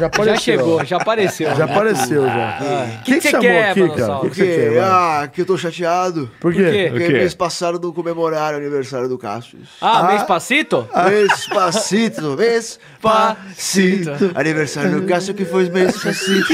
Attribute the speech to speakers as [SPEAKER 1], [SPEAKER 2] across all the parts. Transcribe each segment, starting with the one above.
[SPEAKER 1] Já apareceu.
[SPEAKER 2] Já chegou, já apareceu.
[SPEAKER 1] Já apareceu, já.
[SPEAKER 2] que você quer, Manossauro?
[SPEAKER 1] O que
[SPEAKER 2] Por
[SPEAKER 3] Por
[SPEAKER 1] que você
[SPEAKER 3] quê?
[SPEAKER 1] quer? mano?
[SPEAKER 3] Ah, que eu tô chateado.
[SPEAKER 1] Por
[SPEAKER 2] por
[SPEAKER 1] quê?
[SPEAKER 2] quê?
[SPEAKER 3] Porque
[SPEAKER 4] quê?
[SPEAKER 3] eles passaram não comemorar o aniversário do Cássio.
[SPEAKER 2] Ah, mês passito?
[SPEAKER 3] Despacito, despacito. Aniversário do Cássio que foi bem despacito.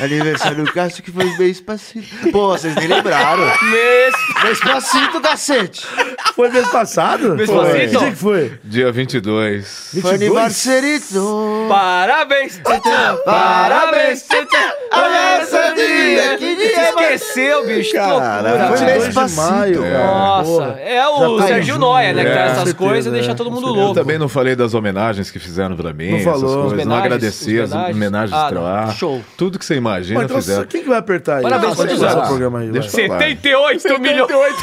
[SPEAKER 3] Aniversário do Cássio que foi bem despacito. Pô, vocês nem lembraram.
[SPEAKER 2] Mês.
[SPEAKER 3] Despacito, cacete.
[SPEAKER 1] Foi mês passado?
[SPEAKER 2] Mês
[SPEAKER 1] Foi.
[SPEAKER 2] passado?
[SPEAKER 1] Que dia que foi?
[SPEAKER 4] Dia 22.
[SPEAKER 3] Foi
[SPEAKER 1] 22?
[SPEAKER 3] aniversarito.
[SPEAKER 2] Parabéns, Titã! Parabéns, Titã! Olha essa dia!
[SPEAKER 3] Que
[SPEAKER 2] Se
[SPEAKER 3] dia, mano.
[SPEAKER 2] esqueceu, bicho. que
[SPEAKER 3] Caralho.
[SPEAKER 2] loucura,
[SPEAKER 3] Foi
[SPEAKER 2] velho.
[SPEAKER 3] mês Despacito.
[SPEAKER 1] velho.
[SPEAKER 2] Tá, Nossa,
[SPEAKER 1] Porra.
[SPEAKER 2] é
[SPEAKER 1] Já
[SPEAKER 2] o
[SPEAKER 1] tá em
[SPEAKER 2] Serginho
[SPEAKER 1] junho,
[SPEAKER 2] Noia, né? Que
[SPEAKER 4] é,
[SPEAKER 2] traz
[SPEAKER 4] com
[SPEAKER 2] essas
[SPEAKER 1] certeza,
[SPEAKER 2] coisas e deixa
[SPEAKER 1] é,
[SPEAKER 2] todo
[SPEAKER 1] com
[SPEAKER 2] mundo
[SPEAKER 1] certeza.
[SPEAKER 4] Eu
[SPEAKER 2] louco.
[SPEAKER 4] também não falei das homenagens que fizeram pra mim,
[SPEAKER 1] Não
[SPEAKER 4] essas
[SPEAKER 1] falou.
[SPEAKER 4] coisas. não
[SPEAKER 2] Homenagens,
[SPEAKER 4] agradeci as
[SPEAKER 2] homenagens.
[SPEAKER 4] homenagens
[SPEAKER 2] Ah,
[SPEAKER 4] pra lá.
[SPEAKER 2] show.
[SPEAKER 4] Tudo que você imagina
[SPEAKER 1] Pô, então,
[SPEAKER 4] fizeram.
[SPEAKER 1] quem que vai apertar aí?
[SPEAKER 2] Parabéns,
[SPEAKER 1] Você
[SPEAKER 2] quantos
[SPEAKER 1] que faz
[SPEAKER 2] anos?
[SPEAKER 1] o programa aí,
[SPEAKER 4] Deixa
[SPEAKER 1] vai.
[SPEAKER 4] eu falar.
[SPEAKER 2] 78 milhões.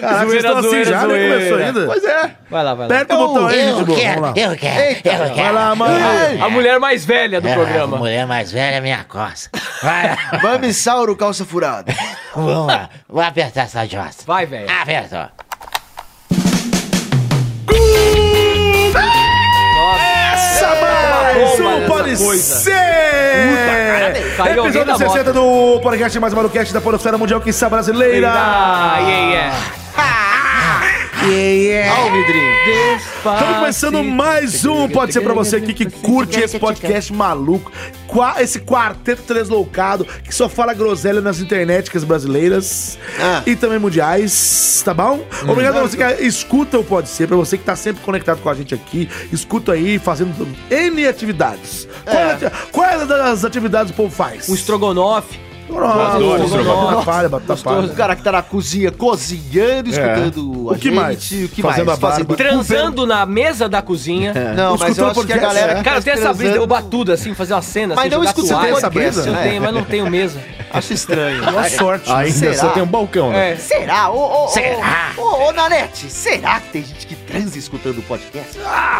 [SPEAKER 1] Caraca, vocês
[SPEAKER 2] Zoeira,
[SPEAKER 1] estão assim
[SPEAKER 2] zoeira,
[SPEAKER 1] já? Nem
[SPEAKER 2] zoeira.
[SPEAKER 1] começou ainda?
[SPEAKER 4] Pois é.
[SPEAKER 2] Vai lá, vai lá. Então,
[SPEAKER 1] Aperta o botão aí,
[SPEAKER 5] Eu
[SPEAKER 1] Pitbull.
[SPEAKER 5] quero,
[SPEAKER 1] Vamos lá.
[SPEAKER 5] eu quero, eu
[SPEAKER 1] Vai
[SPEAKER 5] quero.
[SPEAKER 1] lá, mãe.
[SPEAKER 2] A mulher mais velha do
[SPEAKER 5] É,
[SPEAKER 2] programa.
[SPEAKER 5] A mulher mais velha é minha coça. Vai lá,
[SPEAKER 3] Bamissauro, calça furada.
[SPEAKER 5] vamos lá. Vou apertar essa jossa.
[SPEAKER 2] Vai, velho.
[SPEAKER 5] Apertou.
[SPEAKER 1] Essa mais
[SPEAKER 2] Uma bomba
[SPEAKER 1] um
[SPEAKER 2] dessa
[SPEAKER 1] Pode
[SPEAKER 2] coisa.
[SPEAKER 1] Ser!
[SPEAKER 2] Caiu alguém da
[SPEAKER 1] Episódio 60 do podcast mais malucast da Podosfera Mundial que está brasileira.
[SPEAKER 2] Ah, yeah, yeah.
[SPEAKER 1] Estamos
[SPEAKER 2] Ah,
[SPEAKER 1] começando mais um Pode Ser Pra Você aqui que curte esse podcast maluco, qua- esse quarteto tresloucado que só fala groselha nas internéticas brasileiras
[SPEAKER 3] Ah.
[SPEAKER 1] e também mundiais, tá bom? Obrigado a você que escuta o Pode Ser, pra você que tá sempre conectado com a gente aqui, escuta aí, fazendo N atividades. Quais ati- Quais das atividades o povo faz?
[SPEAKER 2] Um estrogonofe.
[SPEAKER 1] Nossa,
[SPEAKER 4] estrogonofe.
[SPEAKER 1] batata palha, batata
[SPEAKER 3] O
[SPEAKER 1] palha.
[SPEAKER 3] cara que tá na cozinha cozinhando, escutando a
[SPEAKER 1] O que mais?
[SPEAKER 3] gente. O que
[SPEAKER 1] Fazendo
[SPEAKER 3] mais?
[SPEAKER 1] a barba.
[SPEAKER 2] Transando na mesa da cozinha.
[SPEAKER 3] Não, mas eu
[SPEAKER 1] Escutando
[SPEAKER 3] acho que a
[SPEAKER 1] podcast,
[SPEAKER 3] galera.
[SPEAKER 1] né?
[SPEAKER 3] que tá
[SPEAKER 2] Cara, eu
[SPEAKER 3] faz
[SPEAKER 2] tenho essa brisa de
[SPEAKER 3] transando-
[SPEAKER 2] derrubar tudo, assim, fazer uma cena,
[SPEAKER 3] Mas
[SPEAKER 2] assim,
[SPEAKER 3] não
[SPEAKER 2] jogar
[SPEAKER 3] escuta, você
[SPEAKER 2] toalha.
[SPEAKER 3] tem essa
[SPEAKER 1] brisa?
[SPEAKER 2] Eu
[SPEAKER 3] É.
[SPEAKER 2] tenho, mas não tenho mesa.
[SPEAKER 3] Acho estranho.
[SPEAKER 1] Boa sorte.
[SPEAKER 4] Ainda
[SPEAKER 3] Será?
[SPEAKER 4] só tem um balcão, né?
[SPEAKER 2] É.
[SPEAKER 3] Será? Ô, ô, ô,
[SPEAKER 5] Será?
[SPEAKER 3] Ô, ô, Nanete, será que tem gente que transa escutando o podcast?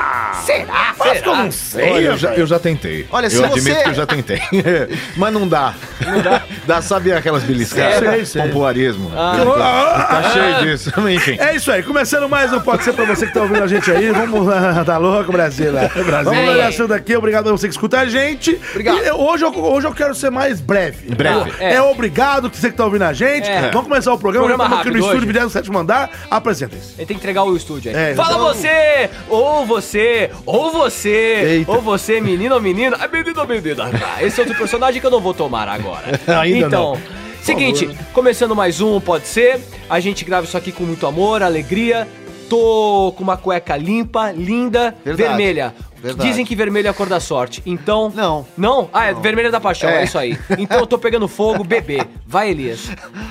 [SPEAKER 3] será?
[SPEAKER 1] Mas que eu
[SPEAKER 3] um
[SPEAKER 1] não sei.
[SPEAKER 4] Olha, eu já, eu já tentei.
[SPEAKER 3] Olha, se
[SPEAKER 4] eu admito
[SPEAKER 3] você-
[SPEAKER 4] que eu já tentei. Mas não dá. Não dá. dá sabe aquelas
[SPEAKER 1] Sei,
[SPEAKER 4] beliscadas?
[SPEAKER 1] sei. Ah,
[SPEAKER 4] Pompoarismo. Tá cheio disso. Enfim.
[SPEAKER 1] É isso aí, começando mais um Pode Ser pra você que tá ouvindo a gente aí. Vamos lá, tá louco, Brasil? Vamos lá, essa daqui. Obrigado a você que escuta a gente.
[SPEAKER 3] Obrigado.
[SPEAKER 1] E eu- hoje, eu, hoje eu quero ser mais breve.
[SPEAKER 4] Breve.
[SPEAKER 1] É,
[SPEAKER 2] É.
[SPEAKER 1] obrigado que você que tá ouvindo a gente.
[SPEAKER 2] É.
[SPEAKER 1] Vamos começar o programa.
[SPEAKER 2] Programa
[SPEAKER 1] Estamos aqui no
[SPEAKER 2] rápido
[SPEAKER 1] estúdio
[SPEAKER 2] hoje.
[SPEAKER 1] 27 andar. Apresentem-se.
[SPEAKER 2] Ele tem que entregar o estúdio aí.
[SPEAKER 1] É,
[SPEAKER 2] Fala você! Ou você! Ou você!
[SPEAKER 1] Eita.
[SPEAKER 2] Ou você, menino ou menina! Ah, Menino ou menina! Ah, Esse é outro personagem que eu não vou tomar agora.
[SPEAKER 4] Ainda
[SPEAKER 2] então, seguinte, começando mais um, pode ser. A gente grava isso aqui com muito amor, alegria. Tô com uma cueca limpa, linda,
[SPEAKER 3] Verdade.
[SPEAKER 2] vermelha.
[SPEAKER 3] Verdade.
[SPEAKER 2] Dizem que vermelho é a cor da sorte. Então.
[SPEAKER 3] Não.
[SPEAKER 2] Não? Ah, é vermelha da paixão, é.
[SPEAKER 3] É.
[SPEAKER 2] isso aí. Então eu tô pegando fogo, bebê. Vai, Elias.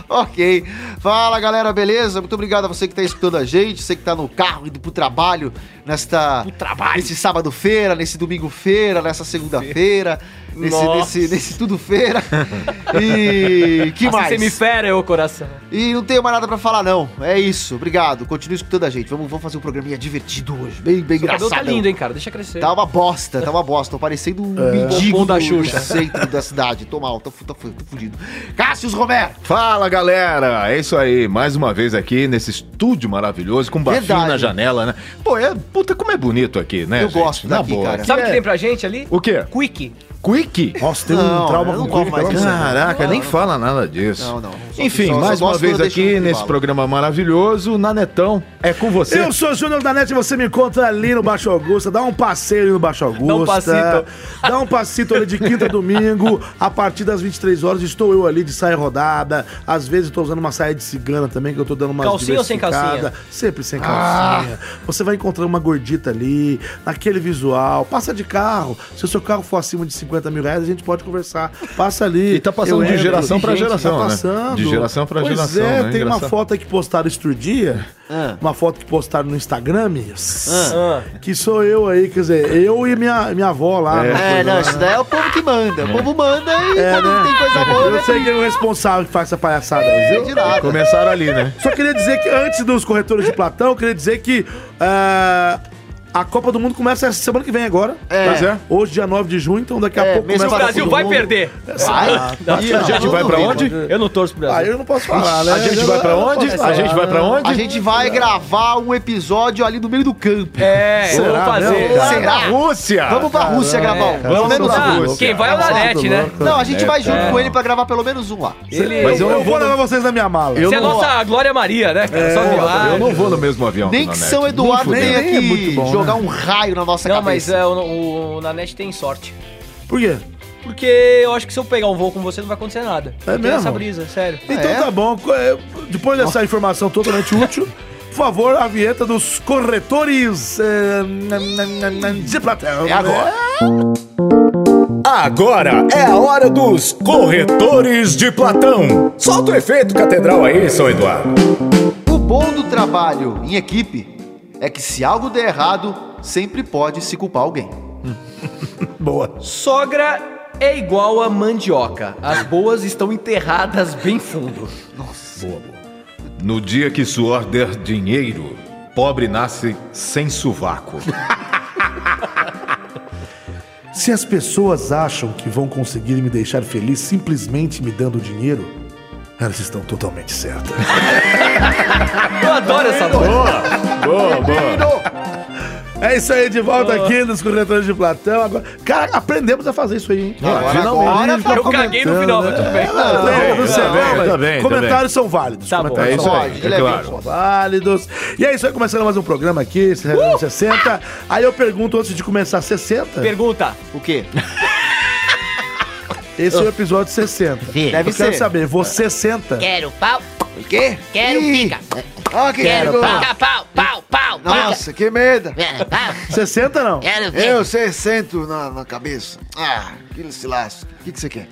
[SPEAKER 3] Ok. Fala galera, beleza? Muito obrigado a você que tá escutando a gente, você que tá no carro indo pro trabalho nesta.
[SPEAKER 2] Pro trabalho.
[SPEAKER 3] Nesse sábado-feira, nesse domingo-feira, nessa segunda-feira, nesse,
[SPEAKER 2] Nossa.
[SPEAKER 3] nesse, nesse tudo-feira. E. Que
[SPEAKER 2] Assim
[SPEAKER 3] mais?
[SPEAKER 2] Você me fera, ô coração.
[SPEAKER 3] E não tenho mais nada pra falar, não. É isso. Obrigado. Continue escutando a gente. Vamos, vamos fazer um programinha divertido hoje. Bem, bem
[SPEAKER 2] Seu cabelo
[SPEAKER 3] engraçado.
[SPEAKER 2] tá lindo, hein, cara? Deixa crescer.
[SPEAKER 3] Tá uma bosta, tá uma bosta. Tô parecendo um mendigo
[SPEAKER 2] Bombom da
[SPEAKER 3] do-
[SPEAKER 2] Xuxa.
[SPEAKER 3] do centro da cidade. Tô mal, tô, fu- tô, fu- tô fudido. Cássius Romero!
[SPEAKER 4] Fala galera, é isso aí, mais uma vez aqui nesse estúdio maravilhoso, com um bafinho
[SPEAKER 3] Verdade.
[SPEAKER 4] na janela, né? Pô, é, puta, como é bonito aqui, né?
[SPEAKER 3] Eu gosto
[SPEAKER 4] na
[SPEAKER 3] daqui,
[SPEAKER 4] boa.
[SPEAKER 3] cara.
[SPEAKER 2] Sabe o que
[SPEAKER 4] É.
[SPEAKER 2] tem pra gente ali?
[SPEAKER 4] O quê?
[SPEAKER 2] Quick.
[SPEAKER 4] Quick?
[SPEAKER 1] Nossa, tem um
[SPEAKER 3] Não,
[SPEAKER 1] trauma com o
[SPEAKER 3] eu não
[SPEAKER 1] Quick,
[SPEAKER 3] como mais
[SPEAKER 1] pelo amor de Deus.
[SPEAKER 4] Caraca, nem fala nada disso.
[SPEAKER 3] Não, não. Só-
[SPEAKER 4] Enfim,
[SPEAKER 3] só- só
[SPEAKER 4] mais uma
[SPEAKER 3] gosto
[SPEAKER 4] vez
[SPEAKER 3] quando deixa
[SPEAKER 4] aqui
[SPEAKER 3] no
[SPEAKER 4] nesse
[SPEAKER 3] intervalo.
[SPEAKER 4] programa maravilhoso, na Netão, é com você.
[SPEAKER 1] Eu sou o Júnior da Net, você me encontra ali no Baixo Augusta, dá um passeio ali no Baixo Augusta.
[SPEAKER 2] Dá um passito.
[SPEAKER 1] Dá um passito ali de quinta a domingo, a partir das 23 horas estou eu ali de saia rodada. Às vezes estou usando uma saia de cigana também, que eu tô dando uma
[SPEAKER 2] Calcinha ou sem calcinha? Ah.
[SPEAKER 1] Sempre sem calcinha. Você vai encontrar uma gordita ali, naquele visual. Passa de carro. Se o seu carro for acima de 50 50 mil reais, a gente pode conversar. Passa ali.
[SPEAKER 4] E tá passando
[SPEAKER 1] eu
[SPEAKER 4] de
[SPEAKER 1] entro.
[SPEAKER 4] geração pra
[SPEAKER 1] Gente,
[SPEAKER 4] geração,
[SPEAKER 1] Tá
[SPEAKER 4] né?
[SPEAKER 1] passando.
[SPEAKER 4] De geração pra
[SPEAKER 1] pois
[SPEAKER 4] geração,
[SPEAKER 1] É,
[SPEAKER 4] né?
[SPEAKER 1] tem uma
[SPEAKER 4] Engraçado.
[SPEAKER 1] foto que postaram isso outro dia.
[SPEAKER 3] Ah.
[SPEAKER 1] Uma foto que postaram no Instagram.
[SPEAKER 2] Ah.
[SPEAKER 1] Que sou eu aí, quer dizer, eu e minha, minha avó lá. né?
[SPEAKER 3] É, não, isso daí é o povo que manda. O povo manda e quando não tem coisa boa,
[SPEAKER 1] Eu
[SPEAKER 3] né?
[SPEAKER 1] não sei quem é o responsável que faz essa palhaçada.
[SPEAKER 4] É,
[SPEAKER 1] viu?
[SPEAKER 3] de nada.
[SPEAKER 4] Começaram ali, né?
[SPEAKER 1] Só queria dizer que, antes dos corretores de Platão, eu queria dizer que ah, a Copa do Mundo começa essa semana que vem agora.
[SPEAKER 3] É.
[SPEAKER 1] Pois Hoje, dia 9 de junho, então daqui a
[SPEAKER 3] É,
[SPEAKER 1] pouco
[SPEAKER 3] mesmo
[SPEAKER 1] começa
[SPEAKER 2] O
[SPEAKER 1] a Copa
[SPEAKER 2] Brasil
[SPEAKER 1] do
[SPEAKER 2] vai
[SPEAKER 1] Mundo.
[SPEAKER 2] perder.
[SPEAKER 3] tá. Vai. E
[SPEAKER 4] A gente vai pra onde?
[SPEAKER 2] Eu não torço pro
[SPEAKER 1] Ah,
[SPEAKER 2] Brasil.
[SPEAKER 1] eu não posso falar, né?
[SPEAKER 4] A gente vai pra onde? A gente vai pra
[SPEAKER 3] A
[SPEAKER 4] onde?
[SPEAKER 3] gente vai gravar um episódio ali no meio do campo.
[SPEAKER 4] Ah,
[SPEAKER 2] É, eu vou
[SPEAKER 1] Será
[SPEAKER 2] fazer.
[SPEAKER 1] mesmo, cara?
[SPEAKER 3] Será?
[SPEAKER 4] Na Rússia!
[SPEAKER 3] Vamos pra Rússia gravar um. Pelo menos
[SPEAKER 4] pra
[SPEAKER 3] um.
[SPEAKER 4] Rússia.
[SPEAKER 2] Ah, quem vai é o Nanete, né?
[SPEAKER 3] Não, a gente vai junto com ele pra gravar pelo menos um lá.
[SPEAKER 2] Ele...
[SPEAKER 4] Mas
[SPEAKER 1] Eu,
[SPEAKER 4] eu não
[SPEAKER 1] vou
[SPEAKER 4] vou
[SPEAKER 1] levar vocês na minha mala.
[SPEAKER 4] Eu
[SPEAKER 2] Você é a
[SPEAKER 4] não, É,
[SPEAKER 2] nossa Glória Maria, né, cara? Só milagre.
[SPEAKER 4] eu não vou no mesmo avião.
[SPEAKER 3] Nem
[SPEAKER 4] na
[SPEAKER 3] que
[SPEAKER 4] net.
[SPEAKER 3] São
[SPEAKER 4] Nem
[SPEAKER 3] Eduardo
[SPEAKER 4] fudendo.
[SPEAKER 3] tenha
[SPEAKER 1] Nem é
[SPEAKER 3] que
[SPEAKER 1] muito bom, né?
[SPEAKER 3] jogar um raio na nossa
[SPEAKER 2] Não, mas
[SPEAKER 3] cabeça.
[SPEAKER 2] é, o, o Nanete tem sorte.
[SPEAKER 1] Por quê?
[SPEAKER 2] Porque eu acho que se eu pegar um voo com você não vai acontecer nada.
[SPEAKER 4] É
[SPEAKER 2] Tem
[SPEAKER 1] mesmo?
[SPEAKER 2] essa brisa, sério.
[SPEAKER 1] Então
[SPEAKER 3] é?
[SPEAKER 1] tá bom. co- é, Depois dessa informação totalmente útil, por favor, a vinheta dos corretores eh, na- na- na- na- de né? Platão.
[SPEAKER 3] É agora.
[SPEAKER 6] Agora é a hora dos corretores de Platão. Solta o efeito catedral aí, São Eduardo.
[SPEAKER 3] O bom do trabalho em equipe é que se algo der errado, sempre pode se culpar alguém.
[SPEAKER 1] Boa.
[SPEAKER 2] Sogra é igual a mandioca. As boas estão enterradas bem fundo.
[SPEAKER 4] No dia que suor der dinheiro, pobre nasce sem sovaco.
[SPEAKER 1] Se as pessoas acham que vão conseguir me deixar feliz simplesmente me dando dinheiro, elas estão totalmente certas.
[SPEAKER 2] Eu adoro essa boa.
[SPEAKER 4] boa, boa.
[SPEAKER 1] É isso aí, de volta aqui nos corretores de Platão. Agora, cara, aprendemos a fazer isso aí, hein?
[SPEAKER 3] Agora, agora tá
[SPEAKER 2] Eu caguei no final, mas tudo bem.
[SPEAKER 1] Não, não, não sei,
[SPEAKER 4] tá
[SPEAKER 1] não,
[SPEAKER 4] bem,
[SPEAKER 1] mas
[SPEAKER 4] tá bem, tá
[SPEAKER 1] Comentários são válidos.
[SPEAKER 2] Tá bom.
[SPEAKER 1] comentários
[SPEAKER 4] É isso
[SPEAKER 1] são
[SPEAKER 4] aí,
[SPEAKER 3] Pode,
[SPEAKER 4] é
[SPEAKER 3] leve
[SPEAKER 4] claro.
[SPEAKER 3] um
[SPEAKER 1] válidos. E é isso aí, começando mais um programa aqui, esse é
[SPEAKER 3] Uh!
[SPEAKER 1] o 60. Aí eu pergunto antes de começar 60.
[SPEAKER 2] Pergunta.
[SPEAKER 3] O quê?
[SPEAKER 1] Esse é o episódio 60.
[SPEAKER 5] Filho.
[SPEAKER 3] Ah. Deve
[SPEAKER 1] eu quero
[SPEAKER 3] ser.
[SPEAKER 1] saber, você senta.
[SPEAKER 5] Quero pau,
[SPEAKER 3] O quê?
[SPEAKER 5] quero
[SPEAKER 3] Ih,
[SPEAKER 5] pica.
[SPEAKER 3] Ó, que
[SPEAKER 5] Quero
[SPEAKER 3] medo.
[SPEAKER 5] pau, pau, pau, pau,
[SPEAKER 3] Nossa, que medo.
[SPEAKER 5] pau. Pau,
[SPEAKER 1] Você senta não?
[SPEAKER 5] Quero
[SPEAKER 3] Eu
[SPEAKER 5] ver.
[SPEAKER 3] sei, sento na, na cabeça. Ah, que se lasca. O que, que você quer?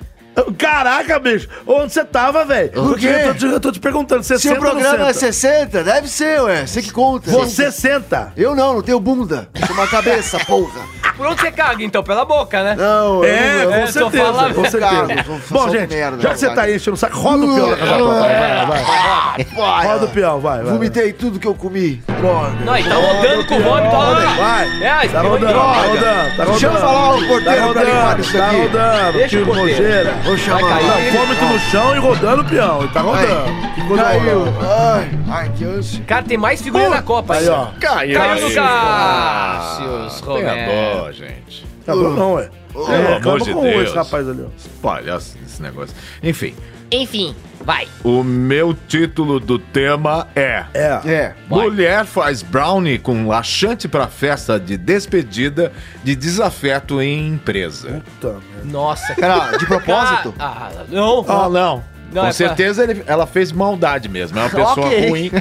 [SPEAKER 1] Caraca, bicho. Onde você tava, velho?
[SPEAKER 3] Por quê?
[SPEAKER 1] Eu tô te, eu tô te perguntando, você
[SPEAKER 3] Se
[SPEAKER 1] senta
[SPEAKER 3] o programa
[SPEAKER 1] ou
[SPEAKER 3] é
[SPEAKER 1] não senta?
[SPEAKER 3] 60, deve ser, ué. Você que conta.
[SPEAKER 1] Você senta.
[SPEAKER 3] Eu não, não tenho bunda. Eu tenho uma cabeça, porra.
[SPEAKER 2] Por onde você caga, então? Pela boca, né?
[SPEAKER 3] Não, eu não-
[SPEAKER 1] É,
[SPEAKER 3] eu
[SPEAKER 1] com
[SPEAKER 2] é, só fala-
[SPEAKER 1] certeza, com certeza.
[SPEAKER 3] Cara, só-
[SPEAKER 1] Bom,
[SPEAKER 3] só
[SPEAKER 1] gente,
[SPEAKER 3] merda,
[SPEAKER 1] já que você
[SPEAKER 3] cara.
[SPEAKER 1] tá aí enchendo o saco, roda o peão da casa.
[SPEAKER 3] É. Vai,
[SPEAKER 1] Roda o peão, vai, vai. vai.
[SPEAKER 3] Vomitei tudo que eu comi. Droga.
[SPEAKER 2] Não, e tá rodando com o vômito. Tá
[SPEAKER 1] Vai.
[SPEAKER 2] É, a
[SPEAKER 1] Tá rodando, tá
[SPEAKER 2] droga.
[SPEAKER 1] rodando, tá rodando.
[SPEAKER 3] Deixa eu falar o
[SPEAKER 1] Tá
[SPEAKER 3] porteiro pra limpar
[SPEAKER 1] rodando,
[SPEAKER 3] isso
[SPEAKER 1] tá
[SPEAKER 3] aqui.
[SPEAKER 1] rodando. Que
[SPEAKER 2] Deixa o porteiro.
[SPEAKER 1] nojeira.
[SPEAKER 3] Vou chamar.
[SPEAKER 2] cair.
[SPEAKER 3] Vai,
[SPEAKER 1] Tá, vômito no chão e rodando o peão. E tá rodando. Que coisa
[SPEAKER 3] Caiu.
[SPEAKER 1] horrorosa.
[SPEAKER 3] Ai, ai, que ânsia.
[SPEAKER 2] Cara, tem mais figurinha na Copa
[SPEAKER 1] Aí, ó.
[SPEAKER 4] Caiu,
[SPEAKER 2] Caiu no Cássius,
[SPEAKER 4] Cássio. Tenha
[SPEAKER 2] Romero.
[SPEAKER 4] dó, gente.
[SPEAKER 1] Tá bom, não, ué.
[SPEAKER 4] Pelo
[SPEAKER 1] acaba
[SPEAKER 4] amor de
[SPEAKER 1] com um,
[SPEAKER 4] Deus.
[SPEAKER 1] esse rapaz ali, ó.
[SPEAKER 4] Palhaço esse negócio. Enfim,
[SPEAKER 5] Enfim, vai.
[SPEAKER 4] o meu título do tema é...
[SPEAKER 1] É.
[SPEAKER 3] É.
[SPEAKER 4] Mulher faz brownie com laxante pra festa de despedida de desafeto em empresa.
[SPEAKER 1] Puta merda.
[SPEAKER 2] Nossa, cara.
[SPEAKER 3] Pera, de propósito?
[SPEAKER 2] Ah, não.
[SPEAKER 4] Ah, não.
[SPEAKER 2] Não, é
[SPEAKER 4] com
[SPEAKER 2] pra-
[SPEAKER 4] certeza ele- ela fez maldade mesmo. É uma pessoa
[SPEAKER 3] Ok.
[SPEAKER 4] ruim.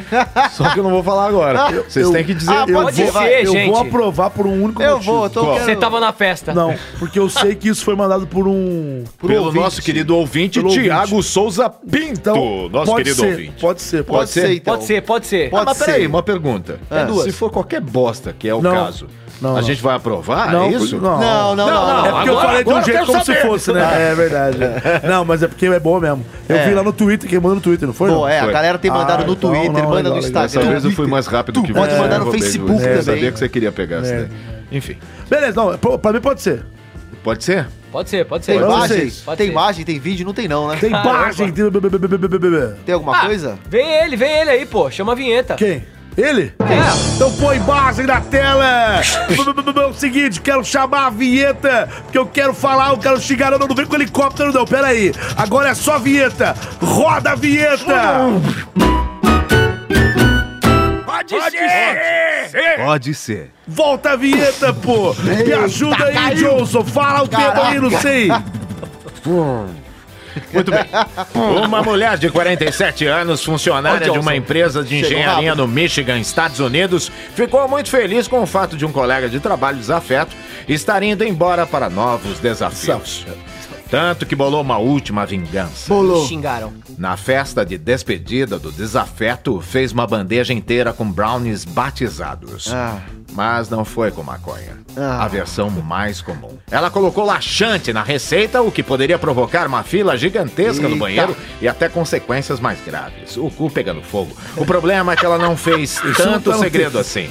[SPEAKER 4] Só que eu não vou falar agora. Vocês têm que dizer.
[SPEAKER 3] Ah,
[SPEAKER 1] Eu
[SPEAKER 2] pode
[SPEAKER 1] vou-
[SPEAKER 2] ser,
[SPEAKER 1] Eu vou
[SPEAKER 2] gente.
[SPEAKER 1] aprovar por um único
[SPEAKER 3] Eu
[SPEAKER 1] motivo.
[SPEAKER 3] vou, eu tô
[SPEAKER 4] Qual?
[SPEAKER 3] querendo-
[SPEAKER 2] Você tava na festa.
[SPEAKER 1] Não, porque eu sei que isso foi mandado por um...
[SPEAKER 4] pelo
[SPEAKER 3] ouvinte.
[SPEAKER 4] nosso querido ouvinte, Ah,
[SPEAKER 1] Pelo
[SPEAKER 4] Tiago Souza Pinto. nosso
[SPEAKER 1] Então, pode
[SPEAKER 4] querido
[SPEAKER 1] ser,
[SPEAKER 4] ouvinte.
[SPEAKER 1] Pode ser,
[SPEAKER 4] Pode
[SPEAKER 1] pode,
[SPEAKER 4] ser?
[SPEAKER 3] então.
[SPEAKER 2] Pode ser, pode ser.
[SPEAKER 4] Ah,
[SPEAKER 3] Pode
[SPEAKER 4] mas
[SPEAKER 3] ser.
[SPEAKER 4] peraí, uma pergunta.
[SPEAKER 3] É.
[SPEAKER 4] Se for qualquer bosta, que é o
[SPEAKER 1] Não.
[SPEAKER 4] caso,
[SPEAKER 1] Não,
[SPEAKER 4] a
[SPEAKER 1] não.
[SPEAKER 4] gente vai aprovar?
[SPEAKER 1] Não,
[SPEAKER 4] é isso?
[SPEAKER 1] não.
[SPEAKER 3] Não, não, não.
[SPEAKER 2] Não,
[SPEAKER 1] É
[SPEAKER 3] não.
[SPEAKER 1] porque eu
[SPEAKER 2] Agora-
[SPEAKER 1] falei de um
[SPEAKER 4] agora eu
[SPEAKER 1] jeito
[SPEAKER 4] quero
[SPEAKER 1] como se
[SPEAKER 4] saber.
[SPEAKER 1] fosse, né? É verdade. é. Não, mas é porque é bom mesmo. Eu vi lá no Twitter, quem mandou no Twitter, não foi?
[SPEAKER 3] Pô,
[SPEAKER 1] não?
[SPEAKER 3] é, a
[SPEAKER 4] Foi.
[SPEAKER 3] galera tem mandado
[SPEAKER 1] Ah,
[SPEAKER 3] no
[SPEAKER 1] então,
[SPEAKER 3] Twitter,
[SPEAKER 1] não,
[SPEAKER 3] manda no
[SPEAKER 1] legal, legal.
[SPEAKER 4] Dessa
[SPEAKER 3] Instagram.
[SPEAKER 4] vez eu fui mais rápido
[SPEAKER 3] Tu
[SPEAKER 4] que você.
[SPEAKER 3] pode mandar no
[SPEAKER 4] Vou bem,
[SPEAKER 3] Facebook
[SPEAKER 4] Luiz. Eu
[SPEAKER 3] também.
[SPEAKER 4] sabia que você queria pegar essa
[SPEAKER 1] É.
[SPEAKER 4] daí. Enfim,
[SPEAKER 1] Beleza, não, pra- pra mim pode ser.
[SPEAKER 4] pode ser?
[SPEAKER 2] Pode ser, pode ser.
[SPEAKER 3] Tem
[SPEAKER 1] Eu não sei.
[SPEAKER 3] imagem?
[SPEAKER 2] Pode
[SPEAKER 3] Tem
[SPEAKER 2] ser.
[SPEAKER 3] imagem? Tem vídeo? Não tem não, né?
[SPEAKER 1] Tem
[SPEAKER 2] Caramba.
[SPEAKER 1] imagem. Tem... b- b- b- b- b- b- b-
[SPEAKER 3] Tem alguma
[SPEAKER 2] Ah,
[SPEAKER 3] coisa?
[SPEAKER 2] Vem ele, vem ele aí, pô. Chama a vinheta.
[SPEAKER 1] Quem? Ele?
[SPEAKER 2] É.
[SPEAKER 1] Então põe imagem na tela! B- b- b- b- É o seguinte, quero chamar a vinheta, porque eu quero falar, eu quero xingar, não, não vem com helicóptero não, peraí. Agora é só vinheta! Roda a vinheta! Pode,
[SPEAKER 4] Pode ser.
[SPEAKER 1] Volta a vinheta, pô! Me ajuda aí, Johnson! Fala o tempo aí, não sei!
[SPEAKER 4] Muito bem. Uma mulher de 47 anos, funcionária de uma empresa de engenharia no Michigan, Estados Unidos, ficou muito feliz com o fato de um colega de trabalho desafeto estar indo embora para novos desafios. Tanto que bolou uma última vingança.
[SPEAKER 2] Bolou. Xingaram.
[SPEAKER 4] Na festa de despedida do desafeto, fez uma bandeja inteira com brownies batizados.
[SPEAKER 3] Ah.
[SPEAKER 4] Mas não foi com maconha. A versão mais comum. Ela colocou laxante na receita, o que poderia provocar uma fila gigantesca no
[SPEAKER 3] Eita.
[SPEAKER 4] banheiro e até consequências mais graves. O cu pegando fogo. O problema é que ela não fez tanto
[SPEAKER 3] tá
[SPEAKER 4] segredo assim.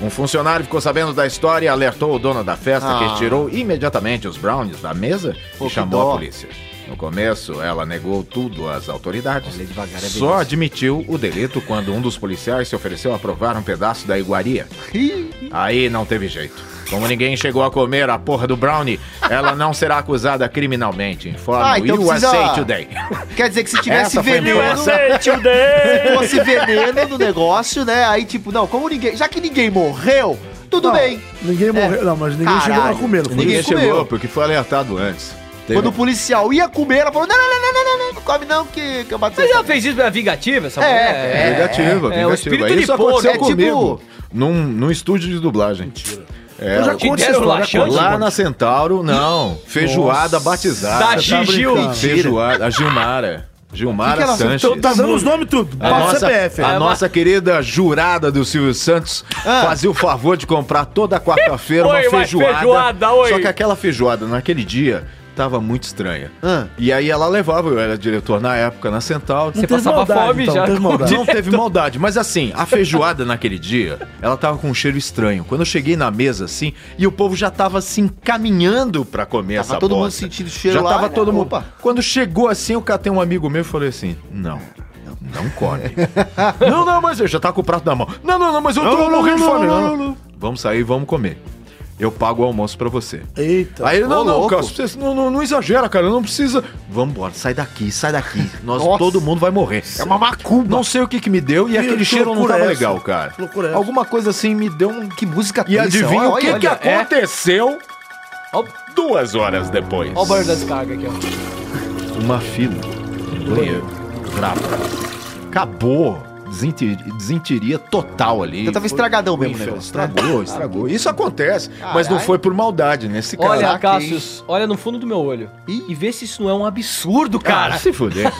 [SPEAKER 4] Um funcionário ficou sabendo da história e alertou o dono da festa,
[SPEAKER 3] Ah.
[SPEAKER 4] que tirou imediatamente os brownies da mesa e
[SPEAKER 3] que
[SPEAKER 4] chamou
[SPEAKER 3] dó.
[SPEAKER 4] a polícia. No começo, ela negou tudo às autoridades.
[SPEAKER 3] é
[SPEAKER 4] Só admitiu o delito quando um dos policiais se ofereceu a provar um pedaço da iguaria. Aí não teve jeito. Como ninguém chegou a comer a porra do brownie, ela não será acusada criminalmente, informa
[SPEAKER 3] Ah, então
[SPEAKER 4] o USA
[SPEAKER 3] precisa-
[SPEAKER 4] Today.
[SPEAKER 3] Quer dizer que se tivesse
[SPEAKER 4] Essa foi a
[SPEAKER 3] veneno,
[SPEAKER 2] é
[SPEAKER 4] informação.
[SPEAKER 3] fosse veneno no negócio, né? Aí, tipo, não, como ninguém. Já que ninguém morreu, tudo
[SPEAKER 1] Não,
[SPEAKER 3] bem.
[SPEAKER 1] Ninguém morreu. Não, mas ninguém chegou
[SPEAKER 3] Caralho.
[SPEAKER 1] a comer. Não foi
[SPEAKER 3] Ninguém
[SPEAKER 4] Ninguém
[SPEAKER 3] comeu.
[SPEAKER 4] chegou, porque foi alertado antes. Teve-
[SPEAKER 3] Quando o policial ia comer, ela falou: não, não, não, não, não, não, não, não come não, que, que eu bato
[SPEAKER 2] Mas ela fez isso pra vingativa, essa
[SPEAKER 3] É,
[SPEAKER 4] É,
[SPEAKER 2] mulher?
[SPEAKER 4] Negativo,
[SPEAKER 2] é, o espírito de
[SPEAKER 4] Isso
[SPEAKER 2] porco,
[SPEAKER 4] aconteceu
[SPEAKER 3] é
[SPEAKER 4] comigo
[SPEAKER 3] tipo-
[SPEAKER 4] num, num estúdio de dublagem. É,
[SPEAKER 1] Eu já
[SPEAKER 4] lá-
[SPEAKER 1] conto essa
[SPEAKER 2] deram
[SPEAKER 1] história.
[SPEAKER 2] laxante?
[SPEAKER 1] conta,
[SPEAKER 4] lá
[SPEAKER 1] conta.
[SPEAKER 4] na Centauro, não. Feijoada batizada.
[SPEAKER 2] Da
[SPEAKER 4] Tá
[SPEAKER 2] Gigil.
[SPEAKER 4] brincando. Feijoada. A Gilmara. Gilmara
[SPEAKER 3] Que que ela-
[SPEAKER 4] Sanches.
[SPEAKER 1] Então tá dando os nomes tudo.
[SPEAKER 4] A
[SPEAKER 1] Passa
[SPEAKER 4] nossa,
[SPEAKER 1] CPF.
[SPEAKER 4] a
[SPEAKER 1] É,
[SPEAKER 4] nossa querida jurada do Silvio Santos fazia o favor de comprar toda quarta-feira uma
[SPEAKER 2] Oi, vai,
[SPEAKER 4] feijoada.
[SPEAKER 2] feijoada, oi.
[SPEAKER 4] Só que aquela feijoada naquele dia tava muito estranha.
[SPEAKER 3] Ah.
[SPEAKER 4] E aí ela levava, eu era diretor na época na Centauro.
[SPEAKER 2] Você
[SPEAKER 1] teve
[SPEAKER 2] passava
[SPEAKER 1] maldade,
[SPEAKER 2] fome
[SPEAKER 1] então,
[SPEAKER 2] já.
[SPEAKER 1] teve maldade.
[SPEAKER 4] Não teve maldade, mas assim, a feijoada naquele dia, ela tava com um cheiro estranho. Quando eu cheguei na mesa assim, e o povo já tava se encaminhando pra comer
[SPEAKER 3] Tava
[SPEAKER 4] essa
[SPEAKER 3] todo mundo
[SPEAKER 4] bosta.
[SPEAKER 3] sentindo o cheiro
[SPEAKER 4] Já
[SPEAKER 3] lá,
[SPEAKER 4] tava
[SPEAKER 3] né?
[SPEAKER 4] todo mundo.
[SPEAKER 3] Opa.
[SPEAKER 4] Quando chegou assim, eu catei um amigo meu e falei assim: "Não, não come. não, não, mas eu já tava com o prato na mão. Não, não, não, mas eu tô
[SPEAKER 1] não,
[SPEAKER 4] morrendo de
[SPEAKER 1] não,
[SPEAKER 4] fome.
[SPEAKER 1] não,
[SPEAKER 4] Não, não, não. Vamos sair, vamos comer. Eu pago o almoço pra você.
[SPEAKER 1] Eita.
[SPEAKER 4] Aí ele, não,
[SPEAKER 3] Ô,
[SPEAKER 4] não,
[SPEAKER 3] louco.
[SPEAKER 4] cara, você- não, não, não exagera, cara, não precisa. Vambora, sai daqui, sai daqui. Nós,
[SPEAKER 3] Nossa.
[SPEAKER 4] todo mundo vai morrer. É uma macumba. Não sei o que que me deu e aquele
[SPEAKER 1] que
[SPEAKER 4] cheiro não
[SPEAKER 1] loucura é
[SPEAKER 4] tava
[SPEAKER 1] essa?
[SPEAKER 4] legal, cara.
[SPEAKER 1] Que loucura é essa?
[SPEAKER 4] Alguma coisa assim me deu um...
[SPEAKER 3] Que música
[SPEAKER 4] E adivinha o que
[SPEAKER 3] olha,
[SPEAKER 4] que
[SPEAKER 3] olha.
[SPEAKER 2] é.
[SPEAKER 4] aconteceu
[SPEAKER 2] Ó o-
[SPEAKER 4] duas horas depois.
[SPEAKER 2] Ó o barulho da descarga aqui, ó.
[SPEAKER 4] Uma fila no banheiro. Brava. Acabou. Desinte- Desinteria total ali.
[SPEAKER 3] Eu tava
[SPEAKER 4] Foi- um
[SPEAKER 3] estragadão mesmo,
[SPEAKER 4] Infer-
[SPEAKER 3] o negócio, né?
[SPEAKER 4] Estragou, estragou. Isso acontece, mas não
[SPEAKER 3] Caralho.
[SPEAKER 4] foi por maldade nesse caso.
[SPEAKER 2] Olha,
[SPEAKER 3] Caraca,
[SPEAKER 2] Cassius, olha no fundo do meu olho. E vê se isso não é um absurdo, cara.
[SPEAKER 4] Ah, se fuder.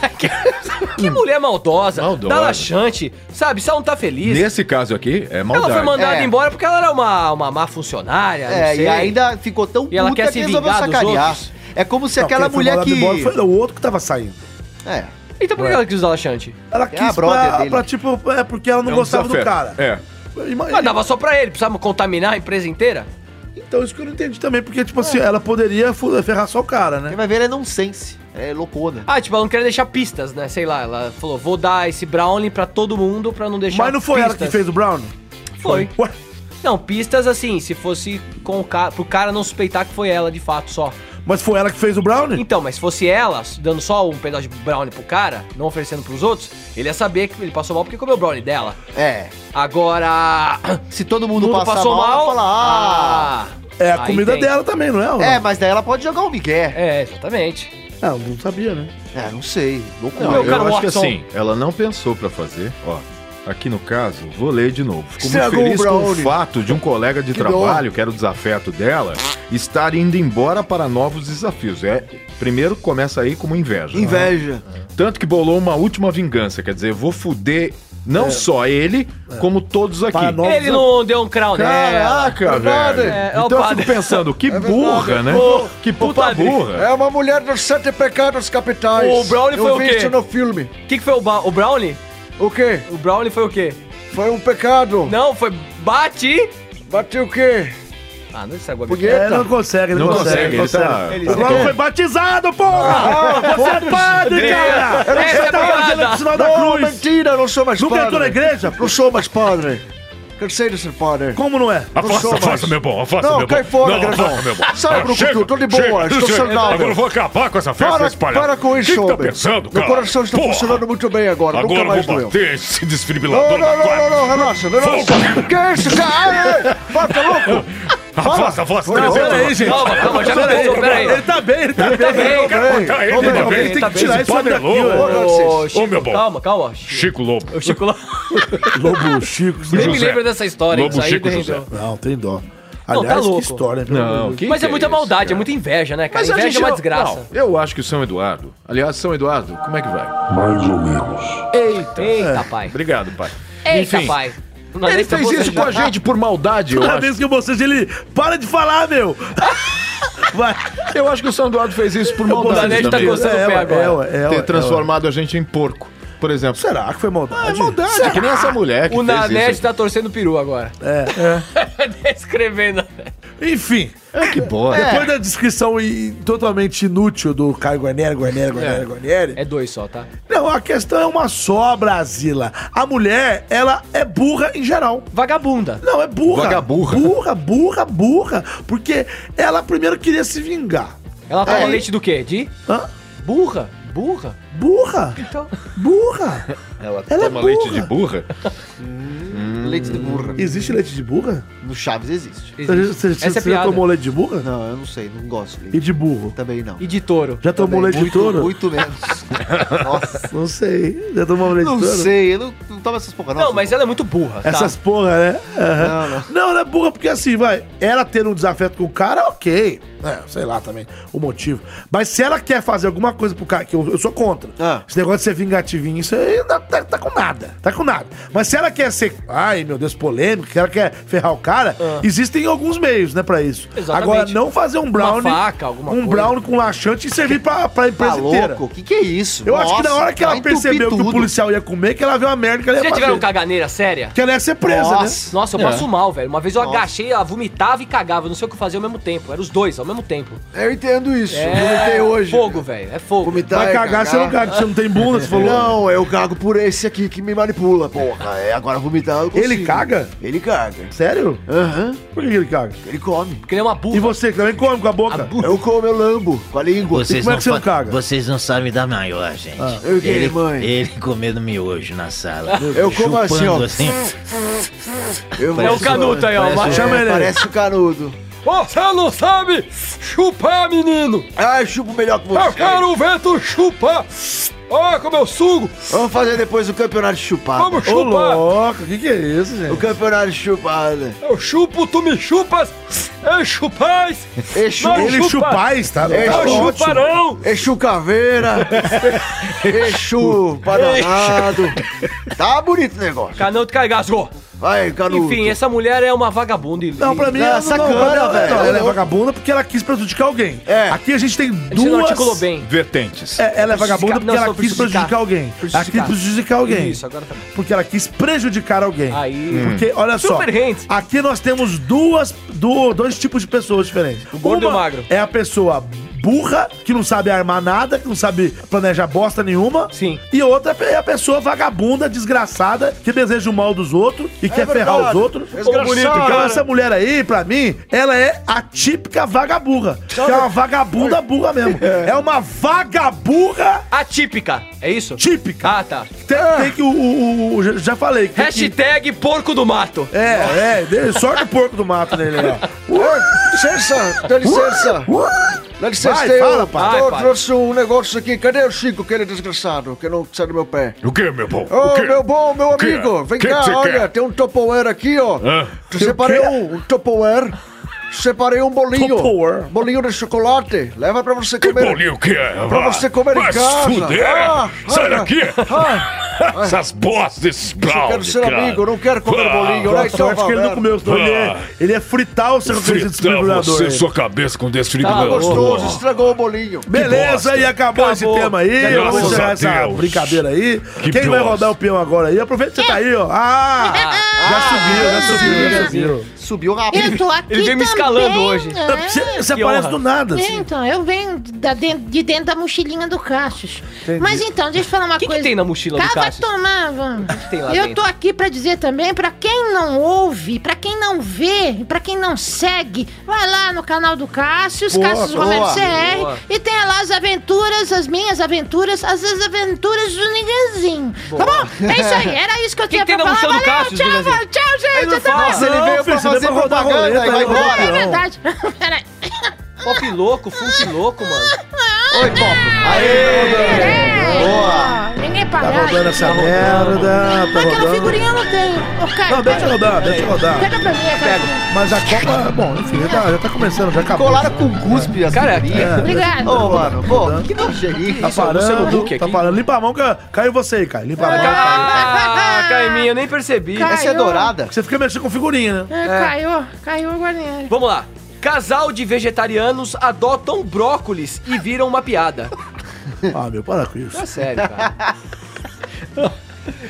[SPEAKER 2] Que mulher maldosa,
[SPEAKER 4] Maldosa.
[SPEAKER 2] dá laxante, sabe? Se ela não tá feliz.
[SPEAKER 4] Nesse caso aqui, é maldade.
[SPEAKER 2] Ela foi mandada
[SPEAKER 3] É.
[SPEAKER 2] embora porque ela era uma, uma má funcionária, não
[SPEAKER 3] É,
[SPEAKER 2] sei.
[SPEAKER 3] e ainda ficou tão
[SPEAKER 2] E ela quer se vingar dos outros.
[SPEAKER 3] É como se
[SPEAKER 1] Não,
[SPEAKER 3] aquela
[SPEAKER 1] quem foi
[SPEAKER 3] mulher
[SPEAKER 1] mandado
[SPEAKER 3] que.
[SPEAKER 1] embora Foi o outro que tava saindo.
[SPEAKER 3] É.
[SPEAKER 2] Então por que ela quis dar laxante?
[SPEAKER 1] Ela
[SPEAKER 3] É a
[SPEAKER 1] quis
[SPEAKER 3] brother
[SPEAKER 1] pra,
[SPEAKER 3] dele.
[SPEAKER 1] pra, tipo, é porque ela não
[SPEAKER 4] É um
[SPEAKER 1] gostava do
[SPEAKER 4] desafeto.
[SPEAKER 1] cara.
[SPEAKER 4] É.
[SPEAKER 1] Ima-
[SPEAKER 3] Ah,
[SPEAKER 2] Mas dava só pra ele, precisava contaminar a empresa inteira?
[SPEAKER 1] Então isso que eu não entendi também, porque, tipo
[SPEAKER 3] É.
[SPEAKER 1] assim, ela poderia fu- ferrar só o cara,
[SPEAKER 3] Quem
[SPEAKER 1] né?
[SPEAKER 3] vai ver ela é nonsense. É loucona.
[SPEAKER 2] Ah, tipo, ela não queria deixar pistas, né? Sei lá, ela falou, vou dar esse brownie pra todo mundo pra não deixar
[SPEAKER 1] Mas não foi ela que fez o Brown?
[SPEAKER 2] Foi.
[SPEAKER 1] Ué,
[SPEAKER 2] Não, pistas assim, se fosse com o cara, pro cara não suspeitar que foi ela de fato só.
[SPEAKER 1] mas foi ela que fez o Brown?
[SPEAKER 2] Então, mas se fosse ela, dando só um pedaço de brownie pro cara, não oferecendo pros outros, ele ia saber que ele passou mal porque comeu o brownie dela.
[SPEAKER 3] É.
[SPEAKER 2] Agora,
[SPEAKER 3] Se todo
[SPEAKER 2] o
[SPEAKER 3] mundo,
[SPEAKER 2] mundo
[SPEAKER 3] passar
[SPEAKER 2] passou mal,
[SPEAKER 3] fala, ah.
[SPEAKER 1] É a
[SPEAKER 2] aí
[SPEAKER 1] comida
[SPEAKER 2] tem.
[SPEAKER 1] dela também, não é? ou
[SPEAKER 3] É,
[SPEAKER 1] não?
[SPEAKER 3] mas daí ela pode jogar um migué.
[SPEAKER 2] É, exatamente.
[SPEAKER 1] Ah, eu não sabia, né?
[SPEAKER 3] É, não sei.
[SPEAKER 4] Não,
[SPEAKER 3] Loucura.
[SPEAKER 2] Meu
[SPEAKER 4] eu
[SPEAKER 2] caro
[SPEAKER 4] acho que
[SPEAKER 2] Watson.
[SPEAKER 4] assim, ela não pensou pra fazer, ó. Aqui no caso, vou ler de novo. Ficou muito
[SPEAKER 3] Estragou
[SPEAKER 4] feliz
[SPEAKER 3] o
[SPEAKER 4] com o
[SPEAKER 3] brownie.
[SPEAKER 4] fato de um colega de
[SPEAKER 3] Que
[SPEAKER 4] trabalho, que era o desafeto dela, estar indo embora para novos desafios. É, primeiro começa aí como inveja.
[SPEAKER 3] Inveja.
[SPEAKER 4] Tanto que bolou uma última vingança, quer dizer, vou fuder não só ele, como todos aqui.
[SPEAKER 1] Para nós-
[SPEAKER 2] Ele não deu um crown nela.
[SPEAKER 4] Caraca,
[SPEAKER 3] verdade.
[SPEAKER 4] velho.
[SPEAKER 2] É, é o
[SPEAKER 4] então eu
[SPEAKER 2] padre.
[SPEAKER 4] fico pensando, que burra, né?
[SPEAKER 2] Ô,
[SPEAKER 4] que puta
[SPEAKER 2] padre.
[SPEAKER 4] burra.
[SPEAKER 3] uma mulher dos sete pecados capitais.
[SPEAKER 2] O Brownie foi o quê?
[SPEAKER 3] filme.
[SPEAKER 2] O que, que foi o, ba- o brownie?
[SPEAKER 3] O quê?
[SPEAKER 2] O brownie foi o quê?
[SPEAKER 3] Foi um pecado.
[SPEAKER 2] Não, foi bate...
[SPEAKER 3] Bateu o quê?
[SPEAKER 2] Ah, não estragou a
[SPEAKER 3] Porque-
[SPEAKER 2] minha
[SPEAKER 1] É, não consegue, ele
[SPEAKER 4] Não
[SPEAKER 1] não consegue.
[SPEAKER 4] consegue,
[SPEAKER 1] não
[SPEAKER 4] ele tá-
[SPEAKER 1] consegue.
[SPEAKER 2] ele
[SPEAKER 1] Agora
[SPEAKER 2] tá-
[SPEAKER 1] foi batizado,
[SPEAKER 3] Ah,
[SPEAKER 1] porra! Você é padre, cara!
[SPEAKER 2] Essa é
[SPEAKER 1] Você
[SPEAKER 2] a
[SPEAKER 1] tá fazendo
[SPEAKER 2] piada.
[SPEAKER 1] o sinal da
[SPEAKER 3] Não,
[SPEAKER 1] cruz!
[SPEAKER 3] mentira, não sou mais
[SPEAKER 1] Nunca entrou na
[SPEAKER 3] padre.
[SPEAKER 1] igreja?
[SPEAKER 3] Não sou mais padre. Cansei de ser padre.
[SPEAKER 1] Como não é?
[SPEAKER 3] sou
[SPEAKER 7] Afasta, afasta,
[SPEAKER 3] mais.
[SPEAKER 7] meu bom, afasta,
[SPEAKER 3] Não,
[SPEAKER 7] meu bom.
[SPEAKER 3] cai fora, grandão.
[SPEAKER 7] afasta, meu bom.
[SPEAKER 3] Sai,
[SPEAKER 7] Ah,
[SPEAKER 3] Brucutu,
[SPEAKER 7] chega,
[SPEAKER 3] tô de
[SPEAKER 7] chega,
[SPEAKER 3] boa, estou
[SPEAKER 7] chega.
[SPEAKER 3] saudável.
[SPEAKER 7] Agora eu vou acabar com essa festa
[SPEAKER 3] Para,
[SPEAKER 7] espalhada.
[SPEAKER 3] para com isso,
[SPEAKER 7] O que, que tá
[SPEAKER 3] homem.
[SPEAKER 7] pensando, cara?
[SPEAKER 3] Meu coração está
[SPEAKER 7] Porra,
[SPEAKER 3] funcionando muito bem agora,
[SPEAKER 7] Agora
[SPEAKER 3] nunca
[SPEAKER 7] eu
[SPEAKER 3] mais
[SPEAKER 7] vou
[SPEAKER 3] doeu.
[SPEAKER 7] bater esse
[SPEAKER 3] Não,
[SPEAKER 7] desfibrilador
[SPEAKER 3] não,
[SPEAKER 7] da
[SPEAKER 3] não, é não,
[SPEAKER 7] guarda.
[SPEAKER 3] não, relaxa, relaxa.
[SPEAKER 7] Fogo.
[SPEAKER 3] Que isso, cara? Ai, ai, Vai, tá louco?
[SPEAKER 4] A voz, a voz,
[SPEAKER 1] Não,
[SPEAKER 4] três
[SPEAKER 1] pera aí,
[SPEAKER 4] vezes.
[SPEAKER 1] gente.
[SPEAKER 2] Calma, calma, já
[SPEAKER 1] Pera aí,
[SPEAKER 2] começou, pera aí.
[SPEAKER 1] Ele tá bem, ele tá bem.
[SPEAKER 2] Ei,
[SPEAKER 4] Tá, ele
[SPEAKER 1] Ô,
[SPEAKER 4] tá bem,
[SPEAKER 1] ele tem
[SPEAKER 4] tá
[SPEAKER 1] que
[SPEAKER 4] bem,
[SPEAKER 1] tirar
[SPEAKER 4] esse
[SPEAKER 1] isso
[SPEAKER 4] Poder
[SPEAKER 1] daqui,
[SPEAKER 4] Lobo.
[SPEAKER 1] ó.
[SPEAKER 2] Ô, Chico,
[SPEAKER 4] meu bom.
[SPEAKER 2] calma, calma. Chico.
[SPEAKER 4] Chico Lobo.
[SPEAKER 2] O Chico Lobo.
[SPEAKER 1] Lobo Chico.
[SPEAKER 4] O
[SPEAKER 5] Nem me
[SPEAKER 4] José.
[SPEAKER 5] lembro dessa história.
[SPEAKER 4] Lobo
[SPEAKER 5] isso aí
[SPEAKER 4] Chico
[SPEAKER 5] tem-
[SPEAKER 4] José.
[SPEAKER 1] Não, tem dó.
[SPEAKER 2] Não, tá
[SPEAKER 1] Aliás, que
[SPEAKER 2] louco.
[SPEAKER 1] história. pelo amor de Deus.
[SPEAKER 4] que
[SPEAKER 2] Mas
[SPEAKER 4] que
[SPEAKER 2] é muita
[SPEAKER 4] isso,
[SPEAKER 2] maldade,
[SPEAKER 4] cara?
[SPEAKER 2] é muita inveja, né, cara?
[SPEAKER 4] Mas a
[SPEAKER 2] inveja
[SPEAKER 4] gente
[SPEAKER 2] é uma
[SPEAKER 4] não-
[SPEAKER 2] desgraça.
[SPEAKER 4] não, eu acho que o São Eduardo. Aliás, São Eduardo, como é que vai?
[SPEAKER 2] Eita, Eita pai.
[SPEAKER 4] Obrigado, pai.
[SPEAKER 5] Eita,
[SPEAKER 4] é. Enfim.
[SPEAKER 5] pai. Não
[SPEAKER 4] Ele
[SPEAKER 2] tá
[SPEAKER 5] deixa
[SPEAKER 4] fez
[SPEAKER 5] você
[SPEAKER 4] isso com a
[SPEAKER 5] jogar.
[SPEAKER 4] gente por maldade, eu
[SPEAKER 1] Toda
[SPEAKER 4] acho.
[SPEAKER 1] vez que eu mostro ele, para de falar, meu. Vai.
[SPEAKER 4] Eu acho que o São Eduardo fez isso por
[SPEAKER 2] O
[SPEAKER 4] maldade.
[SPEAKER 2] Danete tá
[SPEAKER 4] também.
[SPEAKER 2] coçando o pé
[SPEAKER 1] ué,
[SPEAKER 2] agora.
[SPEAKER 1] é, ué, é, ué, é,
[SPEAKER 4] Ter
[SPEAKER 1] ué.
[SPEAKER 4] transformado a gente em porco, por exemplo.
[SPEAKER 1] Será que foi Ah, é maldade?
[SPEAKER 4] é Maldade, é Ah, que nem essa mulher que
[SPEAKER 2] O
[SPEAKER 4] fez
[SPEAKER 2] Nanete
[SPEAKER 4] isso.
[SPEAKER 2] tá torcendo peru agora. É. Escrevendo.
[SPEAKER 1] Enfim,
[SPEAKER 2] tá-
[SPEAKER 4] É, que bosta.
[SPEAKER 1] depois da descrição i- totalmente inútil do Caio Guarnieri, Guarnieri, Guarnieri, Guarnieri,
[SPEAKER 2] É dois só, tá?
[SPEAKER 1] Não, a questão é uma só, Brasila. A mulher, ela é burra em geral.
[SPEAKER 2] Vagabunda.
[SPEAKER 1] Não, é burra.
[SPEAKER 4] Vagaburra.
[SPEAKER 1] Burra, burra, burra. Porque ela primeiro queria se vingar.
[SPEAKER 2] Ela toma
[SPEAKER 1] É.
[SPEAKER 2] leite do quê? De
[SPEAKER 1] Hã?
[SPEAKER 2] burra? Burra?
[SPEAKER 1] Burra,
[SPEAKER 2] Então,
[SPEAKER 1] burra.
[SPEAKER 3] Ela
[SPEAKER 1] Ela
[SPEAKER 4] Toma
[SPEAKER 1] é burra.
[SPEAKER 4] leite de burra?
[SPEAKER 3] Leite de burra.
[SPEAKER 1] Existe leite de burra?
[SPEAKER 3] No Chaves existe.
[SPEAKER 2] existe.
[SPEAKER 1] Você, você-
[SPEAKER 2] Essa é
[SPEAKER 1] você já
[SPEAKER 2] piada.
[SPEAKER 1] tomou leite de burra?
[SPEAKER 3] Não, eu não sei, não gosto.
[SPEAKER 1] E
[SPEAKER 3] Leite.
[SPEAKER 1] de burro?
[SPEAKER 3] Também não.
[SPEAKER 2] E de touro.
[SPEAKER 1] Já tomou
[SPEAKER 3] Também,
[SPEAKER 1] leite de
[SPEAKER 3] muito,
[SPEAKER 1] touro?
[SPEAKER 3] Muito menos. Nossa.
[SPEAKER 1] Não sei. Já tomou leite
[SPEAKER 3] Não
[SPEAKER 1] de touro?
[SPEAKER 3] sei, eu não, não tomo essas porra.
[SPEAKER 2] Não, mas ela é muito burra, tá?
[SPEAKER 1] Essas porra, né? Aham.
[SPEAKER 3] Não, não.
[SPEAKER 1] Não, ela é burra porque assim, vai. Ela ter um desafeto com o cara, ok. É, sei lá também o motivo. Mas se ela quer fazer alguma coisa pro cara, que eu, eu sou contra.
[SPEAKER 3] Ah.
[SPEAKER 1] Esse negócio de ser vingativinho, isso aí não- tá, tá com nada. Tá com nada. Mas se ela quer ser, ai meu Deus, polêmica, que ela quer ferrar o cara,
[SPEAKER 3] Ah.
[SPEAKER 1] existem alguns meios, né, pra isso.
[SPEAKER 2] Exatamente.
[SPEAKER 1] Agora, não fazer um brownie.
[SPEAKER 2] faca, alguma
[SPEAKER 1] um
[SPEAKER 2] coisa.
[SPEAKER 1] brownie com laxante e servir pra, pra
[SPEAKER 3] Tá
[SPEAKER 1] empresa inteira.
[SPEAKER 3] louco? O que, que é isso?
[SPEAKER 1] Eu acho que na hora que ela
[SPEAKER 3] vai entupir
[SPEAKER 1] percebeu que o
[SPEAKER 3] tudo.
[SPEAKER 1] policial ia comer, que ela viu a merda que ela ia
[SPEAKER 4] é
[SPEAKER 2] Vocês já
[SPEAKER 1] fazer.
[SPEAKER 2] tiveram caganeira séria?
[SPEAKER 1] Que ela ia ser presa, né?
[SPEAKER 3] Nossa.
[SPEAKER 2] Nossa, eu passo mal, velho. Uma vez eu
[SPEAKER 3] Nossa.
[SPEAKER 2] agachei, ela vomitava e cagava. Eu não sei o que fazer ao mesmo tempo. Era os dois ao mesmo tempo.
[SPEAKER 3] Eu entendo isso. Vomitei hoje.
[SPEAKER 2] É Fogo, velho. É fogo.
[SPEAKER 3] Vomitar
[SPEAKER 1] Vai
[SPEAKER 3] é
[SPEAKER 1] cagar, você não caga, você não tem bunda, você falou.
[SPEAKER 3] Não, eu cago por esse aqui que me manipula, porra. É, agora vomitar eu consigo.
[SPEAKER 1] Ele caga?
[SPEAKER 3] Ele caga.
[SPEAKER 1] Sério?
[SPEAKER 3] Aham.
[SPEAKER 1] Por que que ele caga?
[SPEAKER 3] Ele come.
[SPEAKER 2] Porque ele é uma
[SPEAKER 1] E
[SPEAKER 2] burra.
[SPEAKER 1] você que também come com a boca?
[SPEAKER 3] Eu como, eu lambo com a língua.
[SPEAKER 7] Vocês
[SPEAKER 1] como é que você não
[SPEAKER 7] fa-
[SPEAKER 1] caga?
[SPEAKER 7] Vocês não sabem dar maior, gente.
[SPEAKER 3] eu que,
[SPEAKER 7] ele,
[SPEAKER 3] Ah. mãe?
[SPEAKER 7] ele comendo miojo na sala.
[SPEAKER 3] Eu como assim, ó.
[SPEAKER 7] Chupando assim.
[SPEAKER 3] Eu
[SPEAKER 2] É o canudo aí, ó.
[SPEAKER 3] Parece,
[SPEAKER 1] Chama
[SPEAKER 3] é,
[SPEAKER 1] ele aí.
[SPEAKER 3] parece o canudo.
[SPEAKER 2] Você não sabe chupar, menino!
[SPEAKER 3] Ah, eu chupo melhor que
[SPEAKER 2] É
[SPEAKER 1] Tá
[SPEAKER 3] você.
[SPEAKER 2] ver tu chupar! Olha como eu sugo!
[SPEAKER 3] Vamos fazer depois o campeonato de chupada.
[SPEAKER 1] Ah, Ô, louco, o que que é isso,
[SPEAKER 3] O
[SPEAKER 1] gente?
[SPEAKER 3] campeonato de chupada.
[SPEAKER 2] Eu chupo, tu me chupas! Eu chupais!
[SPEAKER 3] Exu,
[SPEAKER 2] Não,
[SPEAKER 1] Ele
[SPEAKER 2] chupa.
[SPEAKER 1] chupais, tá?
[SPEAKER 3] É,
[SPEAKER 1] tá
[SPEAKER 3] chupa.
[SPEAKER 1] ótimo.
[SPEAKER 3] Exu caveira. Exu padanado. Tá bonito o negócio.
[SPEAKER 2] Canuto caigasgo!
[SPEAKER 3] Vai, canudo.
[SPEAKER 2] Enfim, essa mulher é uma vagabunda. e-
[SPEAKER 1] Não, pra mim
[SPEAKER 3] Não,
[SPEAKER 1] ela
[SPEAKER 3] sacana,
[SPEAKER 1] pra mim ela-
[SPEAKER 3] velho.
[SPEAKER 1] Tá não, Ela é vagabunda porque ela quis prejudicar alguém.
[SPEAKER 3] É.
[SPEAKER 1] Aqui a gente tem
[SPEAKER 2] Você não
[SPEAKER 1] duas.
[SPEAKER 2] articulou bem.
[SPEAKER 4] Vertentes.
[SPEAKER 1] É, ela é vagabunda
[SPEAKER 2] Prejudicar-
[SPEAKER 1] porque
[SPEAKER 2] não,
[SPEAKER 1] ela
[SPEAKER 2] só
[SPEAKER 1] quis
[SPEAKER 2] prejudicar.
[SPEAKER 1] prejudicar alguém. Ela quis
[SPEAKER 2] Prejudicar.
[SPEAKER 1] prejudicar alguém. Hum.
[SPEAKER 2] Isso, agora tá bom.
[SPEAKER 1] Porque ela quis prejudicar alguém.
[SPEAKER 2] Aí. um
[SPEAKER 1] Porque, olha só,
[SPEAKER 2] Hum. Super hate.
[SPEAKER 1] aqui nós temos duas, du- dois tipos de pessoas diferentes. O
[SPEAKER 2] gordo e o magro.
[SPEAKER 1] É a pessoa burra, que não sabe armar nada, que não sabe planejar bosta nenhuma.
[SPEAKER 2] Sim.
[SPEAKER 1] E outra é a pessoa vagabunda, desgraçada, que deseja o mal dos outros
[SPEAKER 2] É
[SPEAKER 1] e quer ferrar os outros.
[SPEAKER 3] Desgraçado,
[SPEAKER 1] Então
[SPEAKER 3] cara.
[SPEAKER 1] essa
[SPEAKER 2] né?
[SPEAKER 1] mulher aí, pra mim, ela é a típica vagaburra. Que é uma vagabunda burra mesmo. É uma vagaburra
[SPEAKER 2] Atípica, é isso?
[SPEAKER 1] típica.
[SPEAKER 2] Ah, tá.
[SPEAKER 1] Tem, tem que o, o- o- já- Já falei. que tem que-
[SPEAKER 2] Hashtag porco do mato.
[SPEAKER 1] é, é, deu sorte o porco do mato nele aí, ó.
[SPEAKER 3] Ô, licença, dá licença. Dá licença,
[SPEAKER 1] Vai,
[SPEAKER 3] eu,
[SPEAKER 1] fala, pai.
[SPEAKER 2] Vai,
[SPEAKER 3] eu
[SPEAKER 2] pai.
[SPEAKER 3] trouxe um negócio aqui. Cadê o Chico, aquele desgraçado, que não sai do meu pé?
[SPEAKER 4] O que, meu bom?
[SPEAKER 3] Ô,
[SPEAKER 4] o quê?
[SPEAKER 3] meu bom, meu
[SPEAKER 4] que?
[SPEAKER 3] amigo, vem
[SPEAKER 4] Que que
[SPEAKER 3] cá,
[SPEAKER 4] você
[SPEAKER 3] olha,
[SPEAKER 4] quer?
[SPEAKER 3] tem um Tupperware aqui, ó.
[SPEAKER 4] Hã?
[SPEAKER 3] Eu Separei
[SPEAKER 1] quê?
[SPEAKER 3] um, um Tupperware, separei um bolinho,
[SPEAKER 1] Tupperware?
[SPEAKER 3] bolinho de chocolate, leva pra você
[SPEAKER 4] Que
[SPEAKER 3] comer.
[SPEAKER 4] bolinho que é?
[SPEAKER 3] Pra
[SPEAKER 7] Ah,
[SPEAKER 3] você comer em
[SPEAKER 4] Vai se
[SPEAKER 3] casa.
[SPEAKER 4] fuder.
[SPEAKER 3] Ah,
[SPEAKER 4] Sai
[SPEAKER 3] olha.
[SPEAKER 4] daqui.
[SPEAKER 3] Ah,
[SPEAKER 4] Essas bostas desses
[SPEAKER 3] eu quero
[SPEAKER 4] brownies,
[SPEAKER 3] ser
[SPEAKER 4] cara.
[SPEAKER 3] amigo, eu não quero comer
[SPEAKER 4] Ah,
[SPEAKER 3] bolinho.
[SPEAKER 1] Boa
[SPEAKER 3] né? Então,
[SPEAKER 1] sorte que ele não
[SPEAKER 3] Valberto.
[SPEAKER 1] comeu, senão ele ia, ele ia fritar o seu
[SPEAKER 4] Fritar
[SPEAKER 1] desfibrilador.
[SPEAKER 4] você, sua cabeça com
[SPEAKER 2] Tá
[SPEAKER 4] desfibrilador.
[SPEAKER 3] Gostoso, estragou o bolinho.
[SPEAKER 1] Beleza,
[SPEAKER 4] bosta.
[SPEAKER 1] e acabou,
[SPEAKER 2] Acabou.
[SPEAKER 1] esse tema aí.
[SPEAKER 2] Graças
[SPEAKER 1] Vamos encerrar
[SPEAKER 4] a
[SPEAKER 1] essa
[SPEAKER 4] Deus.
[SPEAKER 1] brincadeira aí.
[SPEAKER 4] Que
[SPEAKER 1] Quem vai
[SPEAKER 4] bosta.
[SPEAKER 1] rodar o peão agora aí? Aproveita que você tá aí, ó. Ah! já subiu,
[SPEAKER 2] É.
[SPEAKER 1] já subiu, já subiu.
[SPEAKER 3] Subiu
[SPEAKER 8] Eu
[SPEAKER 3] rápido.
[SPEAKER 8] tô aqui
[SPEAKER 2] Ele veio me escalando
[SPEAKER 8] também,
[SPEAKER 2] hoje.
[SPEAKER 8] né?
[SPEAKER 1] Você, você
[SPEAKER 2] Que
[SPEAKER 1] aparece do
[SPEAKER 2] honra.
[SPEAKER 1] nada, assim.
[SPEAKER 8] Então, eu venho da den- de dentro da mochilinha do Cassius. Mas então, deixa eu falar uma
[SPEAKER 2] que que
[SPEAKER 8] coisa.
[SPEAKER 2] tem na mochila do
[SPEAKER 8] Tá, vai
[SPEAKER 2] Cassius?
[SPEAKER 8] tomar, vamos.
[SPEAKER 2] que tem lá
[SPEAKER 8] Eu
[SPEAKER 2] dentro?
[SPEAKER 8] tô aqui pra dizer também, pra quem não ouve, pra quem não vê, pra quem não segue, vai lá no canal do Cassius,
[SPEAKER 1] Boa,
[SPEAKER 8] Cassius
[SPEAKER 1] boa,
[SPEAKER 8] Romero CR,
[SPEAKER 2] boa.
[SPEAKER 8] e tem lá as aventuras, as minhas aventuras, as aventuras do Ninguézinho. Tá bom? É isso aí, era isso que eu
[SPEAKER 2] Que que
[SPEAKER 8] tinha
[SPEAKER 2] tem
[SPEAKER 8] pra
[SPEAKER 2] na
[SPEAKER 8] falar.
[SPEAKER 2] mochila do
[SPEAKER 8] Valeu,
[SPEAKER 2] Cassius,
[SPEAKER 8] tchau,
[SPEAKER 2] Ninguézinho?
[SPEAKER 8] Tchau, tchau, gente. Até mais.
[SPEAKER 1] Nossa, ele veio pra fazer propaganda e vai embora.
[SPEAKER 8] É verdade. Peraí.
[SPEAKER 2] Pop louco, funk louco, mano.
[SPEAKER 3] Oi, Pop. Aê!
[SPEAKER 8] É.
[SPEAKER 3] Boa.
[SPEAKER 8] Ninguém
[SPEAKER 1] Tá
[SPEAKER 8] pagou.
[SPEAKER 1] rodando essa merda, tá
[SPEAKER 8] Aquela
[SPEAKER 1] rodando.
[SPEAKER 8] figurinha eu não tenho. Ô, Caio,
[SPEAKER 1] Não, deixa rodar, deixa rodar.
[SPEAKER 8] Pega pra mim, cara.
[SPEAKER 1] Mas a Copa, bom, enfim, já tá, já tá começando, já acabou.
[SPEAKER 3] Colaram com cuspe as
[SPEAKER 2] Cara, é
[SPEAKER 3] figurinhas.
[SPEAKER 8] Obrigado.
[SPEAKER 3] Ô, mano, pô, que nojeirinho.
[SPEAKER 1] Tá
[SPEAKER 2] Luciano
[SPEAKER 1] parando,
[SPEAKER 2] Huck
[SPEAKER 1] tá
[SPEAKER 2] aqui.
[SPEAKER 1] parando. Limpa a mão, ca- caiu você aí, Caio.
[SPEAKER 2] É.
[SPEAKER 1] Limpa a mão.
[SPEAKER 2] Ah, Caiminha, eu nem percebi.
[SPEAKER 8] Cai.
[SPEAKER 3] Essa é dourada.
[SPEAKER 1] Você fica mexendo com figurinha, né?
[SPEAKER 8] É, Caiu, caiu agora.
[SPEAKER 2] Vamos lá. Casal de vegetarianos adotam brócolis e viram uma piada.
[SPEAKER 1] Ah, meu, para com isso.
[SPEAKER 2] É sério, cara.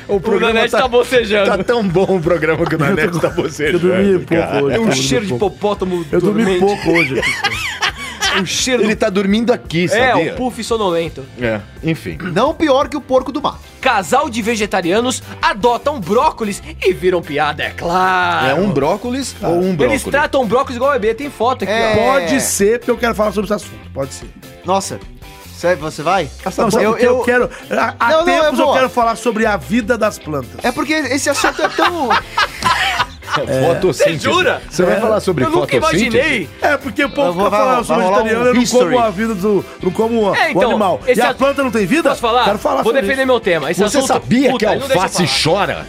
[SPEAKER 4] O
[SPEAKER 2] O Nanete tá, bocejando.
[SPEAKER 4] tá tão bom o programa que o Nanete tá
[SPEAKER 1] Eu dormi
[SPEAKER 4] bocejando.
[SPEAKER 1] pouco
[SPEAKER 4] cara.
[SPEAKER 1] hoje.
[SPEAKER 2] É um
[SPEAKER 1] cara,
[SPEAKER 2] cheiro de
[SPEAKER 1] dormi pouco.
[SPEAKER 2] hipopótamo
[SPEAKER 1] Eu dormi
[SPEAKER 2] dormente.
[SPEAKER 1] pouco hoje.
[SPEAKER 2] Um cheiro
[SPEAKER 4] Ele tá dormindo aqui,
[SPEAKER 2] do... É,
[SPEAKER 4] sabia?
[SPEAKER 2] o puff sonolento.
[SPEAKER 4] É, enfim.
[SPEAKER 3] Não pior que o porco do mato.
[SPEAKER 2] Casal de vegetarianos adotam brócolis e viram piada, é claro.
[SPEAKER 4] É um brócolis ou um
[SPEAKER 2] Eles
[SPEAKER 4] brócolis?
[SPEAKER 2] tratam brócolis igual bebê, tem foto aqui,
[SPEAKER 3] É.
[SPEAKER 2] ó.
[SPEAKER 1] Pode ser, porque eu quero falar sobre esse assunto. Pode ser.
[SPEAKER 3] Nossa, sério, você vai?
[SPEAKER 2] Tá
[SPEAKER 1] Não, sabe o que eu, quero. Há, há
[SPEAKER 3] Não, não, é
[SPEAKER 1] tempos eu
[SPEAKER 3] boa.
[SPEAKER 1] quero falar sobre a vida das plantas.
[SPEAKER 3] É porque esse assunto é tão...
[SPEAKER 4] Fotossíntese.
[SPEAKER 2] Você jura?
[SPEAKER 4] Você vai falar sobre
[SPEAKER 2] Eu nunca
[SPEAKER 4] fotossíntese?
[SPEAKER 2] imaginei.
[SPEAKER 1] É, porque o povo
[SPEAKER 3] Vamos,
[SPEAKER 1] fica
[SPEAKER 3] vamos,
[SPEAKER 1] falando sobre
[SPEAKER 3] vamos lá,
[SPEAKER 1] vegetariano, eu não
[SPEAKER 3] history.
[SPEAKER 1] como a vida do. Não como
[SPEAKER 2] um É, então,
[SPEAKER 1] o animal. E
[SPEAKER 2] esse
[SPEAKER 1] a
[SPEAKER 2] assu-
[SPEAKER 1] planta não tem vida?
[SPEAKER 2] Posso falar?
[SPEAKER 1] Quero falar
[SPEAKER 2] Vou
[SPEAKER 1] sobre
[SPEAKER 2] defender
[SPEAKER 1] isso.
[SPEAKER 2] meu tema. Esse
[SPEAKER 4] Você
[SPEAKER 2] assunto-
[SPEAKER 4] sabia que
[SPEAKER 2] Puta,
[SPEAKER 4] a
[SPEAKER 2] ele não deixa
[SPEAKER 4] alface
[SPEAKER 2] eu falar.
[SPEAKER 4] chora?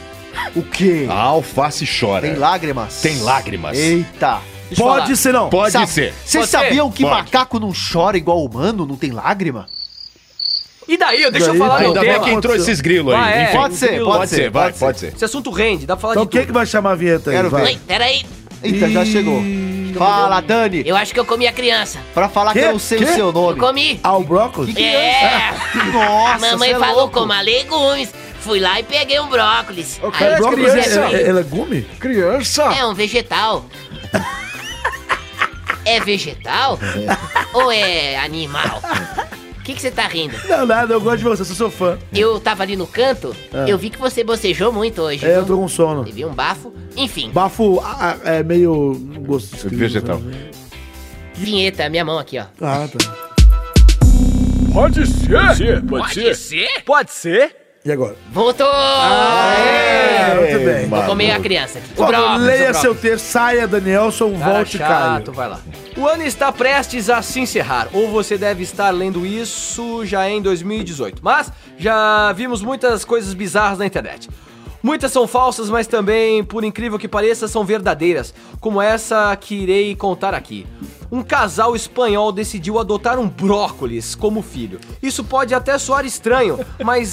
[SPEAKER 3] O quê?
[SPEAKER 4] A alface chora.
[SPEAKER 3] Tem lágrimas.
[SPEAKER 4] Tem lágrimas.
[SPEAKER 3] Eita.
[SPEAKER 2] Deixa eu
[SPEAKER 1] Pode
[SPEAKER 2] falar.
[SPEAKER 1] ser, não.
[SPEAKER 4] Pode
[SPEAKER 3] Sabe-
[SPEAKER 4] ser.
[SPEAKER 3] Vocês
[SPEAKER 2] Pode ser?
[SPEAKER 3] sabiam que
[SPEAKER 4] Pode.
[SPEAKER 3] macaco não chora igual humano? Não tem lágrima?
[SPEAKER 2] E daí? Eu- Deixa eu
[SPEAKER 1] Daí,
[SPEAKER 2] falar meu
[SPEAKER 4] Ainda bem
[SPEAKER 2] tema.
[SPEAKER 4] que entrou esses grilos
[SPEAKER 2] Ah,
[SPEAKER 4] aí.
[SPEAKER 2] é.
[SPEAKER 4] Enfim.
[SPEAKER 3] Pode ser, pode,
[SPEAKER 4] Pode ser, vai, pode ser.
[SPEAKER 2] Esse assunto rende, dá pra falar
[SPEAKER 1] Então
[SPEAKER 2] de
[SPEAKER 1] quem
[SPEAKER 2] tudo.
[SPEAKER 1] que vai chamar a vinheta aí?
[SPEAKER 3] Quero
[SPEAKER 1] vai?
[SPEAKER 3] ver.
[SPEAKER 5] Oi, peraí.
[SPEAKER 3] Eita, já chegou. Fala, Dani.
[SPEAKER 5] Eu acho que eu comi a criança.
[SPEAKER 3] Pra falar que,
[SPEAKER 1] Quê?
[SPEAKER 3] eu sei
[SPEAKER 1] Quê?
[SPEAKER 3] o seu
[SPEAKER 5] Eu
[SPEAKER 3] nome.
[SPEAKER 5] comi.
[SPEAKER 1] Ah, o brócolis?
[SPEAKER 5] É.
[SPEAKER 3] Nossa,
[SPEAKER 5] A mamãe
[SPEAKER 3] cê é
[SPEAKER 5] falou
[SPEAKER 3] louco.
[SPEAKER 5] coma legumes. Fui lá e peguei um brócolis. Aí
[SPEAKER 1] Cara,
[SPEAKER 5] eu
[SPEAKER 1] brócolis
[SPEAKER 5] descobri isso
[SPEAKER 1] é, é-
[SPEAKER 5] aí.
[SPEAKER 1] é legume?
[SPEAKER 5] É um vegetal. É vegetal? Ou é animal? O que que você tá rindo?
[SPEAKER 1] Não, nada, eu gosto de você, sou seu fã.
[SPEAKER 5] Eu tava ali no canto, eu vi que você bocejou muito hoje.
[SPEAKER 1] Ah. É, eu
[SPEAKER 5] viu?
[SPEAKER 1] tô com sono.
[SPEAKER 5] Teve um bafo. Enfim,
[SPEAKER 1] Bafo ah, ah, é meio. não gosto de
[SPEAKER 4] Vegetal.
[SPEAKER 5] vinheta, minha mão aqui, ó.
[SPEAKER 1] Ah, tá.
[SPEAKER 9] Pode ser, pode ser.
[SPEAKER 5] ser?
[SPEAKER 2] Pode ser?
[SPEAKER 1] E agora?
[SPEAKER 5] Voltou!
[SPEAKER 1] É, muito bem.
[SPEAKER 5] Vou comer a criança. O
[SPEAKER 1] Por favor,
[SPEAKER 5] brócolis, o
[SPEAKER 1] leia
[SPEAKER 5] brócolis.
[SPEAKER 1] seu texto, saia Danielson,
[SPEAKER 2] Cara é
[SPEAKER 1] volte
[SPEAKER 2] chato,
[SPEAKER 1] Caio.
[SPEAKER 2] vai lá. O ano está prestes a se encerrar, ou você deve estar lendo isso já em 2018. Mas já vimos muitas coisas bizarras na internet. Muitas são falsas, mas também, por incrível que pareça, são verdadeiras, como essa que irei contar aqui. Um casal espanhol decidiu adotar um brócolis como filho. Isso pode até soar estranho, mas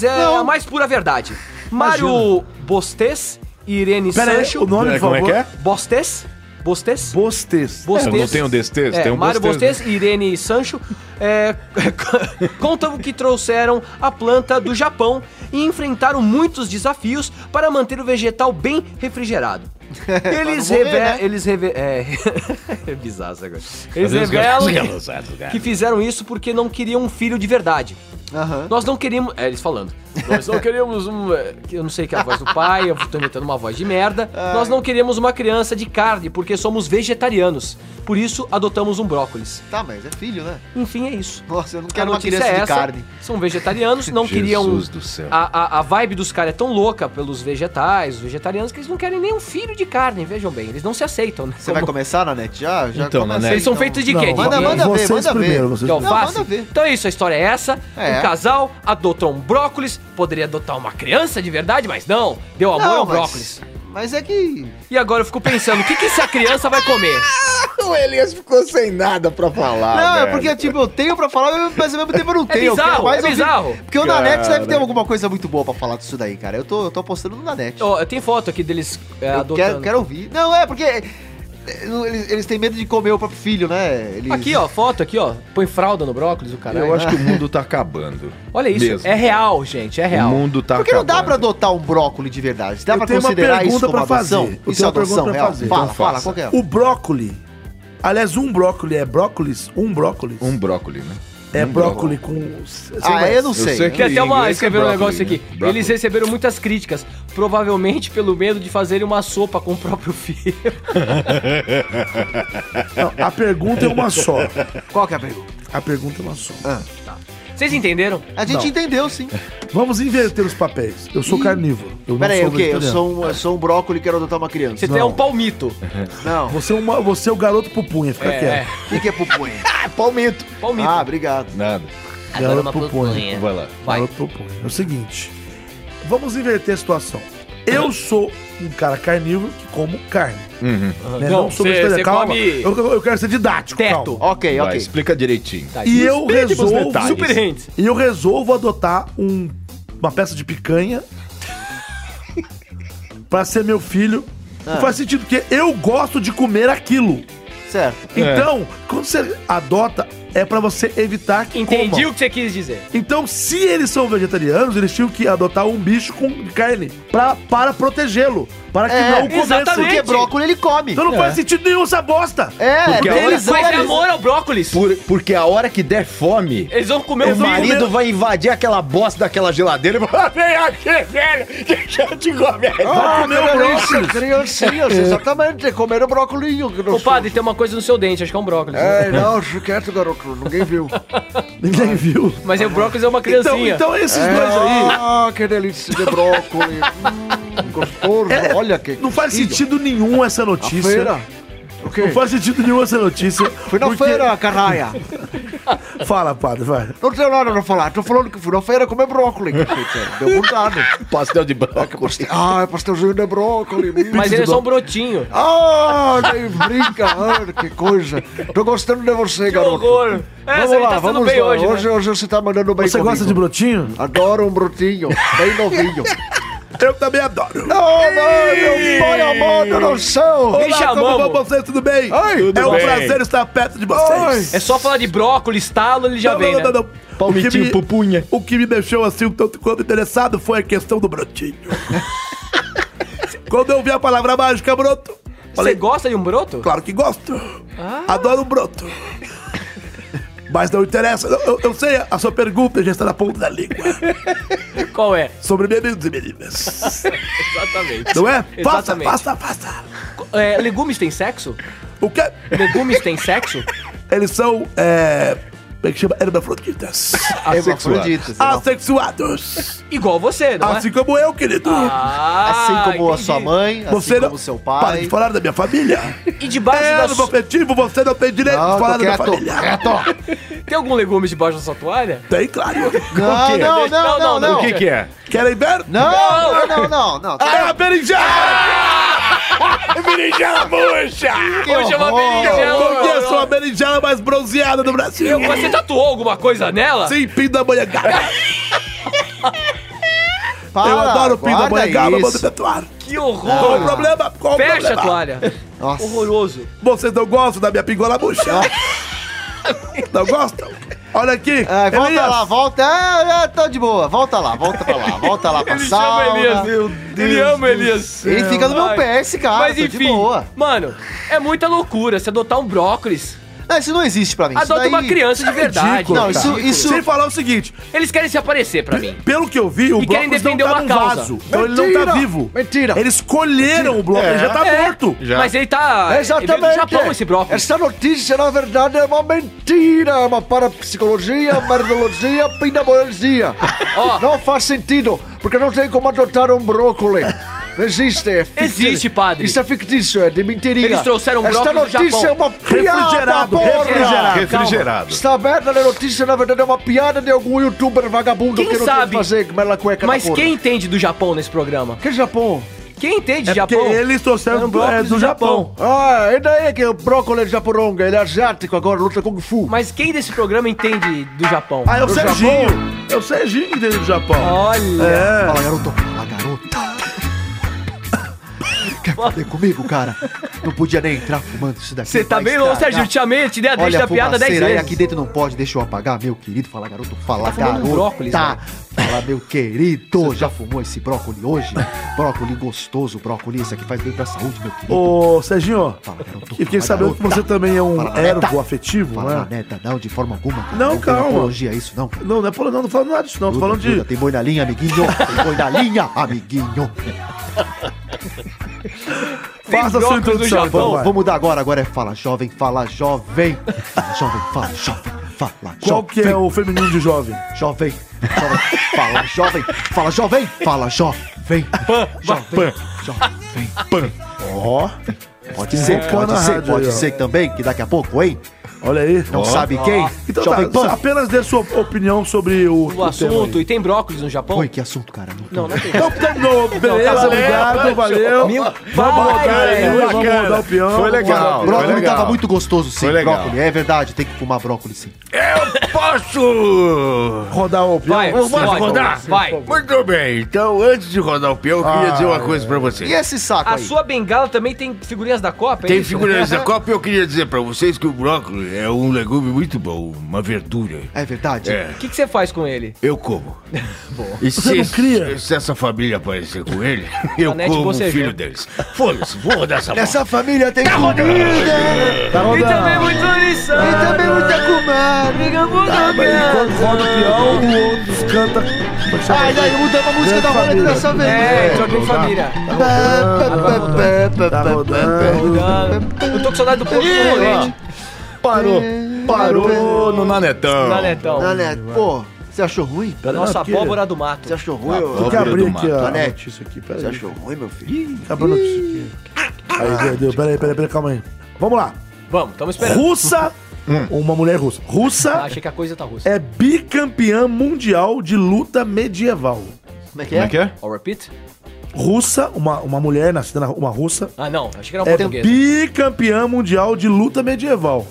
[SPEAKER 2] é a mais pura verdade. Mário Bostes e Irene
[SPEAKER 1] Pera aí,
[SPEAKER 2] Sancho.
[SPEAKER 1] o nome, por
[SPEAKER 4] Como é
[SPEAKER 1] favor.
[SPEAKER 4] que é?
[SPEAKER 2] Bostes? Bostes?
[SPEAKER 1] Bostes.
[SPEAKER 4] Eu
[SPEAKER 2] Bostes.
[SPEAKER 4] não tenho destez,
[SPEAKER 2] É,
[SPEAKER 4] tem um
[SPEAKER 2] Mário
[SPEAKER 4] Bostes.
[SPEAKER 2] Bostes, Irene Sancho é, contam que trouxeram a planta do Japão e enfrentaram muitos desafios para manter o vegetal bem refrigerado. Eles,
[SPEAKER 3] morrer,
[SPEAKER 2] reve-
[SPEAKER 3] né?
[SPEAKER 2] eles reve- é, é bizarro isso agora. Eles revelam que fizeram isso porque não queriam um filho de verdade.
[SPEAKER 3] Aham.
[SPEAKER 2] Nós não queríamos. É, eles falando. Nós não queríamos um. é, que Eu não sei que é a voz do pai, eu tô imitando uma voz de merda. Nós não queremos uma criança de carne porque somos vegetarianos. Por isso, adotamos um brócolis.
[SPEAKER 3] Tá, mas é filho, né?
[SPEAKER 2] Enfim, é isso.
[SPEAKER 1] Ah,
[SPEAKER 3] Nossa, eu não
[SPEAKER 2] A
[SPEAKER 3] quero uma
[SPEAKER 2] notícia
[SPEAKER 3] criança
[SPEAKER 2] é
[SPEAKER 3] de
[SPEAKER 2] essa.
[SPEAKER 3] carne.
[SPEAKER 2] São vegetarianos, não um- Ah, queriam.
[SPEAKER 4] Jesus do céu.
[SPEAKER 2] A, a, a vibe dos caras é tão louca pelos vegetais, os vegetarianos, que eles não querem nem um filho de carne, vejam bem. Eles não se aceitam, né?
[SPEAKER 3] Você vai
[SPEAKER 2] Como-
[SPEAKER 3] começar, Nanete? Já, já
[SPEAKER 4] Então,
[SPEAKER 3] começa
[SPEAKER 4] Nanete.
[SPEAKER 3] aí,
[SPEAKER 2] Eles são
[SPEAKER 3] então.
[SPEAKER 2] feitos de quê? De
[SPEAKER 3] Manda,
[SPEAKER 2] quê?
[SPEAKER 3] manda ver,
[SPEAKER 1] vocês
[SPEAKER 3] manda ver.
[SPEAKER 1] primeiro, vocês
[SPEAKER 2] de
[SPEAKER 1] primeiro.
[SPEAKER 2] alface.
[SPEAKER 3] manda ver.
[SPEAKER 2] Então é isso, a história é essa.
[SPEAKER 3] É.
[SPEAKER 2] Um casal adotou um brócolis, poderia adotar uma criança de verdade, mas não. Deu amor ao
[SPEAKER 3] mas-
[SPEAKER 2] brócolis.
[SPEAKER 3] Mas é que.
[SPEAKER 2] E agora eu fico pensando, o que, que essa criança vai comer?
[SPEAKER 4] O Elias ficou sem nada pra falar.
[SPEAKER 3] não, é
[SPEAKER 4] velho.
[SPEAKER 3] porque, tipo, eu tenho pra falar, mas ao mesmo tempo eu não tenho. Eu quero
[SPEAKER 2] bizarro, é
[SPEAKER 3] mais ouvir-
[SPEAKER 2] bizarro.
[SPEAKER 3] Porque o Nanete deve ter alguma coisa muito boa pra falar disso daí, cara. Eu tô, eu tô apostando no Nanete.
[SPEAKER 2] Ó, tem foto aqui deles é,
[SPEAKER 3] Eu quero,
[SPEAKER 2] adotando.
[SPEAKER 3] quero ouvir. Não, é porque. é, não, Eles, eles têm medo de comer o próprio filho, né? Eles...
[SPEAKER 2] Aqui, ó, foto aqui, ó. Põe fralda no brócolis, o caralho.
[SPEAKER 4] Eu acho que o mundo tá acabando.
[SPEAKER 2] Olha isso,
[SPEAKER 4] Mesmo.
[SPEAKER 2] é real, gente, é real.
[SPEAKER 4] O mundo tá
[SPEAKER 3] Porque não
[SPEAKER 4] acabando.
[SPEAKER 3] dá pra adotar um brócolis de verdade. Dá
[SPEAKER 1] Eu
[SPEAKER 3] pra
[SPEAKER 1] tenho uma
[SPEAKER 3] considerar
[SPEAKER 1] pergunta
[SPEAKER 3] isso como
[SPEAKER 1] pra fazer.
[SPEAKER 3] adoção?
[SPEAKER 1] Eu tenho
[SPEAKER 3] Isso é
[SPEAKER 1] uma
[SPEAKER 3] adoção
[SPEAKER 1] pergunta pra
[SPEAKER 3] real?
[SPEAKER 1] fazer.
[SPEAKER 3] Fala,
[SPEAKER 4] Então
[SPEAKER 3] fala,
[SPEAKER 4] faça.
[SPEAKER 3] qual que é?
[SPEAKER 1] O brócoli. Aliás, um brócoli é brócolis? Um brócolis?
[SPEAKER 4] Um brócolis, né?
[SPEAKER 1] é
[SPEAKER 4] um
[SPEAKER 1] brócoli com.
[SPEAKER 3] Ah, eu não sei.
[SPEAKER 4] sei que-
[SPEAKER 2] Tem né? até uma.
[SPEAKER 4] Inglês
[SPEAKER 2] Escreveram
[SPEAKER 4] é
[SPEAKER 2] um
[SPEAKER 4] brócolis,
[SPEAKER 2] negócio aqui.
[SPEAKER 4] né? Brócolis.
[SPEAKER 2] Eles receberam muitas críticas, provavelmente pelo medo de fazerem uma sopa com o próprio filho.
[SPEAKER 1] Não, a pergunta é uma só.
[SPEAKER 3] Qual que é a pergunta?
[SPEAKER 1] A pergunta é uma só.
[SPEAKER 3] Ah.
[SPEAKER 2] Vocês entenderam?
[SPEAKER 3] A gente
[SPEAKER 1] Não.
[SPEAKER 3] entendeu, sim.
[SPEAKER 1] Vamos inverter os papéis. Eu sou carnívoro. Eu não
[SPEAKER 3] Pera aí,
[SPEAKER 1] sou
[SPEAKER 3] o quê? Eu
[SPEAKER 1] vegetariano.
[SPEAKER 3] sou, um, eu sou um brócolis e quero adotar uma criança.
[SPEAKER 2] Você tem um palmito.
[SPEAKER 3] Não.
[SPEAKER 1] Você é, uma- você é o garoto pupunha, fica
[SPEAKER 2] É,
[SPEAKER 1] quieto.
[SPEAKER 3] O que, que é pupunha?
[SPEAKER 4] Ah, palmito.
[SPEAKER 2] Palmito.
[SPEAKER 3] ah, obrigado.
[SPEAKER 4] Nada.
[SPEAKER 5] Agora uma
[SPEAKER 1] Garoto
[SPEAKER 5] pupunha.
[SPEAKER 4] Vai lá.
[SPEAKER 2] Vai.
[SPEAKER 1] Garoto pupunha. É o seguinte. Vamos inverter a situação. Eu sou um cara carnívoro que como carne. né?
[SPEAKER 2] Não,
[SPEAKER 1] sou
[SPEAKER 2] cê-
[SPEAKER 1] vegetariano.
[SPEAKER 2] cê
[SPEAKER 1] Calma.
[SPEAKER 2] come-
[SPEAKER 1] Eu, eu quero ser didático.
[SPEAKER 2] Teto. Tá,
[SPEAKER 1] calma.
[SPEAKER 3] Ok,
[SPEAKER 4] Vai,
[SPEAKER 3] ok.
[SPEAKER 4] explica direitinho.
[SPEAKER 1] E eu resolvo.
[SPEAKER 4] detalhes.
[SPEAKER 1] Super
[SPEAKER 2] Super hint.
[SPEAKER 1] E eu resolvo adotar um- uma peça de picanha pra ser meu filho.
[SPEAKER 2] Ah.
[SPEAKER 1] Não faz sentido, porque eu gosto de comer aquilo.
[SPEAKER 3] Certo.
[SPEAKER 2] É.
[SPEAKER 1] Então, quando você adota, é pra você evitar que
[SPEAKER 2] Entendi
[SPEAKER 1] comam.
[SPEAKER 2] o que você quis dizer.
[SPEAKER 1] Então, se eles são vegetarianos, eles tinham que adotar um bicho com carne pra, para protegê-lo. Para que
[SPEAKER 3] É,
[SPEAKER 1] não comesse.
[SPEAKER 2] exatamente. É.
[SPEAKER 3] Porque brócolis ele come.
[SPEAKER 1] Então não faz sentido nenhum essa bosta.
[SPEAKER 3] É,
[SPEAKER 4] Porque
[SPEAKER 3] ele
[SPEAKER 4] olha
[SPEAKER 2] Eles vão
[SPEAKER 3] come.
[SPEAKER 2] ter amor ao brócolis.
[SPEAKER 4] Por- porque a hora que der fome,
[SPEAKER 2] Eles vão comer um
[SPEAKER 4] o
[SPEAKER 2] o filho.
[SPEAKER 4] marido vai invadir aquela bosta daquela geladeira e vai "Ah, vem aqui, velho, deixa eu te comer.
[SPEAKER 3] Ah,
[SPEAKER 1] Vai comer o brócolis.
[SPEAKER 3] Criancinhas, exatamente. Comeram brócolis.
[SPEAKER 2] Ô, padre, tem uma coisa no seu dente, acho que é um brócolis.
[SPEAKER 3] É, não, quieto, garoto. Ninguém viu.
[SPEAKER 1] Ninguém viu.
[SPEAKER 2] Mas o brócolis é uma
[SPEAKER 1] Então,
[SPEAKER 2] criancinha.
[SPEAKER 1] então esses dois aí.
[SPEAKER 3] Ah, que delícia de brócolis. Hum, gostoso.
[SPEAKER 1] É,
[SPEAKER 3] Olha que.
[SPEAKER 1] Não faz sentido nenhum essa
[SPEAKER 3] A
[SPEAKER 1] notícia.
[SPEAKER 3] feira. O quê?
[SPEAKER 1] Não faz sentido nenhum essa notícia.
[SPEAKER 3] Fui na
[SPEAKER 1] porque-
[SPEAKER 3] feira, caralho.
[SPEAKER 1] Fala, padre, vai.
[SPEAKER 3] Não tenho nada pra falar. Tô falando que fui na feira comer brócolis. Deu vontade.
[SPEAKER 4] Pastel de brócolis.
[SPEAKER 3] Ah, é pastelzinho de brócolis. hum.
[SPEAKER 2] Mas ele é só um brotinho.
[SPEAKER 3] Ah, nem brinca. ah, que coisa. Tô gostando de você,
[SPEAKER 2] Que
[SPEAKER 3] garoto.
[SPEAKER 2] horror. É, você tá sendo bem hoje, né?
[SPEAKER 3] hoje, hoje você tá mandando bem
[SPEAKER 1] Você gosta de
[SPEAKER 3] comigo.
[SPEAKER 1] brotinho?
[SPEAKER 3] Adoro um brotinho, bem novinho.
[SPEAKER 1] Eu também adoro.
[SPEAKER 3] Não, não, meu pai amado do céu.
[SPEAKER 2] Me
[SPEAKER 1] como
[SPEAKER 2] chamamos.
[SPEAKER 1] vão vocês? Tudo bem?
[SPEAKER 3] Oi, tudo
[SPEAKER 1] é um
[SPEAKER 4] bem.
[SPEAKER 1] prazer estar perto de vocês.
[SPEAKER 2] É só falar de brócolis, estalo, ele já
[SPEAKER 1] Não,
[SPEAKER 2] vem,
[SPEAKER 1] não,
[SPEAKER 2] né?
[SPEAKER 1] não, não.
[SPEAKER 4] Palmitinho,
[SPEAKER 1] O que me-
[SPEAKER 4] pupunha.
[SPEAKER 1] O que me deixou assim um tanto quanto interessado foi a questão do brotinho. Quando eu vi a palavra mágica, broto,
[SPEAKER 2] Você
[SPEAKER 1] falei,
[SPEAKER 2] gosta de um broto?
[SPEAKER 1] claro que gosto. Adoro um broto. Mas não interessa. Eu, eu- eu sei, a sua pergunta já está na ponta da língua.
[SPEAKER 2] Qual é?
[SPEAKER 1] Sobre meninos e meninas.
[SPEAKER 2] Exatamente.
[SPEAKER 1] Não é? Faça,
[SPEAKER 2] Exatamente.
[SPEAKER 1] faça, faça.
[SPEAKER 2] É, legumes têm sexo?
[SPEAKER 1] O quê?
[SPEAKER 2] Legumes têm sexo?
[SPEAKER 1] Eles são, é... Como é que chama? Hermafroditas. Assim
[SPEAKER 3] Hermafrodita.
[SPEAKER 1] Asexuados.
[SPEAKER 2] Igual você, não é?
[SPEAKER 1] Assim como eu, querido.
[SPEAKER 2] Ah,
[SPEAKER 3] Assim como a
[SPEAKER 2] entendi.
[SPEAKER 3] sua mãe,
[SPEAKER 1] Você
[SPEAKER 3] assim
[SPEAKER 1] não-
[SPEAKER 3] como seu
[SPEAKER 1] Para
[SPEAKER 3] pai.
[SPEAKER 1] de falar da minha família.
[SPEAKER 2] E debaixo
[SPEAKER 1] É,
[SPEAKER 2] da
[SPEAKER 1] no meu
[SPEAKER 2] sua...
[SPEAKER 1] afetivo, você não tem direito
[SPEAKER 3] Não,
[SPEAKER 1] de falar
[SPEAKER 3] tô
[SPEAKER 1] da minha
[SPEAKER 3] quieto,
[SPEAKER 1] família. É,
[SPEAKER 3] quieto.
[SPEAKER 2] Tem algum legume debaixo da sua toalha?
[SPEAKER 1] Tem, claro.
[SPEAKER 3] Não, não, não, não, não.
[SPEAKER 4] O que que é?
[SPEAKER 1] Querem ver?
[SPEAKER 3] Não, não, não, não, não. Tá
[SPEAKER 2] Ah,
[SPEAKER 1] É a berinjela!
[SPEAKER 4] Berinjela murcha!
[SPEAKER 2] Hoje é uma
[SPEAKER 1] Eu
[SPEAKER 2] berinjela.
[SPEAKER 1] conheço a berinjela mais bronzeada do Brasil.
[SPEAKER 2] Eu- Você tatuou alguma coisa nela?
[SPEAKER 1] Sim, pinto da manhangada.
[SPEAKER 3] Para,
[SPEAKER 1] eu adoro o pinto da
[SPEAKER 3] Ah, guarda
[SPEAKER 1] manhangada,
[SPEAKER 3] isso.
[SPEAKER 1] vou me tatuar.
[SPEAKER 2] Que
[SPEAKER 1] Qual o
[SPEAKER 2] horror.
[SPEAKER 1] problema? Qual o
[SPEAKER 2] Fecha a
[SPEAKER 1] problema?
[SPEAKER 2] toalha.
[SPEAKER 3] Nossa.
[SPEAKER 2] Horroroso.
[SPEAKER 1] Vocês não gostam da minha pingola murcha? não gostam? Olha aqui.
[SPEAKER 3] Ai, É, volta
[SPEAKER 1] Elias,
[SPEAKER 3] lá, volta. Ah, ah, tô de boa. Volta lá, volta pra lá, volta lá pra
[SPEAKER 2] Ele
[SPEAKER 3] sala.
[SPEAKER 2] chama Elias. Ele ama Elias.
[SPEAKER 3] Ele fica no meu
[SPEAKER 2] Ai.
[SPEAKER 3] pé, esse cara.
[SPEAKER 2] Mas
[SPEAKER 3] tô de
[SPEAKER 2] enfim,
[SPEAKER 3] boa.
[SPEAKER 2] mano, é muita loucura se adotar um brócolis.
[SPEAKER 3] Não, isso não existe pra mim. isso
[SPEAKER 2] Adota
[SPEAKER 3] daí- é
[SPEAKER 2] uma criança de verdade.
[SPEAKER 1] ridículo,
[SPEAKER 3] Não, isso-
[SPEAKER 1] cara.
[SPEAKER 3] isso-
[SPEAKER 1] Sem falar o seguinte,
[SPEAKER 2] Eles querem se aparecer pra mim.
[SPEAKER 1] Pelo que eu vi, o bloco
[SPEAKER 2] E querem
[SPEAKER 1] não
[SPEAKER 2] defender
[SPEAKER 1] tá
[SPEAKER 2] uma
[SPEAKER 1] num
[SPEAKER 2] causa.
[SPEAKER 1] vaso. Então ele não tá
[SPEAKER 3] Mentira!
[SPEAKER 1] vivo.
[SPEAKER 3] Mentira!
[SPEAKER 1] Eles colheram o bloco, ele já tá
[SPEAKER 2] É.
[SPEAKER 1] morto.
[SPEAKER 4] Já.
[SPEAKER 2] Mas ele tá. Ele veio
[SPEAKER 3] É, Exatamente.
[SPEAKER 2] do Japão esse brócolis.
[SPEAKER 3] Essa notícia, na verdade, é uma mentira. É uma parapsicologia, merdologia, pindabolesia.
[SPEAKER 2] Ó.
[SPEAKER 3] Não faz sentido, porque não tem como adotar um brócolis. Não existe. é fictício.
[SPEAKER 2] Existe, padre.
[SPEAKER 3] Isso é fictício, é de mentirinha.
[SPEAKER 2] Eles trouxeram um
[SPEAKER 3] Esta
[SPEAKER 2] brócolis do
[SPEAKER 3] notícia é
[SPEAKER 2] Japão.
[SPEAKER 3] uma piada,
[SPEAKER 1] Refrigerado,
[SPEAKER 3] porra.
[SPEAKER 1] refrigerado.
[SPEAKER 4] Refrigerado.
[SPEAKER 3] Esta merda de notícia, na verdade, é uma piada de algum youtuber vagabundo
[SPEAKER 2] Quem
[SPEAKER 3] que não
[SPEAKER 2] sabe?
[SPEAKER 3] quer fazer merda cueca na
[SPEAKER 2] Mas
[SPEAKER 3] porra.
[SPEAKER 2] quem entende do Japão nesse programa?
[SPEAKER 3] Que Japão?
[SPEAKER 2] Quem entende de
[SPEAKER 1] É porque
[SPEAKER 2] Japão?
[SPEAKER 1] eles trouxeram
[SPEAKER 2] É um
[SPEAKER 1] do,
[SPEAKER 2] bloco
[SPEAKER 1] é,
[SPEAKER 2] do
[SPEAKER 1] do Japão.
[SPEAKER 3] Ah, e daí que o brócolis japoronga, ele é asiático agora, luta Kung Fu.
[SPEAKER 2] Mas quem desse programa entende do Japão?
[SPEAKER 1] Ah, é o
[SPEAKER 3] Do
[SPEAKER 1] Serginho. É o Serginho que veio do Japão. É.
[SPEAKER 2] Olha.
[SPEAKER 3] Fala, garoto. Fala, garota. Quer foder comigo, cara? Não podia nem entrar fumando isso daqui.
[SPEAKER 2] Você tá
[SPEAKER 3] vai
[SPEAKER 2] bem louco,
[SPEAKER 3] estragar.
[SPEAKER 2] Sérgio. Eu te amei, eu te dei a deixa da
[SPEAKER 3] Olha né? a
[SPEAKER 2] piada 10
[SPEAKER 3] fumaceira aí, aqui
[SPEAKER 2] vezes.
[SPEAKER 3] dentro não pode, deixa eu apagar, meu querido. Fala, garoto, fala,
[SPEAKER 2] fumando
[SPEAKER 3] garoto.
[SPEAKER 2] brócolis, né? tá
[SPEAKER 3] tá. Fala, meu querido, já fumou esse brócolis hoje? Brócolis gostoso, brócolis, isso aqui faz bem pra saúde, meu querido.
[SPEAKER 1] Ô, Serginho,
[SPEAKER 3] Fala, garoto,
[SPEAKER 1] e fiquei
[SPEAKER 3] fala,
[SPEAKER 1] sabendo que
[SPEAKER 3] garota.
[SPEAKER 1] você também é um
[SPEAKER 3] Fala, garota.
[SPEAKER 1] ervo afetivo,
[SPEAKER 3] Fala,
[SPEAKER 1] né?
[SPEAKER 3] neta, não, de forma alguma. cara.
[SPEAKER 1] Não,
[SPEAKER 3] tem
[SPEAKER 1] calma.
[SPEAKER 3] apologia a isso, não, cara.
[SPEAKER 1] Não, não é falando, não, não falando nada disso, não. Tô falando de.
[SPEAKER 3] Tem boi na linha, amiguinho. Tem boi na linha, amiguinho.
[SPEAKER 1] Faça a sua
[SPEAKER 2] blocos do
[SPEAKER 1] introdução,
[SPEAKER 2] Japão,
[SPEAKER 1] então,
[SPEAKER 3] Vamos,
[SPEAKER 1] vai.
[SPEAKER 3] vamos mudar agora. Agora é fala jovem, fala jovem. Fala jovem, fala jovem. fala,
[SPEAKER 1] Qual que é o feminino de jovem?
[SPEAKER 3] jovem, jovem, fala, jovem, fala, jovem, fala, jovem, jovem, jovem, pan. Ó, pode ser,
[SPEAKER 1] Secou
[SPEAKER 3] pode
[SPEAKER 1] na
[SPEAKER 3] ser,
[SPEAKER 1] rádio
[SPEAKER 3] pode
[SPEAKER 1] aí, ó.
[SPEAKER 3] ser também, que daqui a pouco, hein?
[SPEAKER 1] Olha aí.
[SPEAKER 3] Não sabe quem?
[SPEAKER 1] Então
[SPEAKER 3] jovem
[SPEAKER 1] tá,
[SPEAKER 3] pan.
[SPEAKER 1] apenas dê sua opinião sobre o,
[SPEAKER 2] O assunto, e tem brócolis no Japão?
[SPEAKER 3] Oi, que assunto, cara. Não
[SPEAKER 2] Não, não tem.
[SPEAKER 1] Então, tá bom, beleza, obrigado, valeu.
[SPEAKER 2] Mil-
[SPEAKER 1] Vamos
[SPEAKER 2] Vai,
[SPEAKER 1] rodar aí,
[SPEAKER 2] velho.
[SPEAKER 1] vamos rodar o peão.
[SPEAKER 4] Foi legal. Foi
[SPEAKER 3] Brócolis
[SPEAKER 4] legal.
[SPEAKER 3] tava muito gostoso, sim.
[SPEAKER 4] Foi legal.
[SPEAKER 3] Brócolis. É verdade, tem que fumar brócolis, sim.
[SPEAKER 4] Posso!
[SPEAKER 1] Rodar o peão.
[SPEAKER 2] Vai,
[SPEAKER 4] Eu posso
[SPEAKER 2] vai,
[SPEAKER 4] rodar?
[SPEAKER 2] Vai.
[SPEAKER 4] Muito bem, então antes de rodar o peão, eu queria dizer uma coisa pra
[SPEAKER 3] E
[SPEAKER 4] vocês.
[SPEAKER 3] esse saco
[SPEAKER 2] A
[SPEAKER 3] aí?
[SPEAKER 2] sua bengala também tem figurinhas da Copa, é
[SPEAKER 4] Tem
[SPEAKER 2] isso?
[SPEAKER 4] figurinhas da Copa e eu queria dizer pra vocês que o brócolis é um legume muito bom, uma verdura.
[SPEAKER 3] É verdade?
[SPEAKER 4] É,
[SPEAKER 2] O que, que você faz com ele?
[SPEAKER 4] eu como. E
[SPEAKER 1] Você não
[SPEAKER 4] se,
[SPEAKER 1] cria?
[SPEAKER 4] Se essa família aparecer com ele, eu
[SPEAKER 2] Anete
[SPEAKER 4] como o
[SPEAKER 2] bocejou.
[SPEAKER 4] filho deles. Foda-se, vou rodar essa bola.
[SPEAKER 3] Nessa família tem comida!
[SPEAKER 1] Tá
[SPEAKER 2] E também
[SPEAKER 1] rodando.
[SPEAKER 2] muito lição!
[SPEAKER 3] E também muita comida!
[SPEAKER 2] Liga muito
[SPEAKER 1] Tá, Enquanto roda o peão, o outro canta. Como é que chama?
[SPEAKER 3] Ai, daí mudamos a
[SPEAKER 1] Grande
[SPEAKER 3] música da roleta
[SPEAKER 1] família.
[SPEAKER 3] dessa vez!
[SPEAKER 1] né?
[SPEAKER 2] É, Jordan Família.
[SPEAKER 1] Tá rodando.
[SPEAKER 2] Eu tô com saudade do ponto do rolete.
[SPEAKER 4] Parou,
[SPEAKER 3] parou
[SPEAKER 4] no nanetão.
[SPEAKER 2] Planetão.
[SPEAKER 3] Nanete, pô, você achou ruim?
[SPEAKER 2] Nossa
[SPEAKER 1] Aqui.
[SPEAKER 2] abóbora do mato.
[SPEAKER 3] Você achou ruim? ô?
[SPEAKER 1] Tem que
[SPEAKER 4] Óbvio do
[SPEAKER 1] abrir
[SPEAKER 4] mato.
[SPEAKER 1] aqui, ó. Tá a
[SPEAKER 3] Olha.
[SPEAKER 1] notícia aqui,
[SPEAKER 3] Você
[SPEAKER 1] peraí.
[SPEAKER 3] achou ruim, meu filho?
[SPEAKER 1] Acabou a notícia aqui. Aí, deu, deu. Peraí, peraí, peraí, calma aí. Vamos lá.
[SPEAKER 2] Vamos, tamo esperando.
[SPEAKER 1] Russa, uma mulher russa.
[SPEAKER 2] Ah,
[SPEAKER 1] Russa
[SPEAKER 2] achei que a coisa tá russa.
[SPEAKER 1] é bicampeã mundial de luta medieval.
[SPEAKER 3] Como é que é?
[SPEAKER 4] é?
[SPEAKER 2] I'll repeat?
[SPEAKER 1] Russa, uma, uma mulher nascida, na- uma russa,
[SPEAKER 2] Ah, não. Achei que era um
[SPEAKER 1] é
[SPEAKER 2] português.
[SPEAKER 1] bicampeã mundial de luta medieval.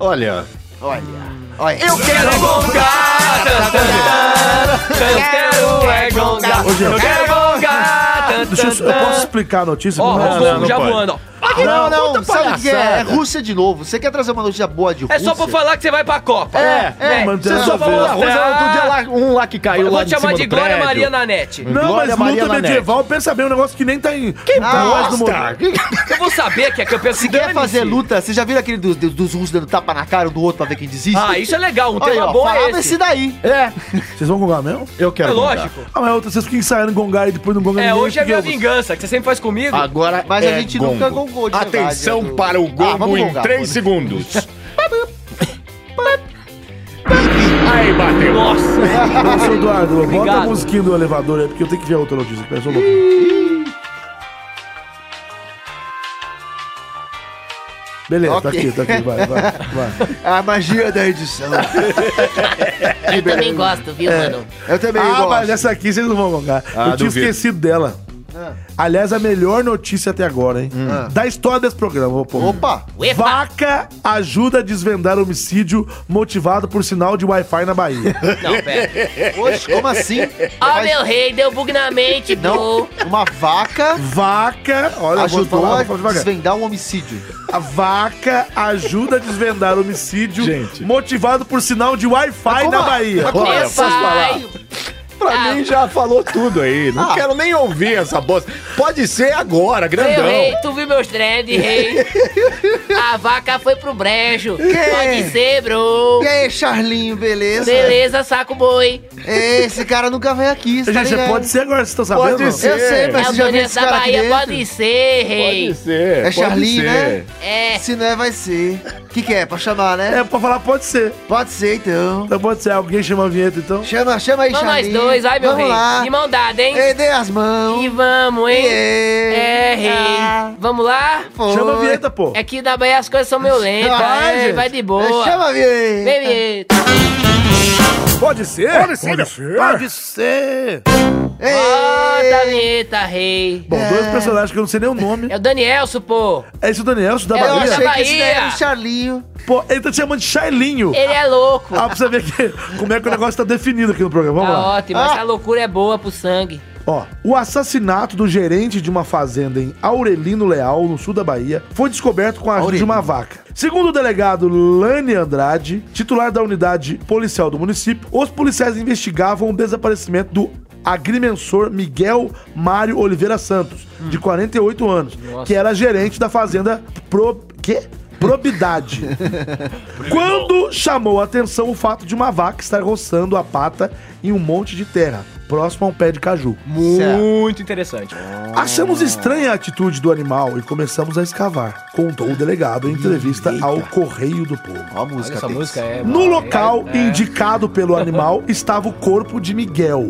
[SPEAKER 4] Olha,
[SPEAKER 3] Olha, é? olha. Eu quero
[SPEAKER 2] quero é gongar.
[SPEAKER 1] Ô, gente,
[SPEAKER 2] quero gongar.
[SPEAKER 1] deixa eu, eu posso explicar a notícia?
[SPEAKER 2] Ó,
[SPEAKER 1] Não,
[SPEAKER 2] ó, o
[SPEAKER 1] não,
[SPEAKER 2] fogo já
[SPEAKER 4] pode.
[SPEAKER 2] voando, ó.
[SPEAKER 3] Não, não, sabe o que é? É
[SPEAKER 4] palhaçada.
[SPEAKER 3] Rússia de novo. Você quer trazer uma notícia boa de Rússia?
[SPEAKER 2] É só pra falar que você vai pra Copa.
[SPEAKER 4] É,
[SPEAKER 1] não, mas não tem
[SPEAKER 4] Você só
[SPEAKER 1] nada a
[SPEAKER 4] falou
[SPEAKER 1] ver.
[SPEAKER 4] da Rosa, outro dia lá, um lá que caiu
[SPEAKER 2] Eu
[SPEAKER 4] lá
[SPEAKER 2] vou
[SPEAKER 4] de
[SPEAKER 2] te chamar
[SPEAKER 4] cima
[SPEAKER 2] de
[SPEAKER 4] do
[SPEAKER 2] Glória
[SPEAKER 4] prédio.
[SPEAKER 2] Maria Nanete.
[SPEAKER 1] Não,
[SPEAKER 4] Glória
[SPEAKER 1] mas
[SPEAKER 4] Maria
[SPEAKER 1] luta
[SPEAKER 4] Nanete.
[SPEAKER 1] medieval, pensa bem, um negócio que nem tá em... Que
[SPEAKER 3] bosta!
[SPEAKER 2] Eu vou saber que é campeão
[SPEAKER 3] Se quer fazer luta, você já viu aquele do- do- dos russos dando tapa na cara um do outro pra ver quem desiste?
[SPEAKER 2] Ah, isso é legal. Um
[SPEAKER 3] Olha aí,
[SPEAKER 2] tema
[SPEAKER 3] ó,
[SPEAKER 2] bom é
[SPEAKER 3] falava
[SPEAKER 2] esse.
[SPEAKER 3] esse daí.
[SPEAKER 4] É,
[SPEAKER 1] Vocês vão gongar mesmo?
[SPEAKER 4] eu
[SPEAKER 2] É
[SPEAKER 4] quero
[SPEAKER 2] lógico.
[SPEAKER 1] Ah, mas outra, vocês ficam ensaiando gongar e depois não gongar
[SPEAKER 2] É, hoje é a minha
[SPEAKER 1] vingança.
[SPEAKER 2] vingança, que você sempre faz comigo.
[SPEAKER 4] Agora
[SPEAKER 3] Mas
[SPEAKER 4] é
[SPEAKER 3] a gente nunca
[SPEAKER 4] gongo.
[SPEAKER 3] gongou de verdade,
[SPEAKER 4] Atenção
[SPEAKER 3] né, do-
[SPEAKER 4] para o
[SPEAKER 3] Ah,
[SPEAKER 4] gongo
[SPEAKER 3] vamos
[SPEAKER 4] em
[SPEAKER 3] gongar,
[SPEAKER 4] 3
[SPEAKER 3] pô.
[SPEAKER 4] segundos. Aí bateu.
[SPEAKER 2] Nossa.
[SPEAKER 1] Ô, seu Eduardo, bota a
[SPEAKER 2] Obrigado.
[SPEAKER 1] musiquinha do elevador aí, porque eu tenho que ver outra notícia. Pera, só um pouco. Beleza, tá
[SPEAKER 3] Ok.
[SPEAKER 1] aqui, tá aqui, vai, vai, vai.
[SPEAKER 3] É A magia da edição.
[SPEAKER 1] É
[SPEAKER 5] Eu também gosto, viu, mano?
[SPEAKER 3] Eu também
[SPEAKER 1] Ah,
[SPEAKER 3] gosto.
[SPEAKER 1] mas essa aqui vocês não vão colocar.
[SPEAKER 4] Ah,
[SPEAKER 1] eu tinha
[SPEAKER 4] duvido.
[SPEAKER 1] esquecido dela.
[SPEAKER 3] Ah.
[SPEAKER 1] Aliás, a melhor notícia até agora, hein?
[SPEAKER 3] Ah.
[SPEAKER 1] Da história desse programa, vou pôr.
[SPEAKER 3] Opa!
[SPEAKER 1] É.
[SPEAKER 5] Uefa.
[SPEAKER 1] Vaca ajuda a desvendar homicídio motivado por sinal de Wi-Fi na Bahia.
[SPEAKER 2] Não, pera.
[SPEAKER 3] Oxe, como assim?
[SPEAKER 5] Ó,
[SPEAKER 3] Mas-
[SPEAKER 5] meu rei, deu bug na mente,
[SPEAKER 3] Não,
[SPEAKER 5] bro.
[SPEAKER 3] uma vaca
[SPEAKER 1] Vaca, olha, eu vou
[SPEAKER 3] ajudou
[SPEAKER 1] falar,
[SPEAKER 3] a
[SPEAKER 1] vou falar devagar.
[SPEAKER 3] desvendar um homicídio.
[SPEAKER 1] A vaca ajuda a desvendar homicídio
[SPEAKER 4] Gente.
[SPEAKER 1] motivado por sinal de Wi-Fi
[SPEAKER 3] como
[SPEAKER 1] na
[SPEAKER 3] a-
[SPEAKER 1] Bahia.
[SPEAKER 4] Olha,
[SPEAKER 5] Meu
[SPEAKER 4] posso falar?
[SPEAKER 5] pai.
[SPEAKER 4] Pra
[SPEAKER 5] Ah.
[SPEAKER 4] mim já falou tudo aí. Não quero nem ouvir essa bosta. Pode ser agora,
[SPEAKER 5] Meu
[SPEAKER 4] grandão.
[SPEAKER 5] rei, tu viu meus trends, rei? A vaca foi pro brejo. Pode ser, bro.
[SPEAKER 3] E aí, Charlinho, beleza?
[SPEAKER 5] Beleza, saco boi.
[SPEAKER 3] Esse cara nunca veio aqui, você tá
[SPEAKER 1] Gente, você
[SPEAKER 3] ligado?
[SPEAKER 1] pode ser agora, vocês estão
[SPEAKER 4] Pode
[SPEAKER 1] sabendo?
[SPEAKER 4] ser.
[SPEAKER 3] Eu sei, mas
[SPEAKER 5] É
[SPEAKER 3] você
[SPEAKER 5] o
[SPEAKER 3] já viu
[SPEAKER 5] Doninho
[SPEAKER 3] esse
[SPEAKER 5] da
[SPEAKER 3] cara aqui
[SPEAKER 5] Bahia,
[SPEAKER 3] dentro?
[SPEAKER 5] pode ser, rei.
[SPEAKER 4] Pode ser.
[SPEAKER 3] É
[SPEAKER 4] pode
[SPEAKER 3] Charlinho,
[SPEAKER 4] ser.
[SPEAKER 3] né?
[SPEAKER 5] É.
[SPEAKER 3] Se não é, vai ser. O que, que é? Pra chamar, né?
[SPEAKER 1] É, pra falar pode ser.
[SPEAKER 3] Pode ser, então.
[SPEAKER 1] Então pode ser. Alguém chama a vinheta, então?
[SPEAKER 3] Chama, chama aí,
[SPEAKER 5] Vamos nós
[SPEAKER 3] Charlinho.
[SPEAKER 5] dois, ai, meu
[SPEAKER 3] Vamos
[SPEAKER 5] rei.
[SPEAKER 3] lá.
[SPEAKER 5] De mão dada, hein?
[SPEAKER 3] Ei, dê as mãos.
[SPEAKER 5] E vamos, hein? É, rei.
[SPEAKER 3] Ah,
[SPEAKER 5] Vamos lá?
[SPEAKER 3] foi.
[SPEAKER 1] Chama a vinheta, pô.
[SPEAKER 5] É que da Bahia as coisas são meio lentas.
[SPEAKER 3] Vai,
[SPEAKER 5] é,
[SPEAKER 3] gente.
[SPEAKER 5] vai de boa.
[SPEAKER 3] Chama a vinheta.
[SPEAKER 5] Bebê.
[SPEAKER 1] Pode ser? Pode ser. Pode ser.
[SPEAKER 3] Ei.
[SPEAKER 5] Bota a vinheta, rei.
[SPEAKER 3] É.
[SPEAKER 1] Bom, dois personagens que eu não sei nem o nome.
[SPEAKER 5] É o Daniel, supô.
[SPEAKER 1] É isso, Daniel, isso da
[SPEAKER 5] É,
[SPEAKER 3] Eu
[SPEAKER 5] Olha,
[SPEAKER 1] Bahia.
[SPEAKER 3] achei que esse
[SPEAKER 5] Bahia.
[SPEAKER 3] daí era o Charlinho.
[SPEAKER 1] Pô, ele tá te chamando de Charlinho.
[SPEAKER 5] Ele é louco.
[SPEAKER 1] Ah, pra você ver que, como é que o negócio tá definido aqui no programa.
[SPEAKER 3] Ah,
[SPEAKER 1] Vamos
[SPEAKER 5] Tá
[SPEAKER 1] lá.
[SPEAKER 5] ótimo, essa loucura é boa pro sangue.
[SPEAKER 1] Ó, o assassinato do gerente de uma fazenda em Aurelino Leal, no sul da Bahia, foi descoberto com a ajuda de uma vaca. Segundo o delegado Lani Andrade, titular da unidade policial do município, os policiais investigavam o desaparecimento do agrimensor Miguel Mário Oliveira Santos, de 48 anos, que era gerente da fazenda Pro... Quê? Probidade. Quando chamou a atenção o fato de uma vaca estar roçando a pata em um monte de terra. próximo a um pé de caju.
[SPEAKER 2] é Muito interessante.
[SPEAKER 1] Achamos estranha a atitude do animal e começamos a escavar, contou o delegado em entrevista ao Correio do Povo.
[SPEAKER 3] Ó a música,
[SPEAKER 2] Essa
[SPEAKER 3] tem.
[SPEAKER 2] música é.
[SPEAKER 1] No
[SPEAKER 2] é-
[SPEAKER 1] local
[SPEAKER 2] é-
[SPEAKER 1] indicado pelo animal estava o corpo de Miguel,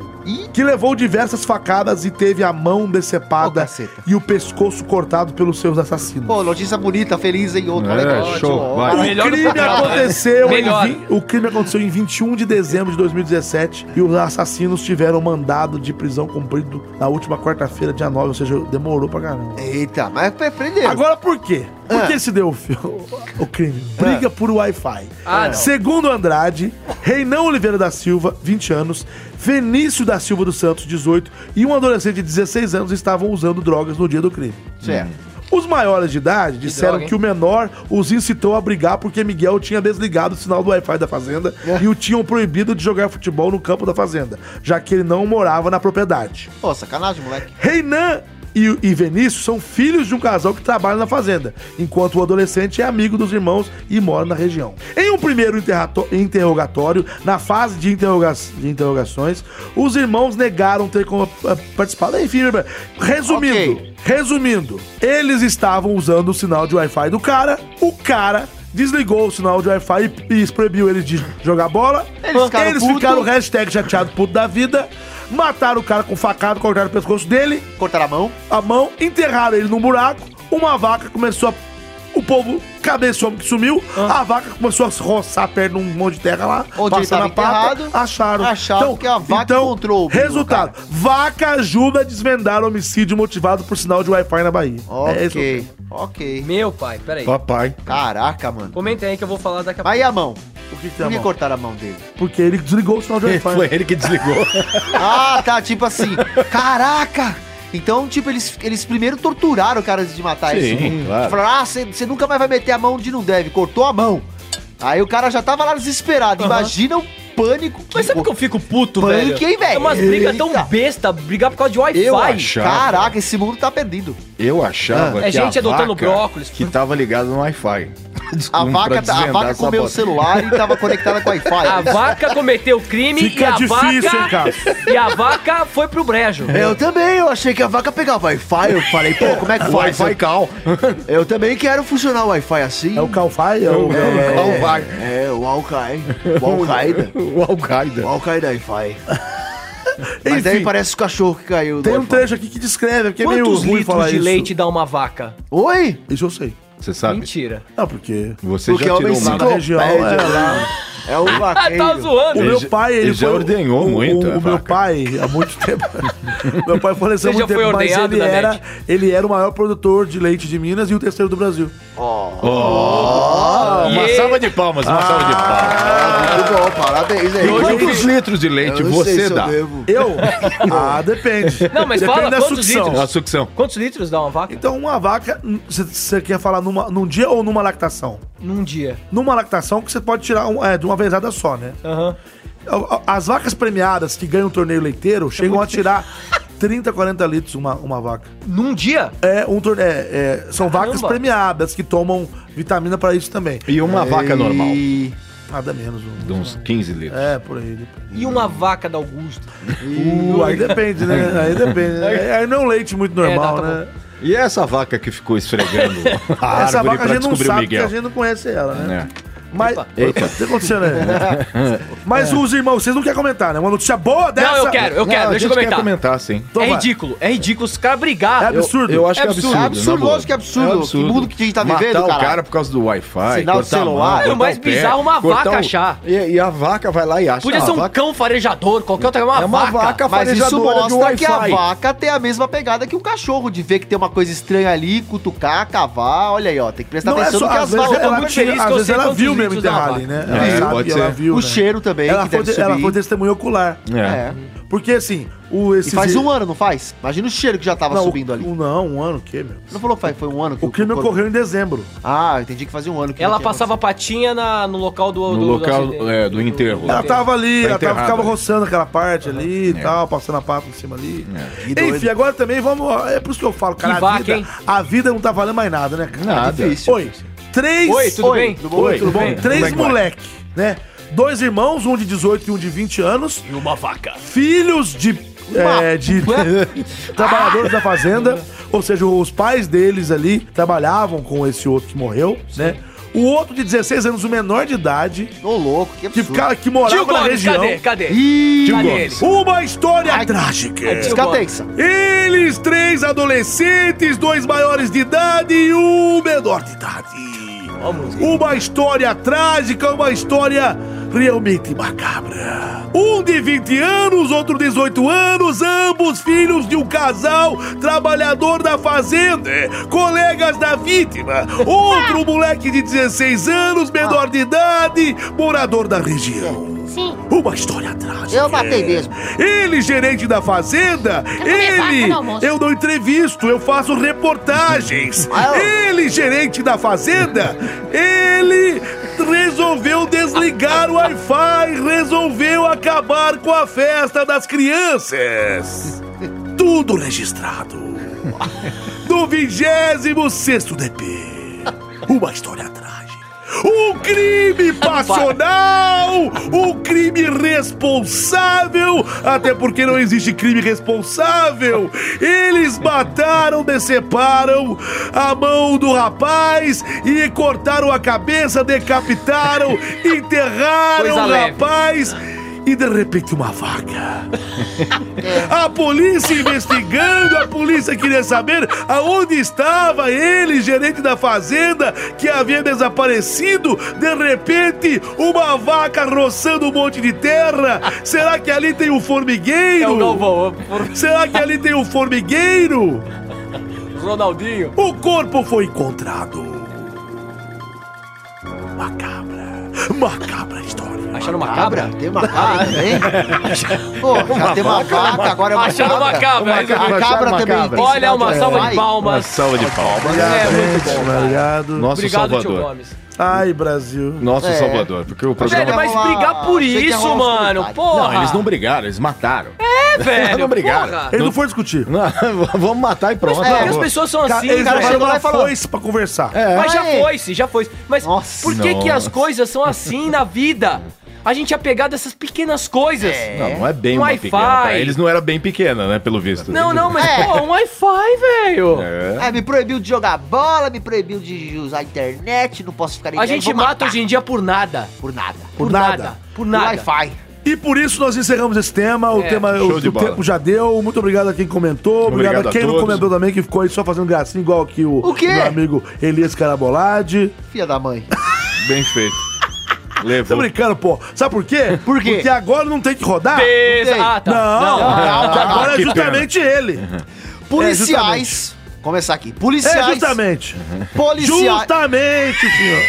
[SPEAKER 1] que levou diversas facadas e teve a mão
[SPEAKER 3] Ô,
[SPEAKER 1] decepada
[SPEAKER 3] caceta.
[SPEAKER 1] e o pescoço cortado pelos seus assassinos.
[SPEAKER 3] Pô, notícia bonita, feliz, hein? Outro,
[SPEAKER 4] É,
[SPEAKER 3] legal.
[SPEAKER 4] show,
[SPEAKER 3] Ótimo,
[SPEAKER 4] vai.
[SPEAKER 1] O
[SPEAKER 3] ótimo.
[SPEAKER 2] Melhor
[SPEAKER 1] crime
[SPEAKER 2] do que nada, né?
[SPEAKER 1] aconteceu em
[SPEAKER 2] Melhor.
[SPEAKER 1] vi- o crime aconteceu em 21 de dezembro de 2017 e os assassinos tiveram mandado de prisão cumprido na última quarta-feira, dia 9, ou seja, demorou pra caramba.
[SPEAKER 3] Eita, mas é pre- prenderam.
[SPEAKER 1] Agora por quê? Por
[SPEAKER 2] Ah.
[SPEAKER 1] que se deu o, fi- o crime? Briga por Wi-Fi. É.
[SPEAKER 2] Ah, não.
[SPEAKER 1] Segundo Andrade, Reinão Oliveira da Silva, 20 anos, Venício da Silva dos Santos, 18, e um adolescente de 16 anos estavam usando drogas no dia do crime. Hum.
[SPEAKER 3] Certo.
[SPEAKER 1] Os maiores de idade disseram
[SPEAKER 2] droga, hein?
[SPEAKER 1] que o menor os incitou a brigar porque Miguel tinha desligado o sinal do Wi-Fi da fazenda
[SPEAKER 2] É.
[SPEAKER 1] e o tinham proibido de jogar futebol no campo da fazenda, já que ele não morava na propriedade.
[SPEAKER 3] Pô, sacanagem, moleque.
[SPEAKER 1] Reinan e, e Vinícius são filhos de um casal que trabalha na fazenda, enquanto o adolescente é amigo dos irmãos e mora na região. Em um primeiro interrato- interrogatório, na fase de, interroga- de interrogações, os irmãos negaram ter com- eh, participado. Enfim, resumindo,
[SPEAKER 3] Ok.
[SPEAKER 1] resumindo, eles estavam usando o sinal de Wi-Fi do cara, o cara desligou o sinal de Wi-Fi e, e proibiu eles de jogar bola.
[SPEAKER 3] Eles ficaram
[SPEAKER 1] eles
[SPEAKER 3] puto.
[SPEAKER 1] ficaram hashtag chateado puto da vida, mataram o cara com facada, cortaram o pescoço dele,
[SPEAKER 3] Cortaram a mão.
[SPEAKER 1] a mão, enterraram ele num buraco, uma vaca começou a... O povo, cadê esse homem que sumiu?
[SPEAKER 3] Ah.
[SPEAKER 1] A vaca começou a roçar a perna num monte de terra lá,
[SPEAKER 3] Onde ele tava enterrado,
[SPEAKER 1] acharam. Então,
[SPEAKER 3] acharam que a vaca encontrou o bico,
[SPEAKER 1] Resultado, vaca ajuda a desvendar homicídio motivado por sinal de Wi-Fi na Bahia. É isso.
[SPEAKER 3] Ok, ok.
[SPEAKER 2] Meu pai, peraí.
[SPEAKER 4] Papai.
[SPEAKER 3] Caraca, mano.
[SPEAKER 2] Comenta aí que eu vou falar daqui a pouco.
[SPEAKER 3] Aí a mão.
[SPEAKER 1] O que que tem
[SPEAKER 3] Por
[SPEAKER 1] a
[SPEAKER 3] que
[SPEAKER 1] mão?
[SPEAKER 3] cortaram a mão dele?
[SPEAKER 1] Porque ele desligou o sinal de Wi-Fi.
[SPEAKER 4] Foi ele que desligou.
[SPEAKER 3] Ah, tá, tipo assim. Caraca! Então, tipo, eles, eles primeiro torturaram o cara antes de matar
[SPEAKER 4] Sim,
[SPEAKER 3] ele. Tipo,
[SPEAKER 4] claro.
[SPEAKER 3] Falaram, ah, você nunca mais vai meter a mão onde não deve. Cortou a mão. Aí o cara já tava lá desesperado. Imagina o pânico que...
[SPEAKER 2] Mas sabe que eu fico puto,
[SPEAKER 3] tipo, Punk,
[SPEAKER 2] velho?
[SPEAKER 3] hein, velho?
[SPEAKER 2] É umas brigas tão
[SPEAKER 3] Eita.
[SPEAKER 2] besta, brigar por causa de
[SPEAKER 4] Eu
[SPEAKER 2] Wi-Fi.
[SPEAKER 4] acho.
[SPEAKER 3] Caraca, esse mundo tá perdido.
[SPEAKER 4] Eu achava
[SPEAKER 2] Ah.
[SPEAKER 4] que
[SPEAKER 2] É gente
[SPEAKER 4] a
[SPEAKER 2] adotando
[SPEAKER 4] vaca
[SPEAKER 2] brócolis.
[SPEAKER 4] que tava ligado no Wi-Fi.
[SPEAKER 3] A
[SPEAKER 4] Desculpa, pra
[SPEAKER 3] vaca, tá- a
[SPEAKER 4] desvendar
[SPEAKER 3] vaca
[SPEAKER 4] essa
[SPEAKER 3] comeu o
[SPEAKER 4] bota.
[SPEAKER 3] celular e tava conectada com o Wi-Fi.
[SPEAKER 2] A vaca cometeu crime e
[SPEAKER 1] Fica
[SPEAKER 2] a
[SPEAKER 1] difícil, hein,
[SPEAKER 2] vaca. e a vaca foi pro brejo.
[SPEAKER 3] Eu também, eu achei que a vaca pegava Wi-Fi. Eu falei, pô, como é que faz?
[SPEAKER 4] Wi-Fi cal.
[SPEAKER 3] Eu também quero funcionar o Wi-Fi assim.
[SPEAKER 1] É o Calfai? É o... É,
[SPEAKER 4] Cal vai.
[SPEAKER 3] É, o Al-Qaeda. O Al-Qaeda.
[SPEAKER 4] O Al-Qaeda.
[SPEAKER 3] O Al-Qaeda Wi-Fi.
[SPEAKER 1] Enfim,
[SPEAKER 3] Mas aí parece o cachorro que caiu. do
[SPEAKER 1] tem um
[SPEAKER 3] Wi-Fi.
[SPEAKER 1] trecho aqui que descreve, porque é meio
[SPEAKER 2] Quantos
[SPEAKER 1] ruim
[SPEAKER 2] litros
[SPEAKER 1] falar
[SPEAKER 2] de
[SPEAKER 1] isso.
[SPEAKER 2] leite dá uma vaca?
[SPEAKER 3] Oi?
[SPEAKER 1] Isso eu sei.
[SPEAKER 4] Você sabe?
[SPEAKER 2] Mentira.
[SPEAKER 1] Não, porque...
[SPEAKER 4] Você
[SPEAKER 3] Porque é
[SPEAKER 4] já
[SPEAKER 3] uma
[SPEAKER 4] tirou uma...
[SPEAKER 1] enciclo- região,
[SPEAKER 3] enciclopédia
[SPEAKER 1] é.
[SPEAKER 3] lá. É o
[SPEAKER 2] Ah, tá
[SPEAKER 3] vaqueiro.
[SPEAKER 1] O
[SPEAKER 2] zoando.
[SPEAKER 4] Ele
[SPEAKER 1] meu
[SPEAKER 4] já-
[SPEAKER 1] pai, ele,
[SPEAKER 4] ele já
[SPEAKER 1] foi-
[SPEAKER 4] ordenhou
[SPEAKER 1] o-
[SPEAKER 4] muito
[SPEAKER 2] né,
[SPEAKER 1] O,
[SPEAKER 4] a
[SPEAKER 1] o meu
[SPEAKER 4] vaca.
[SPEAKER 1] pai, há muito tempo. meu pai faleceu há
[SPEAKER 2] Você
[SPEAKER 1] muito
[SPEAKER 2] já foi
[SPEAKER 1] tempo, mas
[SPEAKER 2] ordenhado
[SPEAKER 1] ele
[SPEAKER 2] da
[SPEAKER 1] era,
[SPEAKER 2] net?
[SPEAKER 1] ele era o maior produtor de leite de Minas e o terceiro do Brasil.
[SPEAKER 4] Uma
[SPEAKER 2] Yeah.
[SPEAKER 4] salva de palmas, uma salva de palmas.
[SPEAKER 3] Ah, muito bom, parabéns aí.
[SPEAKER 4] E Quantos litros de leite
[SPEAKER 3] Eu não sei
[SPEAKER 4] você
[SPEAKER 3] se eu
[SPEAKER 4] dá?
[SPEAKER 3] devo.
[SPEAKER 1] Eu? ah, depende.
[SPEAKER 2] Não, mas
[SPEAKER 1] depende
[SPEAKER 2] fala,
[SPEAKER 1] da
[SPEAKER 2] quantos
[SPEAKER 1] sucção.
[SPEAKER 2] litros?
[SPEAKER 4] A sucção.
[SPEAKER 2] Quantos litros dá uma vaca?
[SPEAKER 1] Então, uma vaca, você quer falar numa, num dia ou numa lactação?
[SPEAKER 2] Num dia.
[SPEAKER 1] Numa lactação que você pode tirar um- é, de uma vezada só, né?
[SPEAKER 2] Aham.
[SPEAKER 1] As vacas premiadas que ganham o torneio leiteiro chegam a tirar 30, 40 litros uma, uma vaca.
[SPEAKER 2] Num dia?
[SPEAKER 1] É, um torneio. É, é, são
[SPEAKER 2] Caramba.
[SPEAKER 1] vacas premiadas que tomam vitamina pra isso também.
[SPEAKER 4] E uma
[SPEAKER 1] É
[SPEAKER 4] vaca normal.
[SPEAKER 3] E...
[SPEAKER 1] Nada menos. Um,
[SPEAKER 4] De uns 15 litros.
[SPEAKER 1] É, por aí. depende.
[SPEAKER 2] E uma vaca da Augusto?
[SPEAKER 1] Uh, aí depende, né? Aí depende. né? Aí, aí não é um leite muito normal,
[SPEAKER 2] É, tá, tá
[SPEAKER 1] né?
[SPEAKER 4] E essa vaca que ficou esfregando a
[SPEAKER 1] Essa
[SPEAKER 4] árvore
[SPEAKER 1] vaca a
[SPEAKER 4] pra
[SPEAKER 1] gente não
[SPEAKER 4] descobrir o
[SPEAKER 1] sabe porque a
[SPEAKER 4] Miguel?
[SPEAKER 1] gente não conhece ela, né?
[SPEAKER 4] É.
[SPEAKER 1] Mas. Opa, o que tá acontecendo aí? Mas os irmãos, vocês não querem comentar, né? Uma notícia boa dessa.
[SPEAKER 2] Não, eu quero, eu quero,
[SPEAKER 4] Não, a
[SPEAKER 2] deixa eu
[SPEAKER 4] gente quer
[SPEAKER 2] comentar.
[SPEAKER 4] comentar, sim.
[SPEAKER 1] Então
[SPEAKER 2] é
[SPEAKER 1] vai.
[SPEAKER 2] ridículo, é ridículo os caras
[SPEAKER 1] É
[SPEAKER 2] brigar.
[SPEAKER 1] absurdo.
[SPEAKER 4] Eu acho
[SPEAKER 3] É
[SPEAKER 4] que é
[SPEAKER 3] absurdo,
[SPEAKER 4] absurdo.
[SPEAKER 3] é absurdo,
[SPEAKER 4] na boa.
[SPEAKER 3] lógico que é absurdo. Que mundo que a gente tá
[SPEAKER 4] Matar
[SPEAKER 3] vivendo,
[SPEAKER 4] o
[SPEAKER 3] caralho.
[SPEAKER 4] cara por causa do Wi-Fi.
[SPEAKER 3] Sinal do
[SPEAKER 4] cortar a
[SPEAKER 3] celular.
[SPEAKER 4] mão,
[SPEAKER 3] Não,
[SPEAKER 4] cortar
[SPEAKER 2] mais
[SPEAKER 4] o pé,
[SPEAKER 2] bizarro uma
[SPEAKER 4] cortar
[SPEAKER 2] vaca
[SPEAKER 4] o-
[SPEAKER 2] achar.
[SPEAKER 4] E, e a vaca vai lá e acha.
[SPEAKER 2] Podia
[SPEAKER 4] Ah,
[SPEAKER 2] ser
[SPEAKER 4] a
[SPEAKER 2] um
[SPEAKER 4] vaca-
[SPEAKER 2] cão farejador, qualquer outra, é uma
[SPEAKER 4] É uma
[SPEAKER 2] vaca.
[SPEAKER 4] vaca
[SPEAKER 3] Mas isso
[SPEAKER 4] farejadora do
[SPEAKER 3] mostra que a
[SPEAKER 4] Wi-Fi.
[SPEAKER 3] vaca tem a mesma pegada que o cachorro, de ver que tem uma coisa estranha ali, cutucar, cavar. Olha aí, ó, tem que prestar
[SPEAKER 1] Não é
[SPEAKER 3] atenção
[SPEAKER 1] só,
[SPEAKER 3] no tá
[SPEAKER 1] às
[SPEAKER 3] que as
[SPEAKER 1] vezes
[SPEAKER 3] vacas
[SPEAKER 1] ela,
[SPEAKER 3] estão
[SPEAKER 2] feliz que
[SPEAKER 1] às
[SPEAKER 2] eu
[SPEAKER 1] vezes
[SPEAKER 2] sei
[SPEAKER 1] ela
[SPEAKER 2] quantos
[SPEAKER 1] viu mesmo
[SPEAKER 2] litros dá
[SPEAKER 1] enterrar
[SPEAKER 2] uma
[SPEAKER 1] ali, né?
[SPEAKER 4] vaca.
[SPEAKER 1] Ela
[SPEAKER 4] É,
[SPEAKER 1] sabe,
[SPEAKER 4] pode
[SPEAKER 1] ela
[SPEAKER 4] ser.
[SPEAKER 1] viu,
[SPEAKER 3] O
[SPEAKER 1] né?
[SPEAKER 3] cheiro também,
[SPEAKER 1] Ela
[SPEAKER 3] que
[SPEAKER 1] foi,
[SPEAKER 3] deve
[SPEAKER 1] de-
[SPEAKER 3] subir.
[SPEAKER 1] ela foi testemunha ocular.
[SPEAKER 4] É.
[SPEAKER 3] É.
[SPEAKER 1] Porque assim, o
[SPEAKER 3] E
[SPEAKER 1] esse
[SPEAKER 3] faz um ano, não faz? Imagina o cheiro que já tava
[SPEAKER 1] não,
[SPEAKER 3] subindo ali.
[SPEAKER 1] Um, não, um ano o quê, meu?
[SPEAKER 3] Não falou que faz- foi um ano que
[SPEAKER 1] O crime
[SPEAKER 3] corpo-
[SPEAKER 1] ocorreu em dezembro.
[SPEAKER 3] Ah, eu entendi que fazia um ano que
[SPEAKER 2] Ela
[SPEAKER 3] não tinha
[SPEAKER 2] passava a patinha na- no local do...
[SPEAKER 4] No
[SPEAKER 2] do-
[SPEAKER 4] local,
[SPEAKER 2] do-
[SPEAKER 4] é, do enterro.
[SPEAKER 1] Ela tava ali, ela
[SPEAKER 4] Tá
[SPEAKER 1] tava,
[SPEAKER 4] enterrado
[SPEAKER 1] ficava
[SPEAKER 4] ali.
[SPEAKER 1] roçando aquela parte ali e
[SPEAKER 4] É.
[SPEAKER 1] tal, passando a pata em cima ali.
[SPEAKER 3] acontecido. Que doido.
[SPEAKER 1] Enfim, agora também vamos. É por isso que eu falo, cara. a,
[SPEAKER 2] vaca,
[SPEAKER 1] vida,
[SPEAKER 2] hein?
[SPEAKER 1] a vida não tá valendo mais nada, né, cara?
[SPEAKER 4] Nada.
[SPEAKER 1] Oi. Três.
[SPEAKER 2] Oi, tudo bem?
[SPEAKER 1] Oi, tudo bom?
[SPEAKER 4] Oi.
[SPEAKER 1] Três
[SPEAKER 4] Como é que vai?
[SPEAKER 1] moleque, né? dois irmãos, um de 18 e um de 20 anos.
[SPEAKER 2] E uma vaca.
[SPEAKER 1] filhos de. é, de trabalhadores da fazenda, ou seja, os pais deles ali trabalhavam com esse outro que morreu, né? O outro de 16 anos, o menor de idade,
[SPEAKER 3] Ô, louco, que
[SPEAKER 1] que,
[SPEAKER 3] absurdo.
[SPEAKER 1] ficava, que morava
[SPEAKER 2] Tio
[SPEAKER 1] na
[SPEAKER 2] Gomes,
[SPEAKER 1] região.
[SPEAKER 2] cadê? Cadê?
[SPEAKER 3] Ih,
[SPEAKER 2] Cadê
[SPEAKER 1] Gomes.
[SPEAKER 2] ele? é
[SPEAKER 1] Uma história trágica.
[SPEAKER 3] descatexa.
[SPEAKER 1] Eles três adolescentes, dois maiores de idade e um menor de idade. Uma história trágica, uma história realmente macabra. Um de 20 anos, outro 18 anos, ambos filhos de um casal trabalhador da fazenda, é, colegas da vítima. Outro moleque de 16 anos, menor de idade, morador da região.
[SPEAKER 8] Sim.
[SPEAKER 1] Uma história trágica. é.
[SPEAKER 3] Eu matei mesmo.
[SPEAKER 1] Ele, gerente da fazenda,
[SPEAKER 8] comer vaca
[SPEAKER 1] ele.
[SPEAKER 8] no almoço.
[SPEAKER 1] Eu não entrevisto, eu faço reportagens.
[SPEAKER 3] Ah, eu-
[SPEAKER 1] Ele, gerente da fazenda, ele resolveu desligar o Wi-Fi, resolveu acabar com a festa das crianças. Tudo registrado. No 26 DP. Uma história trágica. Um crime passional! Um crime responsável! Até porque não existe crime responsável! Eles mataram, deceparam a mão do rapaz e cortaram a cabeça, decapitaram, enterraram
[SPEAKER 2] Coisa
[SPEAKER 1] o
[SPEAKER 2] leve.
[SPEAKER 1] rapaz e de repente uma vaca. A polícia investigando, a polícia queria saber aonde estava ele, gerente da fazenda, que havia desaparecido. De repente, uma vaca roçando um monte de terra. Será que ali tem um
[SPEAKER 2] É o
[SPEAKER 1] formigueiro?
[SPEAKER 2] Galvão, é por-
[SPEAKER 1] Será que ali tem um formigueiro?
[SPEAKER 2] Ronaldinho.
[SPEAKER 1] O corpo foi encontrado. Macabra. Macabra história.
[SPEAKER 2] Acharam uma cabra?
[SPEAKER 3] Tem uma cabra também? Pô, já tem uma vaca, agora é uma
[SPEAKER 2] Acharam uma cabra.
[SPEAKER 3] Uma
[SPEAKER 2] Acharam
[SPEAKER 3] A cabra também. tem
[SPEAKER 2] Olha,
[SPEAKER 3] sinal de
[SPEAKER 2] uma salva de
[SPEAKER 3] Wi-Fi.
[SPEAKER 4] Uma
[SPEAKER 2] palmas.
[SPEAKER 4] salva de palmas.
[SPEAKER 2] É, muito bom, cara.
[SPEAKER 1] Obrigado.
[SPEAKER 4] Nosso
[SPEAKER 2] Obrigado, tio
[SPEAKER 4] Salvador.
[SPEAKER 2] Gomes.
[SPEAKER 1] Ai, Brasil.
[SPEAKER 4] Nosso
[SPEAKER 3] É.
[SPEAKER 4] Salvador. Porque o programa.
[SPEAKER 2] Velho, mas
[SPEAKER 3] rolar-
[SPEAKER 2] brigar por
[SPEAKER 3] é achei que ia rolar
[SPEAKER 2] isso,
[SPEAKER 3] um
[SPEAKER 2] mano.
[SPEAKER 3] comentário.
[SPEAKER 2] Porra.
[SPEAKER 4] Não, eles não brigaram, eles mataram.
[SPEAKER 2] É, velho.
[SPEAKER 4] não brigaram.
[SPEAKER 2] porra.
[SPEAKER 1] Ele não foi discutir.
[SPEAKER 4] Não, vamos matar e pronto.
[SPEAKER 2] Mas por que as
[SPEAKER 4] acabou.
[SPEAKER 2] pessoas são
[SPEAKER 1] Ca-
[SPEAKER 2] assim,
[SPEAKER 1] eles
[SPEAKER 2] cara?
[SPEAKER 1] levaram
[SPEAKER 3] chegou lá
[SPEAKER 1] uma
[SPEAKER 3] e falou.
[SPEAKER 1] foice pra conversar.
[SPEAKER 4] É.
[SPEAKER 2] Mas já
[SPEAKER 3] Ai.
[SPEAKER 2] foi, se já foi. Mas
[SPEAKER 3] Nossa.
[SPEAKER 2] por que, que
[SPEAKER 4] Nossa.
[SPEAKER 2] as coisas são assim na vida? A gente é apegado a essas pequenas coisas.
[SPEAKER 4] Não, não é bem
[SPEAKER 2] Um
[SPEAKER 4] uma
[SPEAKER 2] Wi-Fi.
[SPEAKER 4] pequena. pra Eles não eram bem pequena, né, pelo visto.
[SPEAKER 2] Não, não, mas
[SPEAKER 3] É.
[SPEAKER 2] pô, um Wi-Fi, velho.
[SPEAKER 4] É.
[SPEAKER 3] É, me proibiu de jogar bola, me proibiu de usar a internet, não posso ficar em
[SPEAKER 2] A
[SPEAKER 3] casa,
[SPEAKER 2] gente
[SPEAKER 3] vou
[SPEAKER 2] mata
[SPEAKER 3] matar
[SPEAKER 2] hoje em dia por nada.
[SPEAKER 3] por nada.
[SPEAKER 1] Por nada.
[SPEAKER 2] Por nada.
[SPEAKER 3] Wi-Fi.
[SPEAKER 1] E por isso nós encerramos esse tema. O
[SPEAKER 2] É.
[SPEAKER 1] tema,
[SPEAKER 4] Show
[SPEAKER 1] o,
[SPEAKER 4] de
[SPEAKER 1] o
[SPEAKER 4] bola.
[SPEAKER 1] tempo já deu. Muito obrigado a quem comentou. Obrigado,
[SPEAKER 4] Obrigado
[SPEAKER 1] a
[SPEAKER 4] a
[SPEAKER 1] quem não
[SPEAKER 4] todos.
[SPEAKER 1] comentou também, que ficou aí só fazendo gracinha, igual aqui o,
[SPEAKER 3] O quê?
[SPEAKER 1] meu amigo Elias Carabolade.
[SPEAKER 3] Filha da mãe.
[SPEAKER 4] Bem feito.
[SPEAKER 1] Tô
[SPEAKER 4] Levou.
[SPEAKER 1] brincando, pô. Sabe por quê?
[SPEAKER 3] Por quê?
[SPEAKER 1] Porque agora não tem que rodar.
[SPEAKER 2] Pesa- Ah, tá.
[SPEAKER 1] Não,
[SPEAKER 3] não, tá.
[SPEAKER 1] agora
[SPEAKER 4] não.
[SPEAKER 1] é justamente ele.
[SPEAKER 3] Policiais. É, Começar aqui. Policiais.
[SPEAKER 1] É justamente.
[SPEAKER 3] Policiais.
[SPEAKER 1] Justamente, senhor.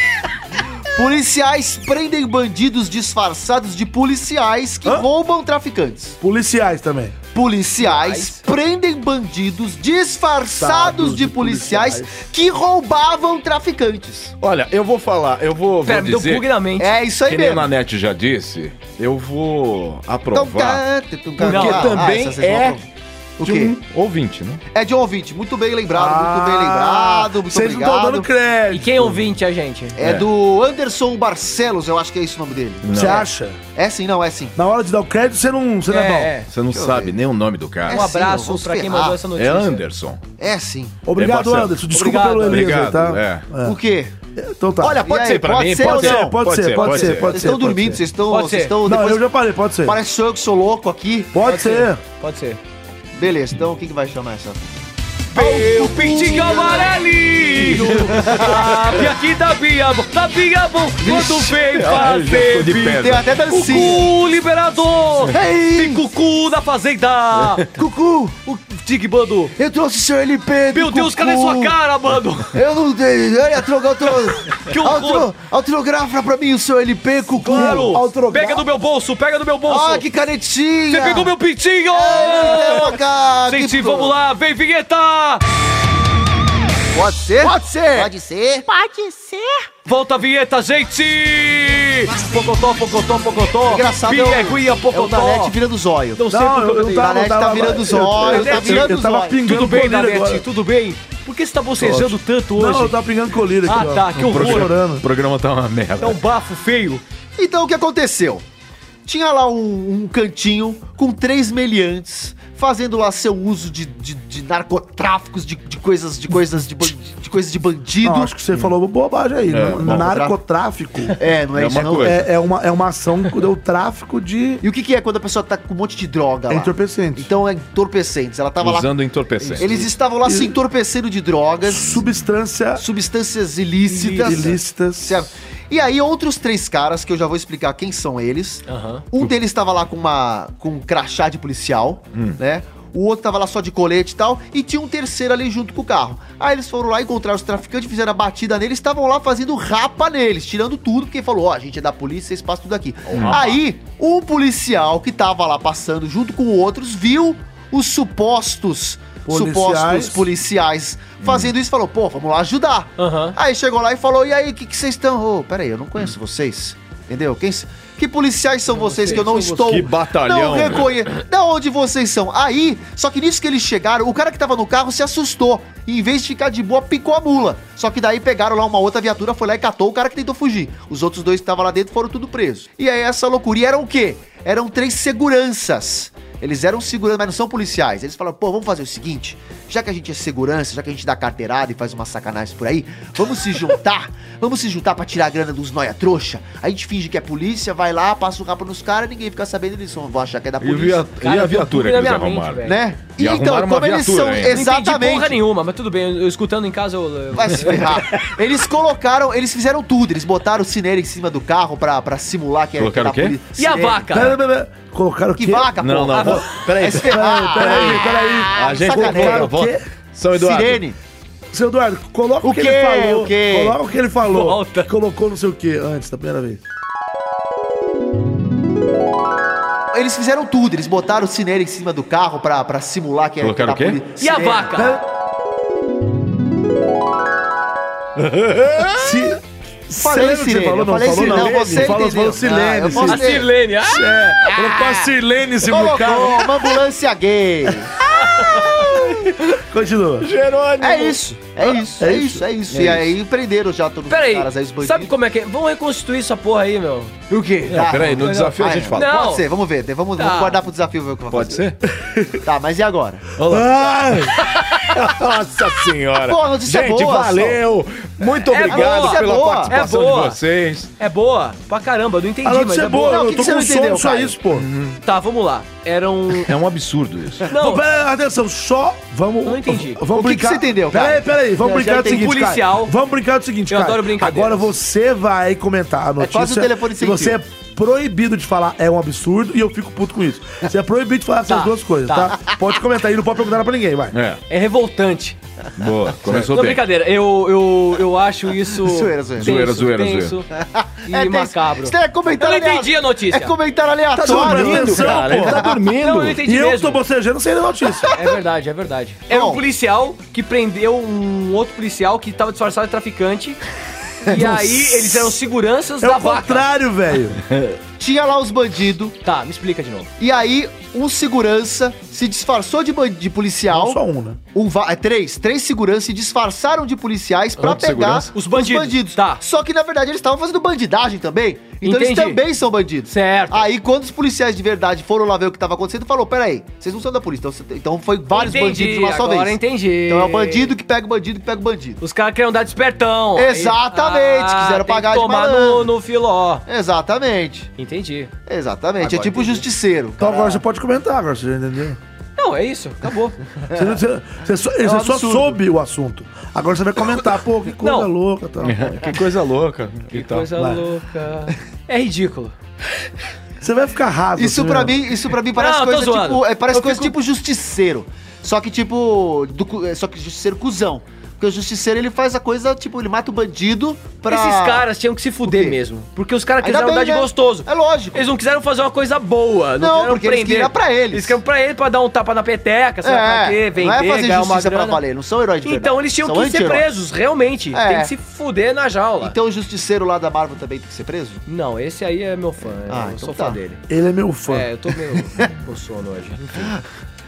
[SPEAKER 3] Policiais prendem bandidos disfarçados de policiais que
[SPEAKER 1] Hã?
[SPEAKER 3] roubam traficantes.
[SPEAKER 1] Policiais também.
[SPEAKER 3] Policiais prendem bandidos disfarçados de
[SPEAKER 1] de
[SPEAKER 3] policiais que roubavam traficantes.
[SPEAKER 4] Olha, eu vou falar, eu vou, vou
[SPEAKER 2] Pera, me deu
[SPEAKER 4] dizer,
[SPEAKER 2] bug na mente.
[SPEAKER 3] É isso aí
[SPEAKER 4] que nem a
[SPEAKER 3] mesmo.
[SPEAKER 4] Nanete já disse, eu vou
[SPEAKER 3] Então,
[SPEAKER 4] aprovar,
[SPEAKER 3] tá, tá, tá, tá,
[SPEAKER 4] porque
[SPEAKER 3] tá. Ah,
[SPEAKER 4] também
[SPEAKER 3] essa vocês vão
[SPEAKER 4] é
[SPEAKER 3] aprovar. O
[SPEAKER 4] de
[SPEAKER 3] quê?
[SPEAKER 4] um ouvinte, né?
[SPEAKER 3] É de um ouvinte. Muito bem lembrado, muito bem
[SPEAKER 1] Ah,
[SPEAKER 3] lembrado, muito
[SPEAKER 1] Vocês não estão
[SPEAKER 3] obrigado.
[SPEAKER 1] dando crédito.
[SPEAKER 2] E quem é ouvinte, a gente?
[SPEAKER 3] É,
[SPEAKER 4] É.
[SPEAKER 3] do Anderson Barcelos, eu acho que é isso o nome dele.
[SPEAKER 1] Você acha?
[SPEAKER 3] É sim, não, é sim.
[SPEAKER 1] Na hora de dar o crédito, você não, você não é bom.
[SPEAKER 2] É, é.
[SPEAKER 4] Você não sabe nem o nome do cara.
[SPEAKER 2] Um
[SPEAKER 3] É sim,
[SPEAKER 2] abraço
[SPEAKER 3] vamos
[SPEAKER 2] pra quem
[SPEAKER 3] ferrar.
[SPEAKER 2] mandou essa
[SPEAKER 4] É
[SPEAKER 2] notícia.
[SPEAKER 4] Anderson.
[SPEAKER 3] É sim.
[SPEAKER 4] É,
[SPEAKER 1] Obrigado,
[SPEAKER 4] parceiro.
[SPEAKER 1] Anderson. Desculpa
[SPEAKER 2] Obrigado, é.
[SPEAKER 1] pelo Elias, aí,
[SPEAKER 4] Obrigado.
[SPEAKER 1] tá?
[SPEAKER 4] é.
[SPEAKER 3] O quê?
[SPEAKER 1] Então tá.
[SPEAKER 4] Olha,
[SPEAKER 3] E
[SPEAKER 4] pode
[SPEAKER 3] aí,
[SPEAKER 4] ser pra
[SPEAKER 3] pode
[SPEAKER 4] mim,
[SPEAKER 3] ser ou
[SPEAKER 4] pode ser,
[SPEAKER 3] não?
[SPEAKER 1] Pode ser, pode ser, pode
[SPEAKER 3] Vocês
[SPEAKER 1] ser.
[SPEAKER 3] estão dormindo, vocês estão.
[SPEAKER 2] Pode
[SPEAKER 3] Vocês
[SPEAKER 2] ser.
[SPEAKER 3] estão.
[SPEAKER 1] Não,
[SPEAKER 3] depois-
[SPEAKER 1] eu já parei, pode ser.
[SPEAKER 3] Parece só eu que sou louco aqui.
[SPEAKER 1] Pode ser.
[SPEAKER 2] Pode ser.
[SPEAKER 3] Beleza, então o que, que vai chamar essa?
[SPEAKER 2] Meu pintinho amarelinho, a piaqui da Bia, da Bia bom, quando vem
[SPEAKER 4] Ah, já tô de
[SPEAKER 2] fazer
[SPEAKER 3] Tem
[SPEAKER 4] pedra.
[SPEAKER 3] até dancinha.
[SPEAKER 2] Cucu liberador,
[SPEAKER 3] Ei!
[SPEAKER 2] cucu da fazenda,
[SPEAKER 3] Cucu!
[SPEAKER 2] o Tig Bando.
[SPEAKER 3] Eu trouxe seu LP do
[SPEAKER 2] Meu Deus,
[SPEAKER 3] Cucu.
[SPEAKER 2] cadê sua cara, Bando?
[SPEAKER 3] Eu não dei. Olha, troca, outro.
[SPEAKER 2] Que horror.
[SPEAKER 3] autografa pra mim o seu LP, Cucu.
[SPEAKER 2] Claro,
[SPEAKER 3] Autografa.
[SPEAKER 2] pega do meu bolso, pega do meu bolso.
[SPEAKER 3] Ah, que canetinha!
[SPEAKER 2] Você pegou meu pintinho!
[SPEAKER 3] Cara, que
[SPEAKER 2] Gente,
[SPEAKER 3] pô-
[SPEAKER 2] vamos lá, vem vinheta!
[SPEAKER 3] Pode ser? Pode ser! Pode ser!
[SPEAKER 8] Pode ser?
[SPEAKER 2] Volta a vinheta, gente! Pocotó, pocotó, pocotó.
[SPEAKER 3] Engraçado é o-
[SPEAKER 2] Pileguinha,
[SPEAKER 3] É o
[SPEAKER 2] pocotó.
[SPEAKER 3] Danete virando os olhos.
[SPEAKER 2] Não sei
[SPEAKER 1] Não,
[SPEAKER 2] porque
[SPEAKER 1] eu- eu
[SPEAKER 2] dei.
[SPEAKER 1] tava-
[SPEAKER 3] Danete tá
[SPEAKER 1] tava-
[SPEAKER 3] virando os
[SPEAKER 1] eu- eu-
[SPEAKER 3] olhos, tá
[SPEAKER 2] eu-
[SPEAKER 3] virando
[SPEAKER 1] eu
[SPEAKER 3] os
[SPEAKER 1] tava
[SPEAKER 3] olhos.
[SPEAKER 1] pingando
[SPEAKER 2] Tudo bem,
[SPEAKER 1] colírio
[SPEAKER 2] Danete,
[SPEAKER 1] agora.
[SPEAKER 2] tudo bem? Por que você tá bocejando tanto
[SPEAKER 1] Não, eu
[SPEAKER 2] hoje?
[SPEAKER 1] tava pingando colírio aqui.
[SPEAKER 2] Ah, tá, que
[SPEAKER 1] Tô
[SPEAKER 2] horror.
[SPEAKER 4] O
[SPEAKER 1] chorando.
[SPEAKER 4] programa tá uma
[SPEAKER 2] É
[SPEAKER 4] merda.
[SPEAKER 2] um bafo feio.
[SPEAKER 3] Então o que aconteceu? Tinha lá um, um cantinho com três meliantes fazendo lá seu uso de, de, de narcotráficos, de, de coisas, de coisas, de, ban- de coisas de bandido.
[SPEAKER 1] Não, acho que você falou bobagem
[SPEAKER 2] É,
[SPEAKER 1] aí. Não-
[SPEAKER 4] bom,
[SPEAKER 1] narcotráfico
[SPEAKER 3] É, não é,
[SPEAKER 4] É
[SPEAKER 3] isso
[SPEAKER 4] uma
[SPEAKER 3] não.
[SPEAKER 4] coisa.
[SPEAKER 1] é, é uma, é uma ação que deu tráfico de
[SPEAKER 3] E o que, que é quando a pessoa tá com um monte de droga
[SPEAKER 1] é
[SPEAKER 3] lá?
[SPEAKER 1] entorpecentes.
[SPEAKER 3] Então é entorpecentes. Ela tava
[SPEAKER 4] Usando
[SPEAKER 3] lá.
[SPEAKER 4] entorpecente.
[SPEAKER 3] Eles estavam lá se entorpecendo de drogas,
[SPEAKER 1] Substância
[SPEAKER 3] substâncias ilícitas.
[SPEAKER 1] ilícitas.
[SPEAKER 3] Certo? E aí outros três caras, que eu já vou explicar quem são eles. Um deles estava lá com uma com um crachá de policial, né? O outro tava lá só de colete e tal, e tinha um terceiro ali junto com o carro. Aí eles foram lá encontrar os traficantes, fizeram a batida neles, estavam lá fazendo rapa neles, tirando tudo, porque falou, ó, a gente é da polícia, vocês passam tudo aqui. Aí, um policial que tava lá passando junto com outros, viu os supostos,
[SPEAKER 1] Policiais.
[SPEAKER 3] supostos policiais fazendo isso, falou, pô, vamos lá ajudar. Aí chegou lá e falou: E aí, o que que vocês estão? Ô, peraí, eu não conheço vocês. Entendeu? Quem, s- que policiais são vocês que eu não estou.
[SPEAKER 4] Que batalhão,
[SPEAKER 3] Não reconheço. Da onde vocês são? Aí, só que nisso que eles chegaram, o cara que tava no carro se assustou. E em vez de ficar de boa, picou a mula. Só que daí pegaram lá uma outra viatura, foi lá e catou o cara que tentou fugir. Os outros dois que estavam lá dentro foram tudo presos. E aí, essa loucura. E eram o quê? Eram três seguranças. Eles eram seguranças, mas não são policiais. Eles falaram, pô, vamos fazer o seguinte: já que a gente é segurança, já que a gente dá carteirada e faz uma sacanagem por aí, vamos se juntar, vamos se juntar pra tirar a grana dos noia trouxa. A gente finge que é polícia, vai lá, passa o rapa nos caras, ninguém fica sabendo, eles vão vão achar que é da
[SPEAKER 4] E, o
[SPEAKER 3] polícia.
[SPEAKER 4] via- e a viatura que
[SPEAKER 2] na
[SPEAKER 4] eles
[SPEAKER 2] minha mente,
[SPEAKER 4] arrumaram?
[SPEAKER 2] velho.
[SPEAKER 3] Né?
[SPEAKER 4] E arrumaram uma viatura ainda.
[SPEAKER 2] Não entendi porra
[SPEAKER 3] exatamente.
[SPEAKER 2] nenhuma, mas tudo bem. Eu, eu escutando em casa, eu... eu-
[SPEAKER 3] Vai se ferrar. Eles colocaram, eles fizeram tudo. Eles botaram o cinema em cima do carro pra, pra simular que era
[SPEAKER 4] Colocaram
[SPEAKER 3] que era
[SPEAKER 4] o quê?
[SPEAKER 3] polícia.
[SPEAKER 2] E a
[SPEAKER 3] Sirene.
[SPEAKER 2] vaca?
[SPEAKER 1] Colocaram o
[SPEAKER 3] Que
[SPEAKER 1] quê?
[SPEAKER 3] vaca,
[SPEAKER 4] Não, não, vou- peraí. Ah,
[SPEAKER 3] Vai se ferrar.
[SPEAKER 1] Peraí, peraí.
[SPEAKER 4] A gente
[SPEAKER 3] Sacanagem.
[SPEAKER 4] volta, volta. São Eduardo.
[SPEAKER 3] Sirene.
[SPEAKER 1] Seu Eduardo, coloca o,
[SPEAKER 3] O
[SPEAKER 1] que
[SPEAKER 3] quê?
[SPEAKER 1] ele falou.
[SPEAKER 3] O quê?
[SPEAKER 1] Coloca o que ele falou.
[SPEAKER 2] Volta.
[SPEAKER 1] Colocou não sei o que antes da primeira vez.
[SPEAKER 3] Eles fizeram tudo, eles botaram o cinema em cima do carro pra, pra simular que era
[SPEAKER 4] Colocaram
[SPEAKER 3] que era
[SPEAKER 4] o quê?
[SPEAKER 3] poli-
[SPEAKER 2] E a
[SPEAKER 3] Sirene.
[SPEAKER 2] vaca?
[SPEAKER 1] Se,
[SPEAKER 3] Ah!
[SPEAKER 1] Você lembra
[SPEAKER 3] Falei
[SPEAKER 1] o que você
[SPEAKER 3] Sirene,
[SPEAKER 1] falou,
[SPEAKER 3] eu
[SPEAKER 1] não
[SPEAKER 3] falei
[SPEAKER 1] falou,
[SPEAKER 3] Sirene,
[SPEAKER 1] não.
[SPEAKER 3] não, você
[SPEAKER 1] falou, falou
[SPEAKER 3] entendeu. Ah,
[SPEAKER 1] Silene.
[SPEAKER 3] eu posso-
[SPEAKER 2] A Sirlene. Ah,
[SPEAKER 1] É, colocou a Silene em cima do carro.
[SPEAKER 3] Colocou uma ambulância gay.
[SPEAKER 1] Continua.
[SPEAKER 4] Jerônimo.
[SPEAKER 3] É isso,
[SPEAKER 4] Ah,
[SPEAKER 3] é isso, é isso, é isso. E aí prenderam já todos
[SPEAKER 2] Pera aí,
[SPEAKER 3] aí os bandidos.
[SPEAKER 2] sabe como é que é? Vamos reconstituir essa porra aí, meu.
[SPEAKER 3] o quê?
[SPEAKER 4] Tá. Não, peraí, no desafio a gente fala.
[SPEAKER 2] é Não.
[SPEAKER 3] Pode ser, vamos ver. Vamos,
[SPEAKER 2] Tá.
[SPEAKER 3] vamos guardar pro desafio ver o que vai
[SPEAKER 4] Pode ser?
[SPEAKER 3] ser. Tá, mas e agora?
[SPEAKER 4] Nossa senhora.
[SPEAKER 3] Pô, a notícia é
[SPEAKER 4] gente,
[SPEAKER 3] boa,
[SPEAKER 4] valeu. Muito
[SPEAKER 2] É
[SPEAKER 4] obrigado
[SPEAKER 2] boa, é
[SPEAKER 4] pela
[SPEAKER 3] boa.
[SPEAKER 4] participação
[SPEAKER 2] É boa.
[SPEAKER 4] de vocês.
[SPEAKER 2] É boa pra caramba, eu não entendi,
[SPEAKER 1] A
[SPEAKER 2] mas
[SPEAKER 1] notícia
[SPEAKER 2] é
[SPEAKER 1] é boa,
[SPEAKER 2] boa.
[SPEAKER 3] Não,
[SPEAKER 1] eu
[SPEAKER 3] o que
[SPEAKER 1] tô
[SPEAKER 3] que você
[SPEAKER 1] com
[SPEAKER 3] não entendeu,
[SPEAKER 1] sono, só
[SPEAKER 3] Caio?
[SPEAKER 1] isso, pô.
[SPEAKER 2] Tá, vamos lá. Era um...
[SPEAKER 4] É um absurdo isso.
[SPEAKER 1] Ô,
[SPEAKER 2] Não,
[SPEAKER 1] Então, pera, atenção, só vamos.
[SPEAKER 2] Eu não entendi.
[SPEAKER 1] Vamos
[SPEAKER 3] O que que
[SPEAKER 1] brincar.
[SPEAKER 3] você entendeu, cara?
[SPEAKER 1] Peraí, peraí, vamos
[SPEAKER 3] Eu já
[SPEAKER 1] brincar do
[SPEAKER 3] entendi.
[SPEAKER 1] seguinte. Caio.
[SPEAKER 2] Policial.
[SPEAKER 1] Vamos brincar do seguinte,
[SPEAKER 2] Eu
[SPEAKER 1] cara.
[SPEAKER 2] adoro brincadeiras.
[SPEAKER 1] Agora você vai comentar a notícia.
[SPEAKER 3] É quase o telefone
[SPEAKER 1] e
[SPEAKER 3] sem
[SPEAKER 1] Você é proibido de falar é um absurdo e eu fico puto com isso. Você é proibido de falar essas
[SPEAKER 2] Tá,
[SPEAKER 1] duas coisas, tá.
[SPEAKER 2] tá.
[SPEAKER 1] Pode comentar aí, não pode perguntar nada pra ninguém, vai.
[SPEAKER 4] É,
[SPEAKER 2] é revoltante.
[SPEAKER 4] boa. Começou
[SPEAKER 2] Não,
[SPEAKER 4] bem.
[SPEAKER 2] brincadeira, eu, eu, eu acho isso...
[SPEAKER 3] Zoeira, zoeira.
[SPEAKER 4] Zoeira, zoeira,
[SPEAKER 2] tenso E
[SPEAKER 3] tenso.
[SPEAKER 2] macabro.
[SPEAKER 3] Isso é comentário
[SPEAKER 2] Eu não entendi
[SPEAKER 3] alea-
[SPEAKER 2] a notícia.
[SPEAKER 3] É comentário
[SPEAKER 1] Tá todo
[SPEAKER 3] aleatório.
[SPEAKER 1] mundo atenção,
[SPEAKER 4] cara, ele
[SPEAKER 1] pô.
[SPEAKER 4] tá dormindo.
[SPEAKER 2] Não, eu não entendi
[SPEAKER 1] E eu
[SPEAKER 2] mesmo.
[SPEAKER 1] tô bocejando sem ler notícia.
[SPEAKER 2] É verdade, é verdade. Era um
[SPEAKER 3] Bom.
[SPEAKER 2] policial que prendeu um outro policial que tava disfarçado de traficante. E aí eles eram seguranças
[SPEAKER 1] É
[SPEAKER 2] da
[SPEAKER 1] o
[SPEAKER 2] vaca.
[SPEAKER 1] contrário, velho.
[SPEAKER 3] Tinha lá os bandidos.
[SPEAKER 2] Tá, me explica de novo.
[SPEAKER 3] E aí, um segurança se disfarçou de, ban- de policial.
[SPEAKER 1] Não só um, né?
[SPEAKER 3] Um va- é, três, três seguranças se disfarçaram de policiais pra
[SPEAKER 4] Outro
[SPEAKER 3] pegar
[SPEAKER 4] segurança?
[SPEAKER 2] Os bandidos. Tá.
[SPEAKER 3] Só que na verdade eles estavam fazendo bandidagem também. Então eles
[SPEAKER 2] Entendi.
[SPEAKER 3] também são bandidos.
[SPEAKER 2] Certo.
[SPEAKER 3] Aí quando os policiais de verdade foram lá ver o que tava acontecendo, falou: "Peraí, vocês não são da polícia". Então, você- então foi vários bandidos de uma só
[SPEAKER 2] agora
[SPEAKER 3] vez.
[SPEAKER 2] entendi.
[SPEAKER 3] Então é o bandido que pega o bandido que pega o bandido.
[SPEAKER 2] Os caras queriam dar despertão. aí-
[SPEAKER 3] Exatamente, quiseram
[SPEAKER 2] tem
[SPEAKER 3] pagar
[SPEAKER 2] que
[SPEAKER 3] de
[SPEAKER 2] tomar
[SPEAKER 3] malandro.
[SPEAKER 2] no, no filó.
[SPEAKER 3] Exatamente.
[SPEAKER 2] Entendi.
[SPEAKER 3] Exatamente. é
[SPEAKER 2] Agora
[SPEAKER 3] tipo o
[SPEAKER 2] entendi.
[SPEAKER 3] justiceiro.
[SPEAKER 1] Então agora você pode comentar, agora você já entendeu.
[SPEAKER 2] Não, é isso, acabou.
[SPEAKER 1] Você, não- você- você só,
[SPEAKER 2] É
[SPEAKER 1] você
[SPEAKER 2] um
[SPEAKER 1] só
[SPEAKER 3] absurdo.
[SPEAKER 1] soube o assunto. Agora você vai comentar, pô, que coisa
[SPEAKER 2] Não.
[SPEAKER 1] louca. tá? Tal.
[SPEAKER 4] Que coisa louca. e
[SPEAKER 3] Então,
[SPEAKER 4] tal.
[SPEAKER 2] Coisa
[SPEAKER 1] vai.
[SPEAKER 2] louca. É ridículo.
[SPEAKER 1] Você vai ficar raso.
[SPEAKER 3] Isso
[SPEAKER 1] assim,
[SPEAKER 3] pra
[SPEAKER 1] mesmo.
[SPEAKER 3] mim, isso para mim
[SPEAKER 2] Não,
[SPEAKER 3] parece
[SPEAKER 2] eu tô
[SPEAKER 3] coisa
[SPEAKER 2] zoando.
[SPEAKER 3] tipo, é, parece
[SPEAKER 2] Eu
[SPEAKER 3] coisa
[SPEAKER 2] fico-
[SPEAKER 3] tipo justiceiro. Só que tipo, do cu- é, só que justiceiro cuzão. Porque o justiceiro ele faz a coisa, tipo, ele mata o bandido pra
[SPEAKER 2] Esses caras tinham que se
[SPEAKER 3] O
[SPEAKER 2] fuder
[SPEAKER 3] quê?
[SPEAKER 2] mesmo. Porque os caras
[SPEAKER 3] Ainda
[SPEAKER 2] quiseram dar
[SPEAKER 3] bem,
[SPEAKER 2] de
[SPEAKER 3] né?
[SPEAKER 2] gostoso.
[SPEAKER 3] É lógico.
[SPEAKER 2] Eles não quiseram fazer uma coisa boa.
[SPEAKER 3] Não,
[SPEAKER 2] quiseram
[SPEAKER 3] porque eles queriam pra eles.
[SPEAKER 2] Eles queriam pra ele, pra dar um tapa na peteca, sei lá pra quê, vender,
[SPEAKER 3] não é fazer
[SPEAKER 2] ganhar uma
[SPEAKER 3] justiça pra
[SPEAKER 2] grana.
[SPEAKER 3] valer, não são heróis de verdade,
[SPEAKER 2] Então eles tinham
[SPEAKER 3] são
[SPEAKER 2] que ser
[SPEAKER 3] anti-heróis.
[SPEAKER 2] presos, realmente.
[SPEAKER 3] É.
[SPEAKER 2] Tem que se fuder na jaula.
[SPEAKER 3] Então o justiceiro lá da Marvel também tem que ser preso?
[SPEAKER 2] Não, esse aí é meu fã.
[SPEAKER 3] Então- Ah,
[SPEAKER 2] eu
[SPEAKER 3] então
[SPEAKER 2] sou
[SPEAKER 3] tá.
[SPEAKER 2] fã dele.
[SPEAKER 1] Ele é meu fã.
[SPEAKER 2] É, eu tô meio com sono hoje.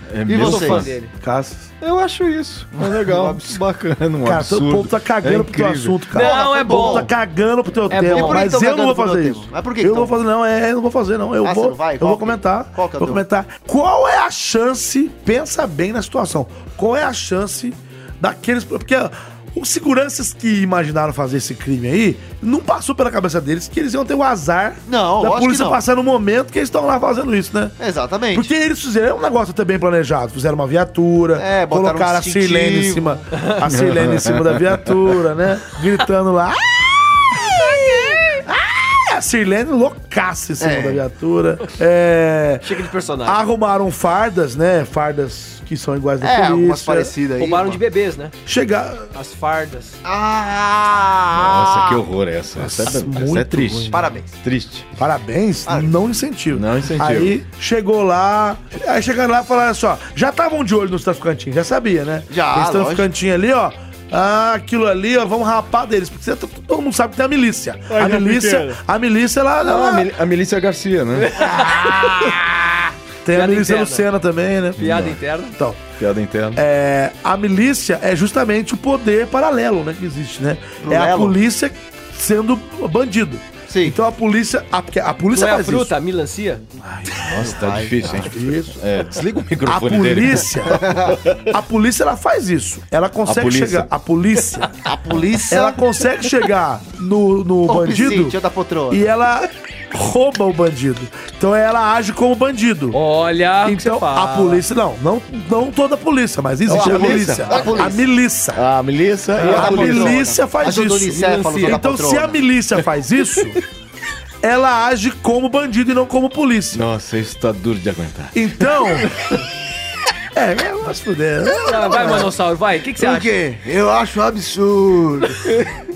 [SPEAKER 4] É
[SPEAKER 3] E
[SPEAKER 4] meu
[SPEAKER 2] Eu sou
[SPEAKER 3] vocês?
[SPEAKER 2] fã
[SPEAKER 4] fã.
[SPEAKER 2] dele.
[SPEAKER 1] Cassius.
[SPEAKER 4] Eu acho isso. É legal. bacana, um
[SPEAKER 1] Cara, todo
[SPEAKER 4] absurdo.
[SPEAKER 1] povo tá cagando pro teu assunto, cara.
[SPEAKER 2] não, é
[SPEAKER 3] foi bom, É
[SPEAKER 2] bom,
[SPEAKER 1] Tu tá cagando pro teu tempo,
[SPEAKER 3] bom.
[SPEAKER 1] mas
[SPEAKER 3] E por que
[SPEAKER 1] eu não
[SPEAKER 3] tão
[SPEAKER 1] vou
[SPEAKER 3] cagando pro
[SPEAKER 1] fazer
[SPEAKER 3] meu
[SPEAKER 1] isso.
[SPEAKER 3] tempo? Mas por que
[SPEAKER 1] eu
[SPEAKER 3] que
[SPEAKER 1] não vou
[SPEAKER 3] tão?
[SPEAKER 1] fazer, não, é, eu não vou fazer, não. Eu
[SPEAKER 3] Ah, você
[SPEAKER 1] vou,
[SPEAKER 3] não vai?
[SPEAKER 1] eu
[SPEAKER 3] Qual
[SPEAKER 1] vou
[SPEAKER 3] que-
[SPEAKER 1] comentar.
[SPEAKER 3] qual que é o
[SPEAKER 1] vou
[SPEAKER 3] teu?
[SPEAKER 1] comentar. Qual é a chance? Pensa bem na situação. Qual é a chance daqueles. Porque ó, os seguranças que imaginaram fazer esse crime aí, não passou pela cabeça deles que eles iam ter o azar
[SPEAKER 3] Não, lógico
[SPEAKER 1] da
[SPEAKER 3] que
[SPEAKER 1] polícia
[SPEAKER 3] não.
[SPEAKER 1] passar no momento que eles estão lá fazendo isso, né?
[SPEAKER 3] Exatamente.
[SPEAKER 1] Porque eles fizeram um negócio também planejado. Fizeram uma viatura,
[SPEAKER 3] É, botaram
[SPEAKER 1] colocaram
[SPEAKER 3] um
[SPEAKER 1] a Sirlene em
[SPEAKER 3] distintivo.
[SPEAKER 1] cima. A Sirlene em cima da viatura, né? Gritando lá. "Ai! Ai!" A Sirlene loucaça em cima
[SPEAKER 3] É.
[SPEAKER 1] da viatura. É,
[SPEAKER 2] Chega de personagem.
[SPEAKER 1] arrumaram fardas, né? Fardas que são iguais da
[SPEAKER 3] É, algumas
[SPEAKER 1] polícia.
[SPEAKER 3] parecidas aí.
[SPEAKER 2] Roubaram de bebês, né?
[SPEAKER 1] Chegar.
[SPEAKER 2] As fardas.
[SPEAKER 3] Ah!
[SPEAKER 4] Nossa, que horror essa. Essa, é- essa é
[SPEAKER 1] muito
[SPEAKER 4] triste.
[SPEAKER 1] ruim.
[SPEAKER 3] Parabéns.
[SPEAKER 4] Triste.
[SPEAKER 1] Parabéns,
[SPEAKER 3] Ah,
[SPEAKER 1] não incentivo.
[SPEAKER 4] Não incentivo.
[SPEAKER 1] Aí chegou lá, aí chegando lá falaram assim, ó, já estavam de olho nos traficantinhos, já sabia, né?
[SPEAKER 3] Já,
[SPEAKER 1] Os
[SPEAKER 3] lógico.
[SPEAKER 1] traficantinhos ali, ó. Ah, aquilo ali, ó, vamos rapar deles, porque t- t- todo mundo sabe que tem a milícia. a milícia, a milícia lá, lá-
[SPEAKER 10] Ah, a Melícia Garcia, né?
[SPEAKER 1] tem a
[SPEAKER 2] Piada
[SPEAKER 1] milícia
[SPEAKER 2] interna.
[SPEAKER 1] Lucena também, né?
[SPEAKER 2] Piada interna.
[SPEAKER 1] Então,
[SPEAKER 10] Piada interna.
[SPEAKER 1] é, a milícia é justamente o poder paralelo, né, que existe, né? É a
[SPEAKER 3] Paralelo.
[SPEAKER 1] polícia sendo bandido.
[SPEAKER 3] Sim.
[SPEAKER 1] Então a polícia, a, porque a polícia
[SPEAKER 2] Não é a
[SPEAKER 1] faz isso.
[SPEAKER 2] fruta, a melancia?
[SPEAKER 10] Nossa, tá difícil, hein?
[SPEAKER 1] Isso.
[SPEAKER 10] É, desliga o
[SPEAKER 1] A
[SPEAKER 10] microfone dele.
[SPEAKER 1] polícia, a polícia ela faz isso. Ela consegue
[SPEAKER 10] polícia.
[SPEAKER 1] chegar. A polícia,
[SPEAKER 3] A polícia.
[SPEAKER 1] ela consegue chegar no, no
[SPEAKER 3] Ô,
[SPEAKER 1] bandido
[SPEAKER 3] Vicente, eu da patroa.
[SPEAKER 1] e ela rouba o bandido. Então ela age como bandido.
[SPEAKER 2] Olha, o que
[SPEAKER 3] é
[SPEAKER 1] então
[SPEAKER 2] você fala.
[SPEAKER 1] a polícia não, não, não toda a polícia, mas existe
[SPEAKER 10] Não,
[SPEAKER 1] a,
[SPEAKER 10] a
[SPEAKER 1] polícia,
[SPEAKER 10] polícia.
[SPEAKER 1] a polícia, a milícia.
[SPEAKER 10] A Melícia e a
[SPEAKER 1] A
[SPEAKER 3] polícia.
[SPEAKER 1] milícia
[SPEAKER 3] A
[SPEAKER 1] faz
[SPEAKER 3] Dona
[SPEAKER 1] isso.
[SPEAKER 3] Unicéfalo, Dona
[SPEAKER 1] Então se
[SPEAKER 3] Patrona.
[SPEAKER 1] a milícia faz isso, ela age como bandido e não como polícia.
[SPEAKER 10] Nossa, isso tá duro de aguentar.
[SPEAKER 1] Então. é, eu gosto fuder.
[SPEAKER 2] Ah, Vai, Manossauro, vai. O que, que você
[SPEAKER 3] Por
[SPEAKER 2] acha?
[SPEAKER 3] quê? Eu acho um absurdo.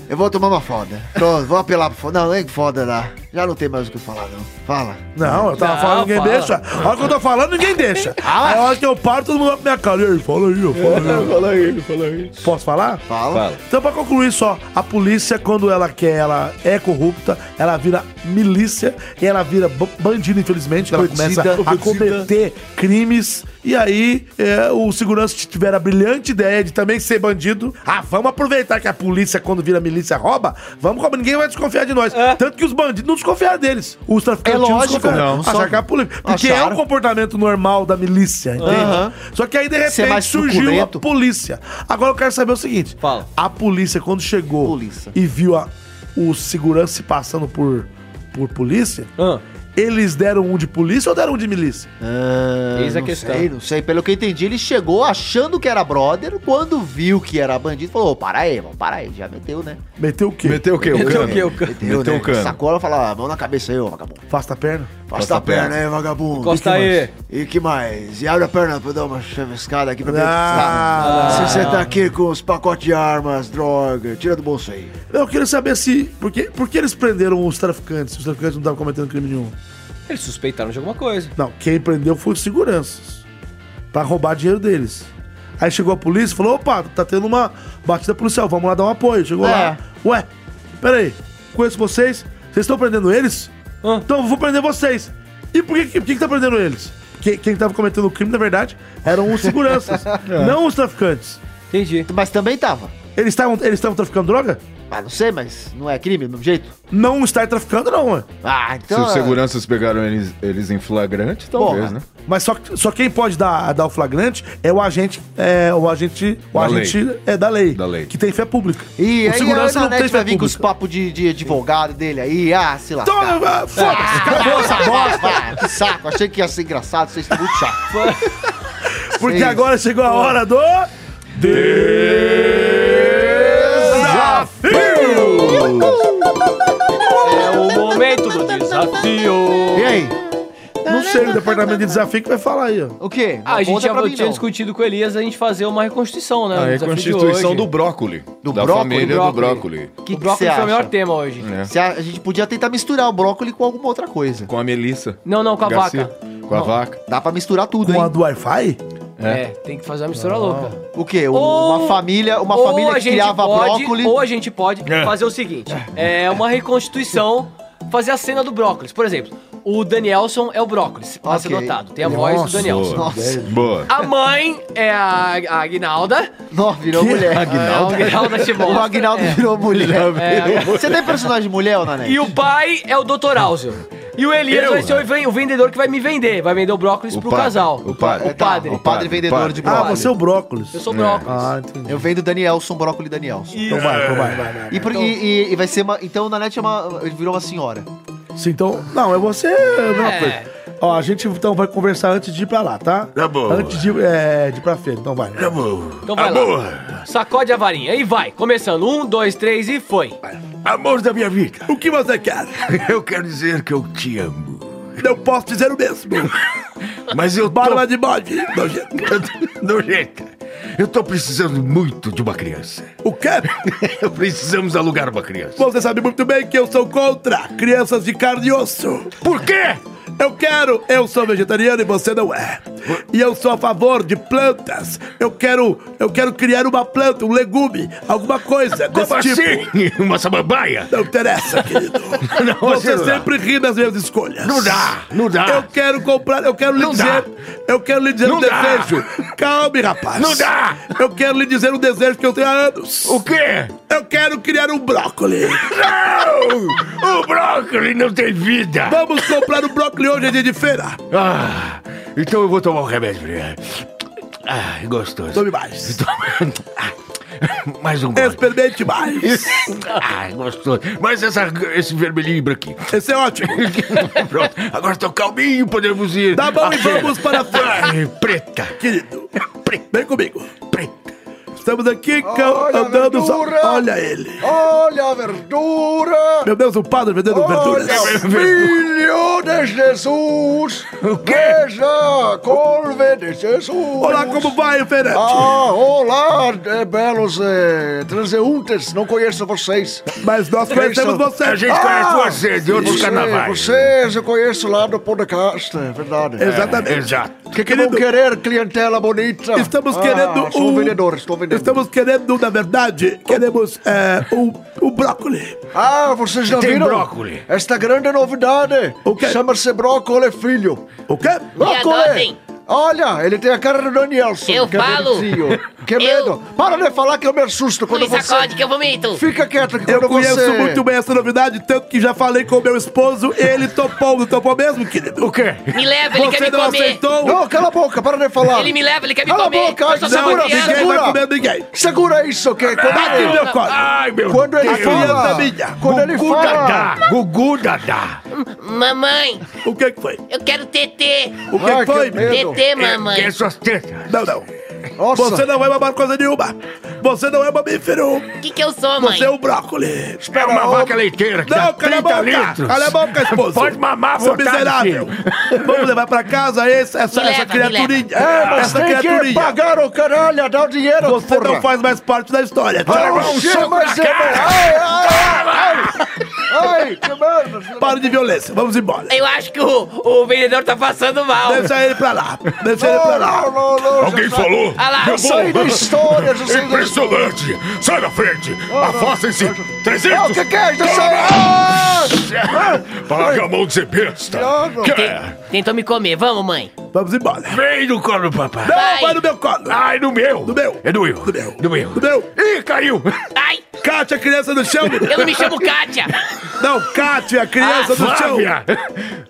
[SPEAKER 3] eu vou tomar uma foda. Pronto, vou apelar pra foda. Não, nem foda lá. Já não tem mais o que falar, não. Fala.
[SPEAKER 1] Não, eu tava
[SPEAKER 2] Não,
[SPEAKER 1] falando, ninguém
[SPEAKER 2] fala. Ah.
[SPEAKER 1] deixa. A hora que eu tô falando, ninguém deixa. Aí a hora que eu paro, todo mundo vai pra minha cara. E aí, fala aí, eu falo aí.
[SPEAKER 10] Fala aí, fala aí.
[SPEAKER 2] É.
[SPEAKER 1] Posso falar?
[SPEAKER 3] Fala.
[SPEAKER 10] Fala.
[SPEAKER 1] Então, pra concluir só, a polícia, quando ela quer, ela é corrupta, ela vira milícia, e ela vira b- bandido, infelizmente, ela
[SPEAKER 10] Bandida,
[SPEAKER 1] começa a
[SPEAKER 10] bandida.
[SPEAKER 1] cometer crimes. E aí, é, o segurança tiver a brilhante ideia de também ser bandido. Ah, vamos aproveitar que a polícia, quando vira milícia, rouba? Vamos como ninguém vai desconfiar de nós. Tanto que os bandidos não desconfiaram deles. Os traficantes
[SPEAKER 3] É lógico,
[SPEAKER 1] desconfiaram.
[SPEAKER 3] não,
[SPEAKER 1] Acharam
[SPEAKER 3] só-
[SPEAKER 1] que a polícia. Porque é
[SPEAKER 3] acharam.
[SPEAKER 1] um comportamento normal da milícia, entende?
[SPEAKER 3] Aham.
[SPEAKER 1] Só que aí, de
[SPEAKER 3] Ser
[SPEAKER 1] repente,
[SPEAKER 3] mais
[SPEAKER 1] surgiu a
[SPEAKER 3] truculento.
[SPEAKER 1] polícia. Agora eu quero saber o seguinte:
[SPEAKER 2] Fala.
[SPEAKER 1] a polícia, quando chegou
[SPEAKER 3] Polícia.
[SPEAKER 1] e viu a, o segurança se passando por, por polícia,
[SPEAKER 2] Ah,
[SPEAKER 1] eles deram um de polícia ou deram um de milícia?
[SPEAKER 3] Ah,
[SPEAKER 2] Eis a
[SPEAKER 3] não
[SPEAKER 2] questão.
[SPEAKER 3] sei, não sei. Pelo que eu entendi, ele chegou achando que era brother, quando viu que era bandido, falou, ô, para aí, mano, para aí. Já meteu, né?
[SPEAKER 1] Meteu o quê?
[SPEAKER 10] Meteu o quê? O
[SPEAKER 2] Meteu o
[SPEAKER 10] cano?
[SPEAKER 2] quê? O cano?
[SPEAKER 10] Meteu
[SPEAKER 3] né?
[SPEAKER 10] o cano.
[SPEAKER 3] Sacola, fala, ah, mão na cabeça aí, ô, vagabundo.
[SPEAKER 1] Afasta a perna.
[SPEAKER 3] Afasta a perna aí, vagabundo.
[SPEAKER 2] Costa
[SPEAKER 3] E que
[SPEAKER 2] aí.
[SPEAKER 3] mais? E que mais? E abre a perna pra eu dar uma chavescada aqui pra ver o que
[SPEAKER 1] Ah,
[SPEAKER 3] tá. Se você tá aqui com os pacotes de armas, droga, tira do bolso aí.
[SPEAKER 1] Eu queria saber se. Por que, por que eles prenderam os traficantes? Os traficantes não estavam cometendo crime nenhum.
[SPEAKER 2] eles suspeitaram de alguma coisa.
[SPEAKER 1] Não, quem prendeu foi os seguranças. Pra roubar dinheiro deles. Aí chegou a polícia e falou: opa, tá tendo uma batida policial, vamos lá dar um apoio. Chegou lá. Ué, peraí, conheço vocês? Vocês estão prendendo eles?
[SPEAKER 2] Hã?
[SPEAKER 1] Então eu vou prender vocês. E por que, por que, que tá prendendo eles? Porque quem tava cometendo o crime, na verdade, eram os seguranças, não os traficantes.
[SPEAKER 2] Entendi.
[SPEAKER 3] Mas também tava.
[SPEAKER 1] Eles estavam eles estavam traficando droga?
[SPEAKER 3] Mas não sei, mas não é crime do mesmo jeito?
[SPEAKER 1] Não estar traficando, não, ué.
[SPEAKER 3] Ah,
[SPEAKER 10] Se
[SPEAKER 3] então.
[SPEAKER 10] os seguranças pegaram eles, eles em flagrante, talvez,
[SPEAKER 3] Porra.
[SPEAKER 10] né?
[SPEAKER 1] Mas só, só quem pode dar, dar o flagrante é o agente. É, o agente. O
[SPEAKER 10] Da
[SPEAKER 1] agente é da lei.
[SPEAKER 10] Da lei.
[SPEAKER 1] Que tem fé pública.
[SPEAKER 3] ah, E
[SPEAKER 1] o
[SPEAKER 3] aí
[SPEAKER 1] segurança
[SPEAKER 3] a
[SPEAKER 1] não tem
[SPEAKER 3] internet
[SPEAKER 1] fé
[SPEAKER 3] vai vir com
[SPEAKER 1] pública.
[SPEAKER 3] os papos de, de advogado dele aí, ah, sei lá.
[SPEAKER 1] Então, ah, foda-se, acabou essa bosta.
[SPEAKER 3] Ah, que saco, achei que ia ser engraçado, vocês estão muito chato.
[SPEAKER 1] Porque
[SPEAKER 3] Sim.
[SPEAKER 1] agora chegou a hora do. Desafio!
[SPEAKER 2] É o momento do desafio.
[SPEAKER 3] E aí?
[SPEAKER 1] Não sei, o departamento de desafio que vai falar aí, ó.
[SPEAKER 3] O quê?
[SPEAKER 2] Ah, a
[SPEAKER 3] Não
[SPEAKER 2] gente
[SPEAKER 3] conta
[SPEAKER 2] já
[SPEAKER 3] pra mim,
[SPEAKER 2] tinha
[SPEAKER 3] não.
[SPEAKER 2] discutido com o Elias a gente fazer uma reconstituição, né?
[SPEAKER 10] A
[SPEAKER 2] no desafio de
[SPEAKER 10] reconstituição
[SPEAKER 2] hoje.
[SPEAKER 10] Ah, é do brócoli.
[SPEAKER 3] Do
[SPEAKER 10] da
[SPEAKER 3] brócoli,
[SPEAKER 10] família do brócoli.
[SPEAKER 2] Que
[SPEAKER 3] O que
[SPEAKER 2] brócolis
[SPEAKER 3] você
[SPEAKER 2] foi o melhor
[SPEAKER 3] acha?
[SPEAKER 2] tema hoje.
[SPEAKER 10] É.
[SPEAKER 3] Se a, a gente podia tentar misturar o brócolis com alguma outra coisa.
[SPEAKER 10] Com a Melissa.
[SPEAKER 2] Não, não, com a vaca.
[SPEAKER 10] Com a
[SPEAKER 2] Não.
[SPEAKER 10] vaca.
[SPEAKER 3] Dá pra misturar tudo,
[SPEAKER 1] Com a
[SPEAKER 3] hein?
[SPEAKER 1] do Wi-Fi?
[SPEAKER 2] É. tem que fazer uma mistura louca.
[SPEAKER 3] O quê? Um-
[SPEAKER 2] Ou-
[SPEAKER 3] uma família, uma
[SPEAKER 2] Ou
[SPEAKER 3] família
[SPEAKER 2] a
[SPEAKER 3] que
[SPEAKER 2] gente
[SPEAKER 3] criava
[SPEAKER 2] pode-
[SPEAKER 3] brócolis.
[SPEAKER 2] Ou a gente É pode fazer o seguinte: é uma reconstituição, fazer a cena do brócolis. Por exemplo, O Danielson é o brócolis, pra ser
[SPEAKER 3] Ok.
[SPEAKER 2] notado. Tem a voz do Danielson.
[SPEAKER 3] Nossa.
[SPEAKER 10] Boa.
[SPEAKER 2] A mãe é a, a Aguinalda.
[SPEAKER 3] Não, virou mulher.
[SPEAKER 2] Aguinalda? É, a Aguinalda Chibon.
[SPEAKER 3] O Agnaldo virou mulher. Você tem personagem mulher, né? ô Nanete?
[SPEAKER 2] É. E o pai é o Dr. Áuzio. E o Elias vai ser o ven- o vendedor que vai me vender. Vai vender o brócolis pro
[SPEAKER 10] padre,
[SPEAKER 2] casal.
[SPEAKER 10] né? o padre.
[SPEAKER 2] O padre.
[SPEAKER 3] O padre vendedor
[SPEAKER 10] padre.
[SPEAKER 3] de
[SPEAKER 1] Ah,
[SPEAKER 3] brócolis.
[SPEAKER 1] você é o brócolis.
[SPEAKER 2] Eu sou o
[SPEAKER 3] É.
[SPEAKER 2] brócolis.
[SPEAKER 1] Ah, entendi.
[SPEAKER 3] Eu venho do Danielson, brócolis Danielson.
[SPEAKER 1] Então vai, então vai, vai, vai.
[SPEAKER 3] E, por- e- e- e vai ser uma. Então o Nanete é uma, virou uma senhora.
[SPEAKER 1] Sim, então. Não, é você. É. a mesma coisa. Ó, a gente então vai conversar antes de ir pra lá, tá?
[SPEAKER 11] Tá bom.
[SPEAKER 1] Antes de, é, de ir pra feira, então vai.
[SPEAKER 10] tá.
[SPEAKER 11] Amor.
[SPEAKER 2] Então vai
[SPEAKER 11] amor.
[SPEAKER 2] lá. Sacode a varinha e vai. Começando. Um, dois, três e foi.
[SPEAKER 11] Amor da minha vida.
[SPEAKER 1] O que você quer?
[SPEAKER 11] Eu quero dizer que eu te amo.
[SPEAKER 1] Não posso dizer o mesmo.
[SPEAKER 11] Mas eu tô...
[SPEAKER 1] de bode.
[SPEAKER 11] Nojenta. Eu tô precisando muito de uma criança.
[SPEAKER 1] O quê?
[SPEAKER 11] Precisamos alugar uma criança.
[SPEAKER 1] Você sabe muito bem que eu sou contra crianças de carne e osso.
[SPEAKER 11] Por quê?
[SPEAKER 1] Eu quero, eu sou vegetariano e você não é. E eu sou a favor de plantas. Eu quero, eu quero criar uma planta, um legume, alguma coisa desse
[SPEAKER 11] Como
[SPEAKER 1] tipo.
[SPEAKER 11] assim? Uma samambaia?
[SPEAKER 1] Não interessa, querido. você
[SPEAKER 11] você não dá.
[SPEAKER 1] sempre ri das minhas escolhas.
[SPEAKER 11] Não dá, não dá.
[SPEAKER 1] Eu quero comprar, eu quero lhe
[SPEAKER 11] Não
[SPEAKER 1] dizer,
[SPEAKER 11] dá.
[SPEAKER 1] eu quero lhe dizer
[SPEAKER 11] Não
[SPEAKER 1] um
[SPEAKER 11] dá.
[SPEAKER 1] desejo. Calme, rapaz.
[SPEAKER 11] Não dá.
[SPEAKER 1] Eu quero lhe dizer um desejo que eu tenho há anos.
[SPEAKER 11] O quê?
[SPEAKER 1] Eu quero criar um brócoli.
[SPEAKER 11] Não! O brócolis não tem vida!
[SPEAKER 1] Vamos comprar um brócoli hoje, é dia de feira.
[SPEAKER 11] Ah, então eu vou tomar um remédio pra
[SPEAKER 10] né?
[SPEAKER 11] ele. Ah, gostoso.
[SPEAKER 1] Tome mais.
[SPEAKER 11] Mais um gole.
[SPEAKER 1] Experimente mais.
[SPEAKER 11] Ah, gostoso. Mas essa, esse vermelhinho aqui.
[SPEAKER 1] Esse é ótimo.
[SPEAKER 11] Pronto, agora estou calminho, podemos ir.
[SPEAKER 1] Tá bom,
[SPEAKER 11] à
[SPEAKER 1] e vamos para a feira.
[SPEAKER 11] Ai, preta.
[SPEAKER 1] Querido,
[SPEAKER 11] Preta,
[SPEAKER 1] vem comigo.
[SPEAKER 11] preta.
[SPEAKER 1] Estamos aqui cam-
[SPEAKER 10] Olha a
[SPEAKER 1] andando só.
[SPEAKER 10] verdura.
[SPEAKER 1] Olha ele.
[SPEAKER 10] Olha a verdura!
[SPEAKER 1] Meu Deus, o padre vendendo verduras.
[SPEAKER 10] Filho de Jesus! Veja a couve de Jesus!
[SPEAKER 1] Olá, como vai, Ferete?
[SPEAKER 10] Ah, olá, eh, belos eh, transeuntes, não conheço vocês.
[SPEAKER 1] Mas nós conhecemos você.
[SPEAKER 11] A gente
[SPEAKER 10] Ah,
[SPEAKER 11] conhece você de outros
[SPEAKER 10] Você-
[SPEAKER 11] carnavais.
[SPEAKER 10] Vocês eu conheço lá do podcast, é verdade.
[SPEAKER 1] Exatamente.
[SPEAKER 11] Exato.
[SPEAKER 10] O que, que vão querer, clientela bonita?
[SPEAKER 1] Estamos
[SPEAKER 10] Ah,
[SPEAKER 1] querendo
[SPEAKER 10] Sou
[SPEAKER 1] um-
[SPEAKER 10] vendedor, estou vendendo.
[SPEAKER 1] Estamos querendo, na verdade, queremos é, um, um brócoli.
[SPEAKER 10] Ah, vocês já
[SPEAKER 11] Tem
[SPEAKER 10] viram?
[SPEAKER 11] brócoli.
[SPEAKER 10] Esta grande novidade.
[SPEAKER 1] O quê?
[SPEAKER 10] Chama-se brócoli filho.
[SPEAKER 1] O quê?
[SPEAKER 5] adotem.
[SPEAKER 10] Olha, ele tem a cara do Danielson.
[SPEAKER 5] Eu
[SPEAKER 10] que é
[SPEAKER 5] falo.
[SPEAKER 10] bonitinho. Que
[SPEAKER 5] Eu-
[SPEAKER 10] medo. Para de falar que eu me assusto quando
[SPEAKER 5] Me
[SPEAKER 10] você...
[SPEAKER 5] sacode que eu vomito.
[SPEAKER 10] Fica quieto que
[SPEAKER 1] Eu
[SPEAKER 10] quando
[SPEAKER 1] conheço
[SPEAKER 10] você...
[SPEAKER 1] muito bem essa novidade, tanto que já falei com o meu esposo, ele topou, não topou mesmo, querido?
[SPEAKER 11] O quê?
[SPEAKER 5] Me leva, ele quer
[SPEAKER 1] Você
[SPEAKER 5] me
[SPEAKER 1] não
[SPEAKER 5] comer.
[SPEAKER 1] aceitou?
[SPEAKER 10] Não, cala a boca, para de falar.
[SPEAKER 5] Ele me leva, ele quer me
[SPEAKER 10] Cala a
[SPEAKER 5] comer.
[SPEAKER 10] boca,
[SPEAKER 5] eu sou
[SPEAKER 10] não,
[SPEAKER 5] uma
[SPEAKER 1] Ninguém
[SPEAKER 5] criança.
[SPEAKER 10] segura.
[SPEAKER 1] vai comer ninguém.
[SPEAKER 10] Segura isso, que é quando
[SPEAKER 1] Bate no
[SPEAKER 10] ele...
[SPEAKER 1] meu colo.
[SPEAKER 11] Ai, meu
[SPEAKER 10] Quando ele
[SPEAKER 11] Deus.
[SPEAKER 10] fala...
[SPEAKER 1] criança minha.
[SPEAKER 10] Quando ele
[SPEAKER 11] Gugu
[SPEAKER 10] fala...
[SPEAKER 11] Dadá. Gugu Dadá.
[SPEAKER 5] Mamãe,
[SPEAKER 1] O que que foi?
[SPEAKER 5] eu quero TT.
[SPEAKER 1] O que
[SPEAKER 10] Ah,
[SPEAKER 1] que foi?
[SPEAKER 10] que medo.
[SPEAKER 5] TT,
[SPEAKER 11] Quer
[SPEAKER 5] mamãe.
[SPEAKER 11] suas tetas.
[SPEAKER 1] Não, não.
[SPEAKER 10] Nossa.
[SPEAKER 1] Você não é mamar coisa nenhuma. Você não é mamífero.
[SPEAKER 5] O que, que eu sou, mãe?
[SPEAKER 1] Você é um brócoli.
[SPEAKER 11] É uma vaca leiteira que dá
[SPEAKER 1] Não, cala a
[SPEAKER 11] 30
[SPEAKER 1] boca!
[SPEAKER 11] litros.
[SPEAKER 1] Cala a boca, esposo!
[SPEAKER 11] Pode mamar à
[SPEAKER 1] Seu
[SPEAKER 11] vontade,
[SPEAKER 1] miserável! Vamos levar pra casa esse, essa,
[SPEAKER 5] Me
[SPEAKER 1] essa
[SPEAKER 5] leva, me
[SPEAKER 1] criaturinha!
[SPEAKER 10] É, mas
[SPEAKER 1] essa
[SPEAKER 10] tem que
[SPEAKER 1] criaturinha!
[SPEAKER 10] pagar o caralho, dá o dinheiro,
[SPEAKER 1] Você
[SPEAKER 10] porra.
[SPEAKER 1] não faz mais parte da história!
[SPEAKER 10] Vai
[SPEAKER 1] Tchau.
[SPEAKER 10] levar um soco mas é- Ai, ai, ai, ai, que merda.
[SPEAKER 1] Para de violência, vamos embora!
[SPEAKER 5] Eu acho que o, o vendedor tá passando mal.
[SPEAKER 1] Deixa ele pra lá! Deixa ele pra lá!
[SPEAKER 10] Não, não, não, já
[SPEAKER 11] Alguém
[SPEAKER 10] tá-
[SPEAKER 11] falou?
[SPEAKER 5] Ah lá,
[SPEAKER 11] Eu vou-
[SPEAKER 10] Sai da história, já sai da história.
[SPEAKER 11] Impressionante! Sai da frente! Afastem-se!
[SPEAKER 10] Ah, o
[SPEAKER 11] 300!
[SPEAKER 10] que que é? Já sai. Ah!
[SPEAKER 11] Larga a mão de ser besta!
[SPEAKER 10] Não,
[SPEAKER 11] Quer?
[SPEAKER 5] Te- Tentou me comer, vamos, mãe.
[SPEAKER 1] Vamos embora!
[SPEAKER 11] Vem no colo do papai!
[SPEAKER 1] Não,
[SPEAKER 5] Vai.
[SPEAKER 1] vai no meu colo!
[SPEAKER 11] Ai, no meu!
[SPEAKER 1] Do meu.
[SPEAKER 11] É do meu!
[SPEAKER 1] Do meu.
[SPEAKER 11] Do meu!
[SPEAKER 1] Do meu.
[SPEAKER 11] Ih, caiu!
[SPEAKER 5] Ai,
[SPEAKER 1] Cátia, criança do chão! menino.
[SPEAKER 5] eu não me chamo Kátia.
[SPEAKER 1] Não, Cátia, criança
[SPEAKER 5] Ah,
[SPEAKER 1] do chão!
[SPEAKER 11] Flávia!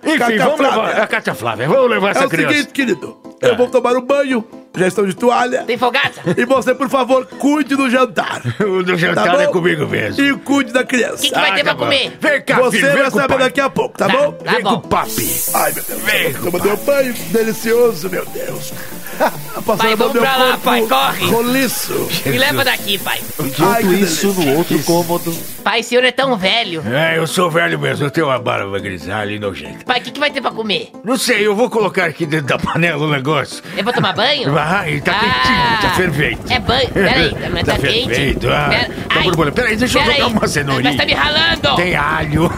[SPEAKER 11] Enfim,
[SPEAKER 1] Cátia
[SPEAKER 11] vamos
[SPEAKER 1] Flávia.
[SPEAKER 11] levar... A Cátia Flávia, vamos levar
[SPEAKER 1] É
[SPEAKER 11] essa
[SPEAKER 1] o
[SPEAKER 11] criança. Ah.
[SPEAKER 1] seguinte, querido, eu vou tomar um banho, já estou de toalha,
[SPEAKER 5] Tem folgada?
[SPEAKER 1] e você, por favor, cuide do jantar!
[SPEAKER 11] O do
[SPEAKER 1] Tá
[SPEAKER 11] jantar é
[SPEAKER 1] bom?
[SPEAKER 11] comigo mesmo.
[SPEAKER 1] E cuide da criança.
[SPEAKER 5] O que, que vai
[SPEAKER 11] Ah,
[SPEAKER 5] ter pra
[SPEAKER 11] tá bom.
[SPEAKER 5] comer?
[SPEAKER 11] Vem cá,
[SPEAKER 1] Você
[SPEAKER 11] filho,
[SPEAKER 1] vai
[SPEAKER 11] vem com o
[SPEAKER 1] saber
[SPEAKER 11] pai.
[SPEAKER 1] daqui a pouco, tá, bom?
[SPEAKER 5] Tá
[SPEAKER 11] Vem com o
[SPEAKER 5] bom.
[SPEAKER 11] papi.
[SPEAKER 1] Ai, meu Deus.
[SPEAKER 11] Vem com o
[SPEAKER 1] Tomando meu banho delicioso, meu Deus. Passando
[SPEAKER 5] Pai, vamos
[SPEAKER 1] meu
[SPEAKER 5] pra lá,
[SPEAKER 1] corpo
[SPEAKER 5] pai, corre.
[SPEAKER 1] Roliço.
[SPEAKER 5] Me leva daqui, pai.
[SPEAKER 1] Ai, que
[SPEAKER 3] Isso no outro cômodo.
[SPEAKER 5] Pai, o senhor é tão velho.
[SPEAKER 11] É, eu sou velho mesmo, eu tenho uma barba grisalha e nojenta.
[SPEAKER 5] Pai, o que, que vai ter pra comer?
[SPEAKER 11] Não sei, eu vou colocar aqui dentro da panela o negócio.
[SPEAKER 5] Eu vou tomar banho?
[SPEAKER 11] Vai, tá
[SPEAKER 5] Ah.
[SPEAKER 11] quentinho, tá fervendo.
[SPEAKER 5] É banho. Peraí, mas tá,
[SPEAKER 11] Tá
[SPEAKER 5] quente.
[SPEAKER 11] fervendo, ah. Tá borbulhando. Peraí, deixa eu
[SPEAKER 5] peraí.
[SPEAKER 11] jogar uma cenourinha.
[SPEAKER 5] Mas tá me ralando.
[SPEAKER 11] Tem alho,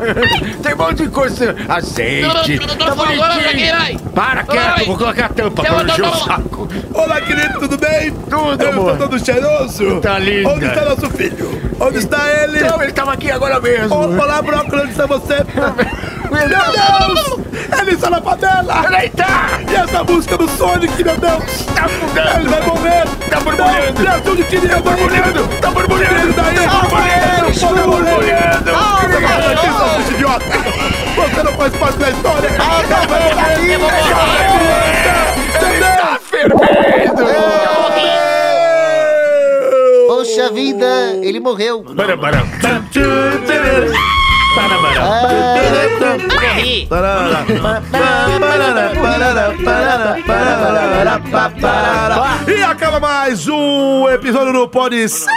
[SPEAKER 11] tem um monte de coisa, azeite,
[SPEAKER 5] Doutor, doutor,
[SPEAKER 11] tá
[SPEAKER 5] doutor, doutor,
[SPEAKER 11] bonitinho.
[SPEAKER 5] doutor, doutor.
[SPEAKER 11] Para, quieto,
[SPEAKER 5] Doutor,
[SPEAKER 11] vou colocar a tampa
[SPEAKER 5] doutor,
[SPEAKER 11] pra encher o
[SPEAKER 5] doutor.
[SPEAKER 11] saco.
[SPEAKER 1] Olá, querido, tudo bem?
[SPEAKER 11] Tudo,
[SPEAKER 1] Eu
[SPEAKER 11] amor.
[SPEAKER 1] tô todo cheiroso.
[SPEAKER 11] Tá linda.
[SPEAKER 1] Onde está nosso filho? Onde está ele?
[SPEAKER 11] Então, ele tava aqui agora mesmo.
[SPEAKER 1] Opa, lá, brócolis, onde está você? Meu Deus! Ele está na panela! Eita! E essa música do Sonic, meu Deus! Tá fudendo! Ele vai morrer! Tá borbulhando! Meu Deus, eu queria! Tá borbulhando! Tá borbulhando! Daí, borbulhando! Tá borbulhando! Tá Você vai fazer isso, seu bicho idiota! Você não faz parte da história! Ah, tá borbulhando!
[SPEAKER 3] Poxa vida, ele morreu.
[SPEAKER 1] Tá
[SPEAKER 5] Corri.
[SPEAKER 1] E acaba mais um episódio do Pode Ser.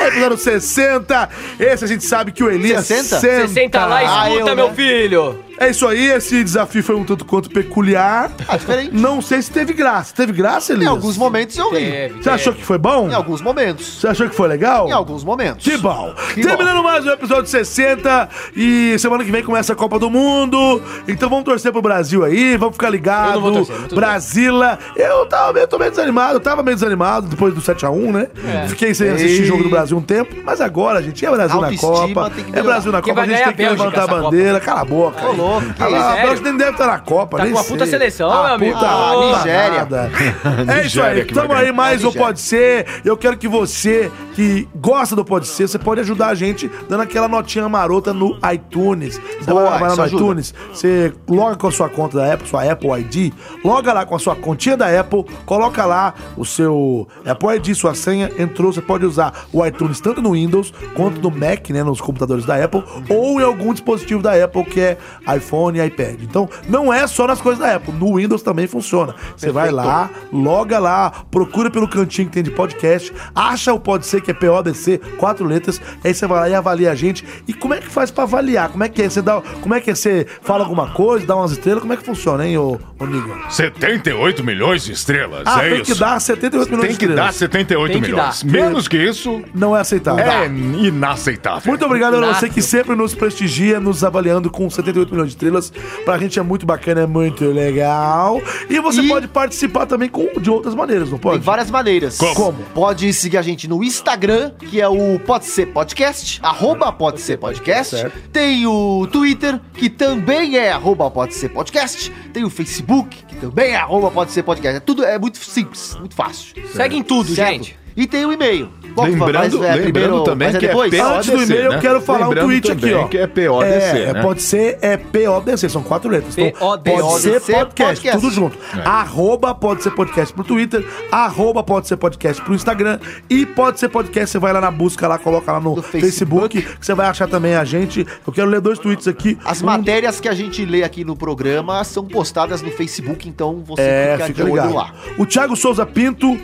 [SPEAKER 1] Episódio 60. Esse a gente sabe que o Elias
[SPEAKER 2] 60? 60 lá e
[SPEAKER 3] Ah,
[SPEAKER 2] escuta, Então,
[SPEAKER 3] né?
[SPEAKER 2] meu filho.
[SPEAKER 1] É isso aí, esse desafio foi um tanto quanto peculiar.
[SPEAKER 3] Ah, diferente.
[SPEAKER 1] Não sei se teve graça. Teve graça,
[SPEAKER 3] Em
[SPEAKER 1] Elias?
[SPEAKER 3] alguns momentos eu
[SPEAKER 2] É.
[SPEAKER 3] ri.
[SPEAKER 1] Você achou que foi bom?
[SPEAKER 3] Em alguns momentos.
[SPEAKER 1] Você achou que foi legal?
[SPEAKER 3] Em alguns momentos.
[SPEAKER 1] Que bom.
[SPEAKER 3] Que
[SPEAKER 1] Terminando mais um episódio 60 e semana que vem começa a Copa do Mundo. Então vamos torcer pro Brasil aí, vamos ficar ligado.
[SPEAKER 2] Eu não vou torcer, mas tudo
[SPEAKER 1] Brasila. Eu tava meio, tô meio desanimado, eu tava meio desanimado depois do 7 a 1, né?
[SPEAKER 2] É.
[SPEAKER 1] Fiquei sem assistir jogo do Brasil um tempo, mas agora, gente, é Brasil na
[SPEAKER 3] Autoestima
[SPEAKER 1] Copa.
[SPEAKER 3] tem que
[SPEAKER 1] É
[SPEAKER 3] melhorar.
[SPEAKER 1] Brasil na
[SPEAKER 2] Quem
[SPEAKER 1] Copa, a
[SPEAKER 2] vai
[SPEAKER 1] gente
[SPEAKER 2] ganhar
[SPEAKER 1] tem que
[SPEAKER 2] é a Bélgica
[SPEAKER 1] levantar a
[SPEAKER 2] essa
[SPEAKER 1] bandeira. Cala a boca.
[SPEAKER 3] Ô, louco, que
[SPEAKER 1] Ah, lá, a
[SPEAKER 2] sério?
[SPEAKER 1] Bélgica nem deve estar na Copa,
[SPEAKER 2] Tá
[SPEAKER 1] nem
[SPEAKER 2] com uma puta
[SPEAKER 1] sei.
[SPEAKER 2] seleção,
[SPEAKER 1] Ah,
[SPEAKER 2] meu amigo.
[SPEAKER 1] puta
[SPEAKER 2] Ah,
[SPEAKER 1] puta
[SPEAKER 3] Nigéria.
[SPEAKER 1] nada. é isso aí.
[SPEAKER 4] Nigéria que vai
[SPEAKER 1] Tamo aí,
[SPEAKER 4] ganhar.
[SPEAKER 1] mais um
[SPEAKER 3] Ah, Nigéria.
[SPEAKER 1] Pode Ser. Eu quero que você que gosta do Pode Ser, você pode ajudar a gente dando aquela notinha marota no iTunes. Você
[SPEAKER 3] Boa,
[SPEAKER 1] vai lá
[SPEAKER 3] isso
[SPEAKER 1] no
[SPEAKER 3] ajuda.
[SPEAKER 1] iTunes, você loga com a sua conta da Apple, sua Apple ID, loga lá com a sua continha da Apple, coloca lá o seu Apple ID, sua senha, entrou, você pode usar o iTunes tanto no Windows quanto no Mac, né, nos computadores da Apple, ou em algum dispositivo da Apple que é iPhone e iPad. Então, não é só nas coisas da Apple, no Windows também funciona. Você vai lá, loga lá, procura pelo cantinho que tem de podcast, acha o Pode Ser, que é PODC, quatro letras, aí você vai lá e avalia a gente. E como é que faz pra avaliar? Como é que é? Você dá, como é que é? Você fala alguma coisa, dá umas estrelas, como é que funciona, hein, ô, ô Nigo?
[SPEAKER 9] 78 milhões de estrelas,
[SPEAKER 1] Ah,
[SPEAKER 9] é
[SPEAKER 1] tem
[SPEAKER 9] isso.
[SPEAKER 1] que dar 78 milhões
[SPEAKER 9] Tem que dar 78
[SPEAKER 2] Tem que
[SPEAKER 9] milhões.
[SPEAKER 2] dar.
[SPEAKER 9] Menos que isso
[SPEAKER 1] Não é aceitável.
[SPEAKER 9] é inaceitável.
[SPEAKER 1] Muito obrigado a você
[SPEAKER 2] Nato.
[SPEAKER 1] que sempre nos prestigia, nos avaliando com 78 milhões de estrelas. Pra gente é muito bacana, é muito legal. E você
[SPEAKER 3] E-
[SPEAKER 1] pode participar também com, de outras maneiras, não
[SPEAKER 3] Tem
[SPEAKER 1] pode?
[SPEAKER 3] várias maneiras.
[SPEAKER 9] Como?
[SPEAKER 1] Como?
[SPEAKER 3] Pode seguir a gente no Instagram, que é o Pode Ser Podcast, arroba Pode Ser Podcast.
[SPEAKER 1] Certo.
[SPEAKER 3] Tem o Twitter, que também é arroba Pode Ser Podcast. Tem o Facebook, que também é arroba Pode Ser Podcast. É tudo é muito simples, muito fácil.
[SPEAKER 2] Segue em tudo,
[SPEAKER 3] Certo?
[SPEAKER 2] gente.
[SPEAKER 3] E tem o e-mail. Qual que vai-
[SPEAKER 4] Lembrando,
[SPEAKER 3] mas é
[SPEAKER 4] lembrando
[SPEAKER 3] primeiro-
[SPEAKER 4] também
[SPEAKER 3] mas é
[SPEAKER 4] que é
[SPEAKER 3] depois?
[SPEAKER 4] PODC,
[SPEAKER 1] Antes do e-mail,
[SPEAKER 4] né?
[SPEAKER 1] eu quero falar
[SPEAKER 4] Lembrando
[SPEAKER 1] um tweet aqui,
[SPEAKER 4] também
[SPEAKER 1] ó.
[SPEAKER 4] que é PODC,
[SPEAKER 1] É,
[SPEAKER 4] né?
[SPEAKER 1] pode ser, é PODC, são quatro letras. Então,
[SPEAKER 2] PODC,
[SPEAKER 1] pode ser podcast,
[SPEAKER 3] podcast.
[SPEAKER 1] tudo junto.
[SPEAKER 4] É.
[SPEAKER 1] Arroba pode ser podcast pro Twitter, arroba pode ser podcast pro Instagram e pode ser podcast, você vai lá na busca, lá, coloca lá no
[SPEAKER 3] Do
[SPEAKER 1] Facebook,
[SPEAKER 3] Facebook.
[SPEAKER 1] que você vai achar também a gente. Eu quero ler dois tweets aqui.
[SPEAKER 4] Assim
[SPEAKER 3] As
[SPEAKER 1] Um-
[SPEAKER 3] matérias que a gente lê aqui no programa são postadas no Facebook, então você
[SPEAKER 1] É,
[SPEAKER 3] fica,
[SPEAKER 1] fica
[SPEAKER 3] de olho
[SPEAKER 1] ligado.
[SPEAKER 3] lá.
[SPEAKER 1] O Thiago Souza Pinto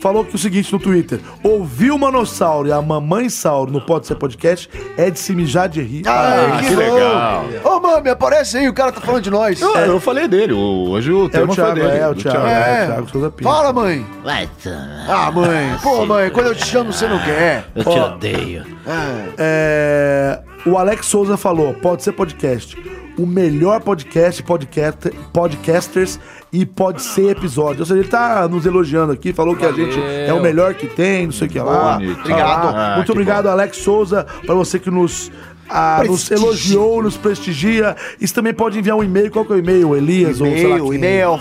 [SPEAKER 1] falou que o seguinte no Twitter: ouviu o Manossauro e a Mamãe Sauro no Pode Ser Podcast é de se mijar de rir.
[SPEAKER 4] Ah,
[SPEAKER 10] Ai,
[SPEAKER 9] Ah, que
[SPEAKER 10] bom.
[SPEAKER 9] legal.
[SPEAKER 10] Ô, mami, aparece aí, o cara tá falando de nós.
[SPEAKER 4] Eu, eu falei dele, o- hoje o
[SPEAKER 1] é o
[SPEAKER 4] tema foi
[SPEAKER 1] Thiago,
[SPEAKER 4] dele.
[SPEAKER 1] é o
[SPEAKER 4] do
[SPEAKER 1] Thiago, é o Thiago Souza Pinto.
[SPEAKER 10] Fala, mãe.
[SPEAKER 7] Vai tomar.
[SPEAKER 10] Ah, mãe. Pô, mãe, quando eu te chamo, você não quer.
[SPEAKER 7] Eu te odeio.
[SPEAKER 1] É, o Alex Souza falou, pode ser podcast. O melhor podcast, podcast, podcasters e pode ser episódio. Ou seja, ele tá nos elogiando aqui, falou que a gente é o melhor que tem, não sei o que lá.
[SPEAKER 4] Bonito.
[SPEAKER 1] Obrigado.
[SPEAKER 4] Ah,
[SPEAKER 1] Muito
[SPEAKER 4] que
[SPEAKER 1] obrigado, Alex Souza, pra você que nos, ah, nos
[SPEAKER 3] Prestigia.
[SPEAKER 1] elogiou, nos prestigia. E você também pode enviar um e-mail. Qual que é o e-mail? Elias ou sei lá
[SPEAKER 3] E-mail,
[SPEAKER 1] quem?
[SPEAKER 3] e-mail,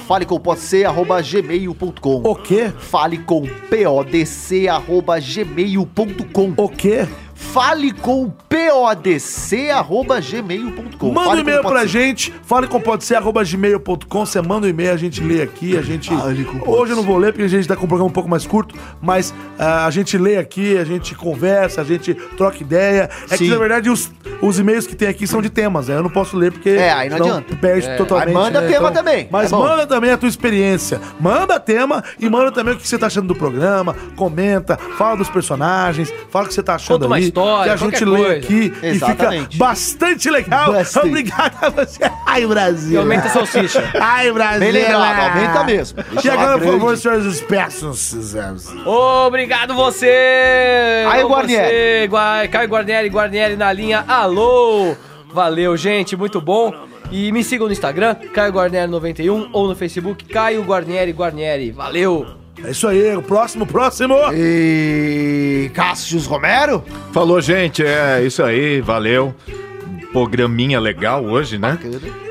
[SPEAKER 3] falecompodc.gmail.com.
[SPEAKER 1] O quê?
[SPEAKER 3] Fale com PODC arroba gmail.com.
[SPEAKER 1] O quê?
[SPEAKER 3] Fale com PODC arroba gmail.com.
[SPEAKER 1] Manda um
[SPEAKER 3] Fale com
[SPEAKER 1] e-mail
[SPEAKER 3] o
[SPEAKER 1] pra
[SPEAKER 3] PODC.
[SPEAKER 1] gente, fale com pode ser, arroba gmail.com, você manda um e-mail, a gente lê aqui, a gente...
[SPEAKER 3] Fale com pode
[SPEAKER 1] Hoje eu não vou ler, porque a gente tá com um programa um pouco mais curto, mas ah, a gente lê aqui, a gente conversa, a gente troca ideia. É que,
[SPEAKER 3] Sim.
[SPEAKER 1] na verdade, os, os e-mails que tem aqui são de temas, né? Eu não posso ler, porque...
[SPEAKER 3] É, aí não
[SPEAKER 1] senão
[SPEAKER 3] adianta.
[SPEAKER 1] Perde totalmente,
[SPEAKER 3] Mas manda
[SPEAKER 1] né?
[SPEAKER 3] tema também,
[SPEAKER 1] Mas
[SPEAKER 3] é bom.
[SPEAKER 1] manda também a tua experiência. Manda tema e manda também o que você tá achando do programa, comenta, fala dos personagens, fala o que você tá achando
[SPEAKER 2] Conta uma
[SPEAKER 1] aí,
[SPEAKER 2] história,
[SPEAKER 1] que a gente
[SPEAKER 2] qualquer
[SPEAKER 1] lê
[SPEAKER 2] coisa.
[SPEAKER 1] aqui e fica
[SPEAKER 3] Exatamente.
[SPEAKER 1] bastante legal.
[SPEAKER 3] Bastante.
[SPEAKER 1] Obrigado a você. Ai,
[SPEAKER 2] E
[SPEAKER 1] Brasil.
[SPEAKER 2] aumenta a salsicha.
[SPEAKER 1] Ai, Brasil.
[SPEAKER 3] Bem lembrado, aumenta mesmo.
[SPEAKER 1] E
[SPEAKER 3] Deixa lá
[SPEAKER 1] agora, por
[SPEAKER 3] grande.
[SPEAKER 1] favor, senhores espessos.
[SPEAKER 2] Obrigado você!
[SPEAKER 3] Aí,
[SPEAKER 2] Ô,
[SPEAKER 3] Guarnieri.
[SPEAKER 2] você, Gua- Caio Guarnieri, Guarnieri na linha. Alô! Valeu, gente, muito bom. E me sigam no Instagram, Caio Guarnieri91, ou no Facebook, Caio Guarnieri Guarnieri. Valeu!
[SPEAKER 1] É isso aí. O próximo, próximo.
[SPEAKER 3] E Cássius Romero?
[SPEAKER 4] Falou, gente, é isso aí, valeu. programinha legal hoje, né?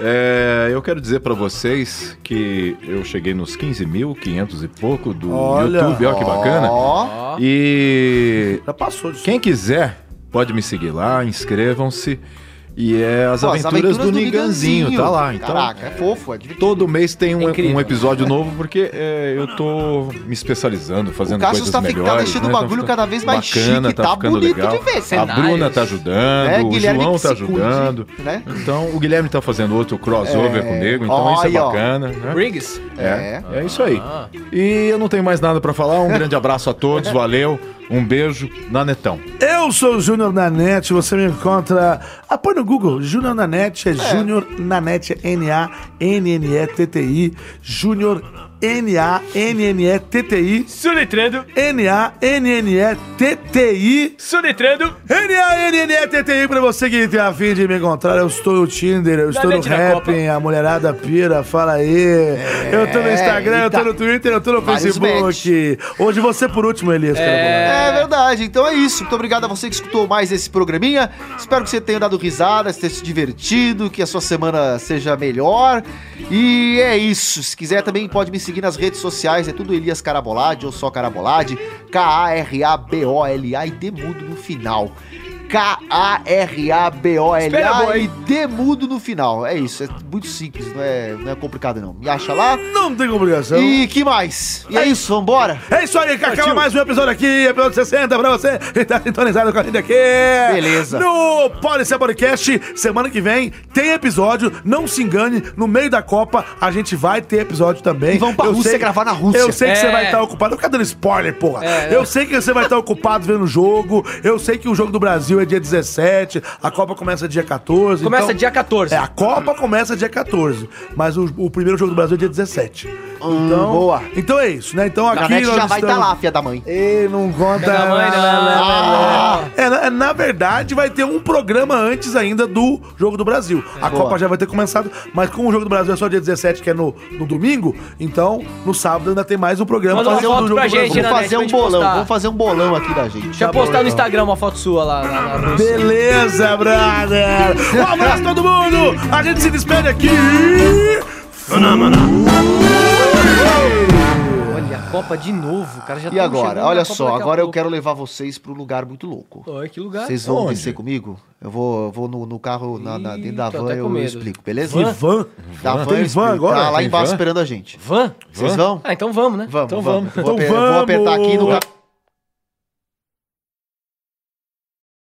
[SPEAKER 4] É, eu quero dizer pra vocês que eu cheguei nos 15.500 e pouco do
[SPEAKER 1] Olha.
[SPEAKER 4] YouTube, olha que bacana.
[SPEAKER 1] Ó.
[SPEAKER 4] E
[SPEAKER 1] Já passou disso.
[SPEAKER 4] quem quiser pode me seguir lá, inscrevam-se. E é as,
[SPEAKER 3] Pô,
[SPEAKER 4] aventuras, do, Niganzinho, tá lá. Então,
[SPEAKER 3] Caraca, é fofo, é divertido.
[SPEAKER 4] Todo mês tem um,
[SPEAKER 3] incrível.
[SPEAKER 4] um episódio novo, porque é, eu tô me especializando, fazendo
[SPEAKER 3] O Cassius
[SPEAKER 4] coisas
[SPEAKER 3] tá fi- tá
[SPEAKER 4] melhores.
[SPEAKER 3] deixando
[SPEAKER 4] né?
[SPEAKER 3] o bagulho
[SPEAKER 4] ficando
[SPEAKER 3] cada vez mais
[SPEAKER 4] bacana,
[SPEAKER 3] chique,
[SPEAKER 4] tá,
[SPEAKER 3] tá
[SPEAKER 4] ficando
[SPEAKER 3] bonito
[SPEAKER 4] legal.
[SPEAKER 3] de ver,
[SPEAKER 4] A
[SPEAKER 3] cenários.
[SPEAKER 4] Bruna tá ajudando,
[SPEAKER 3] É,
[SPEAKER 4] o
[SPEAKER 3] Guilherme
[SPEAKER 4] João
[SPEAKER 3] que
[SPEAKER 4] tá
[SPEAKER 3] se cuide, né?
[SPEAKER 4] ajudando. Então, o Guilherme tá fazendo outro crossover
[SPEAKER 3] É.
[SPEAKER 4] comigo, então isso é
[SPEAKER 3] Olha, ó.
[SPEAKER 4] bacana. Né?
[SPEAKER 2] Briggs?
[SPEAKER 4] É, é isso aí. E eu não tenho mais nada pra falar, um grande abraço a todos, valeu, um beijo, Nanetão.
[SPEAKER 1] Eu sou o Júnior Nanete, você me encontra. Ah, põe no Google, Júnior Nanete, é, Júnior Nanete, N-A-N-N-E-T-T-I, Júnior N-A-N-N-E-T-T-I.
[SPEAKER 2] Soletrando.
[SPEAKER 1] N-A-N-N-E-T-T-I.
[SPEAKER 2] Soletrando.
[SPEAKER 1] N-A-N-N-E-T-T-I, pra você que tem a fim de me encontrar, eu estou no Tinder, eu estou no
[SPEAKER 2] Nanete na Copa.
[SPEAKER 1] Rapping, a mulherada pira, fala aí. eu tô no Instagram, eu
[SPEAKER 3] eita.
[SPEAKER 1] tô no Twitter, eu tô no
[SPEAKER 3] Vários
[SPEAKER 1] Facebook. Hoje você por último, Elias. Carbolari.
[SPEAKER 3] É verdade, então é isso. Muito obrigado a você que escutou mais esse programinha. Espero que você tenha dado risadas, tenha se divertido, que a sua semana seja melhor. E é isso. Se quiser também pode me seguir nas redes sociais, é tudo Elias Carabolade ou só Carabolade, K-A-R-A-B-O-L-A e Demudo no final.
[SPEAKER 2] Espera,
[SPEAKER 3] K-A-R-A-B-O-L-A
[SPEAKER 2] boy.
[SPEAKER 3] e Demudo no final. É isso, é muito simples, não é, não é complicado não. Me acha lá.
[SPEAKER 1] Não tem
[SPEAKER 4] Então-
[SPEAKER 1] complicação.
[SPEAKER 3] E que mais? E é isso, vambora?
[SPEAKER 1] É isso aí, que acaba mais um episódio aqui, episódio 60 pra você que tá sintonizado com a gente aqui.
[SPEAKER 3] Beleza.
[SPEAKER 1] No Policia Podcast, semana que vem tem episódio, não se engane, no meio da Copa a gente vai ter episódio também.
[SPEAKER 3] E vamos pra
[SPEAKER 1] Eu
[SPEAKER 3] Rússia
[SPEAKER 1] sei-
[SPEAKER 3] gravar na Rússia.
[SPEAKER 1] Eu sei que você
[SPEAKER 2] É.
[SPEAKER 1] vai estar ocupado, não fica dando spoiler, porra.
[SPEAKER 2] É,
[SPEAKER 1] eu
[SPEAKER 2] é.
[SPEAKER 1] sei que você vai estar ocupado vendo o jogo, eu sei que o jogo do Brasil é dia 17, a Copa começa dia 14.
[SPEAKER 2] Começa
[SPEAKER 1] então-
[SPEAKER 2] dia 14.
[SPEAKER 1] É, a Copa começa dia 14, mas o, o primeiro jogo do Brasil é dia 17. então,
[SPEAKER 3] boa.
[SPEAKER 1] Então é isso, né? Então aqui
[SPEAKER 3] A net
[SPEAKER 1] nós
[SPEAKER 3] já vai estar
[SPEAKER 1] estamos-
[SPEAKER 3] lá, filha da mãe.
[SPEAKER 1] Ei, não conta.
[SPEAKER 2] Filha da mãe, né, não,
[SPEAKER 1] Ah! É, na, na verdade, vai ter um programa antes ainda do Jogo do Brasil. a
[SPEAKER 3] Boa.
[SPEAKER 1] Copa já vai ter começado, mas como o Jogo do Brasil é só dia 17, que é no, no domingo, então no sábado ainda tem mais um programa
[SPEAKER 2] Manda uma
[SPEAKER 1] fazendo
[SPEAKER 2] foto
[SPEAKER 1] do Jogo
[SPEAKER 2] pra
[SPEAKER 1] do
[SPEAKER 2] gente,
[SPEAKER 1] Brasil.
[SPEAKER 2] né?
[SPEAKER 3] Vamos fazer
[SPEAKER 2] pra
[SPEAKER 3] um
[SPEAKER 2] gente
[SPEAKER 3] bolão,
[SPEAKER 2] postar.
[SPEAKER 3] vamos fazer um bolão aqui da gente.
[SPEAKER 2] Deixa eu postar no
[SPEAKER 1] então.
[SPEAKER 2] Instagram uma foto sua lá. lá, lá no-
[SPEAKER 1] Beleza, brother! Um abraço a todo mundo! A gente se despede aqui!
[SPEAKER 2] Olha, a Copa de novo, cara. Já tá-
[SPEAKER 3] E agora? Olha só, agora eu quero levar vocês para um lugar muito louco.
[SPEAKER 2] Olha que lugar.
[SPEAKER 3] Vocês vão descer comigo? Eu vou, eu vou no, no carro, na, na- dentro da
[SPEAKER 2] Ih, tô
[SPEAKER 3] van,
[SPEAKER 2] até com
[SPEAKER 3] eu
[SPEAKER 2] medo.
[SPEAKER 3] explico, beleza?
[SPEAKER 1] Que van!
[SPEAKER 3] Da van,
[SPEAKER 1] Tem
[SPEAKER 3] eu explico.
[SPEAKER 1] van agora?
[SPEAKER 3] Tá lá
[SPEAKER 1] Tem
[SPEAKER 3] embaixo
[SPEAKER 1] van?
[SPEAKER 3] esperando a gente.
[SPEAKER 2] Van?
[SPEAKER 3] Vocês vão?
[SPEAKER 2] Ah, então vamos, né?
[SPEAKER 3] Vamos,
[SPEAKER 2] então
[SPEAKER 3] vamos.
[SPEAKER 2] vamos.
[SPEAKER 3] Eu Vou,
[SPEAKER 1] Então
[SPEAKER 3] aper- eu vou apertar aqui no...
[SPEAKER 1] vamos!
[SPEAKER 3] ca-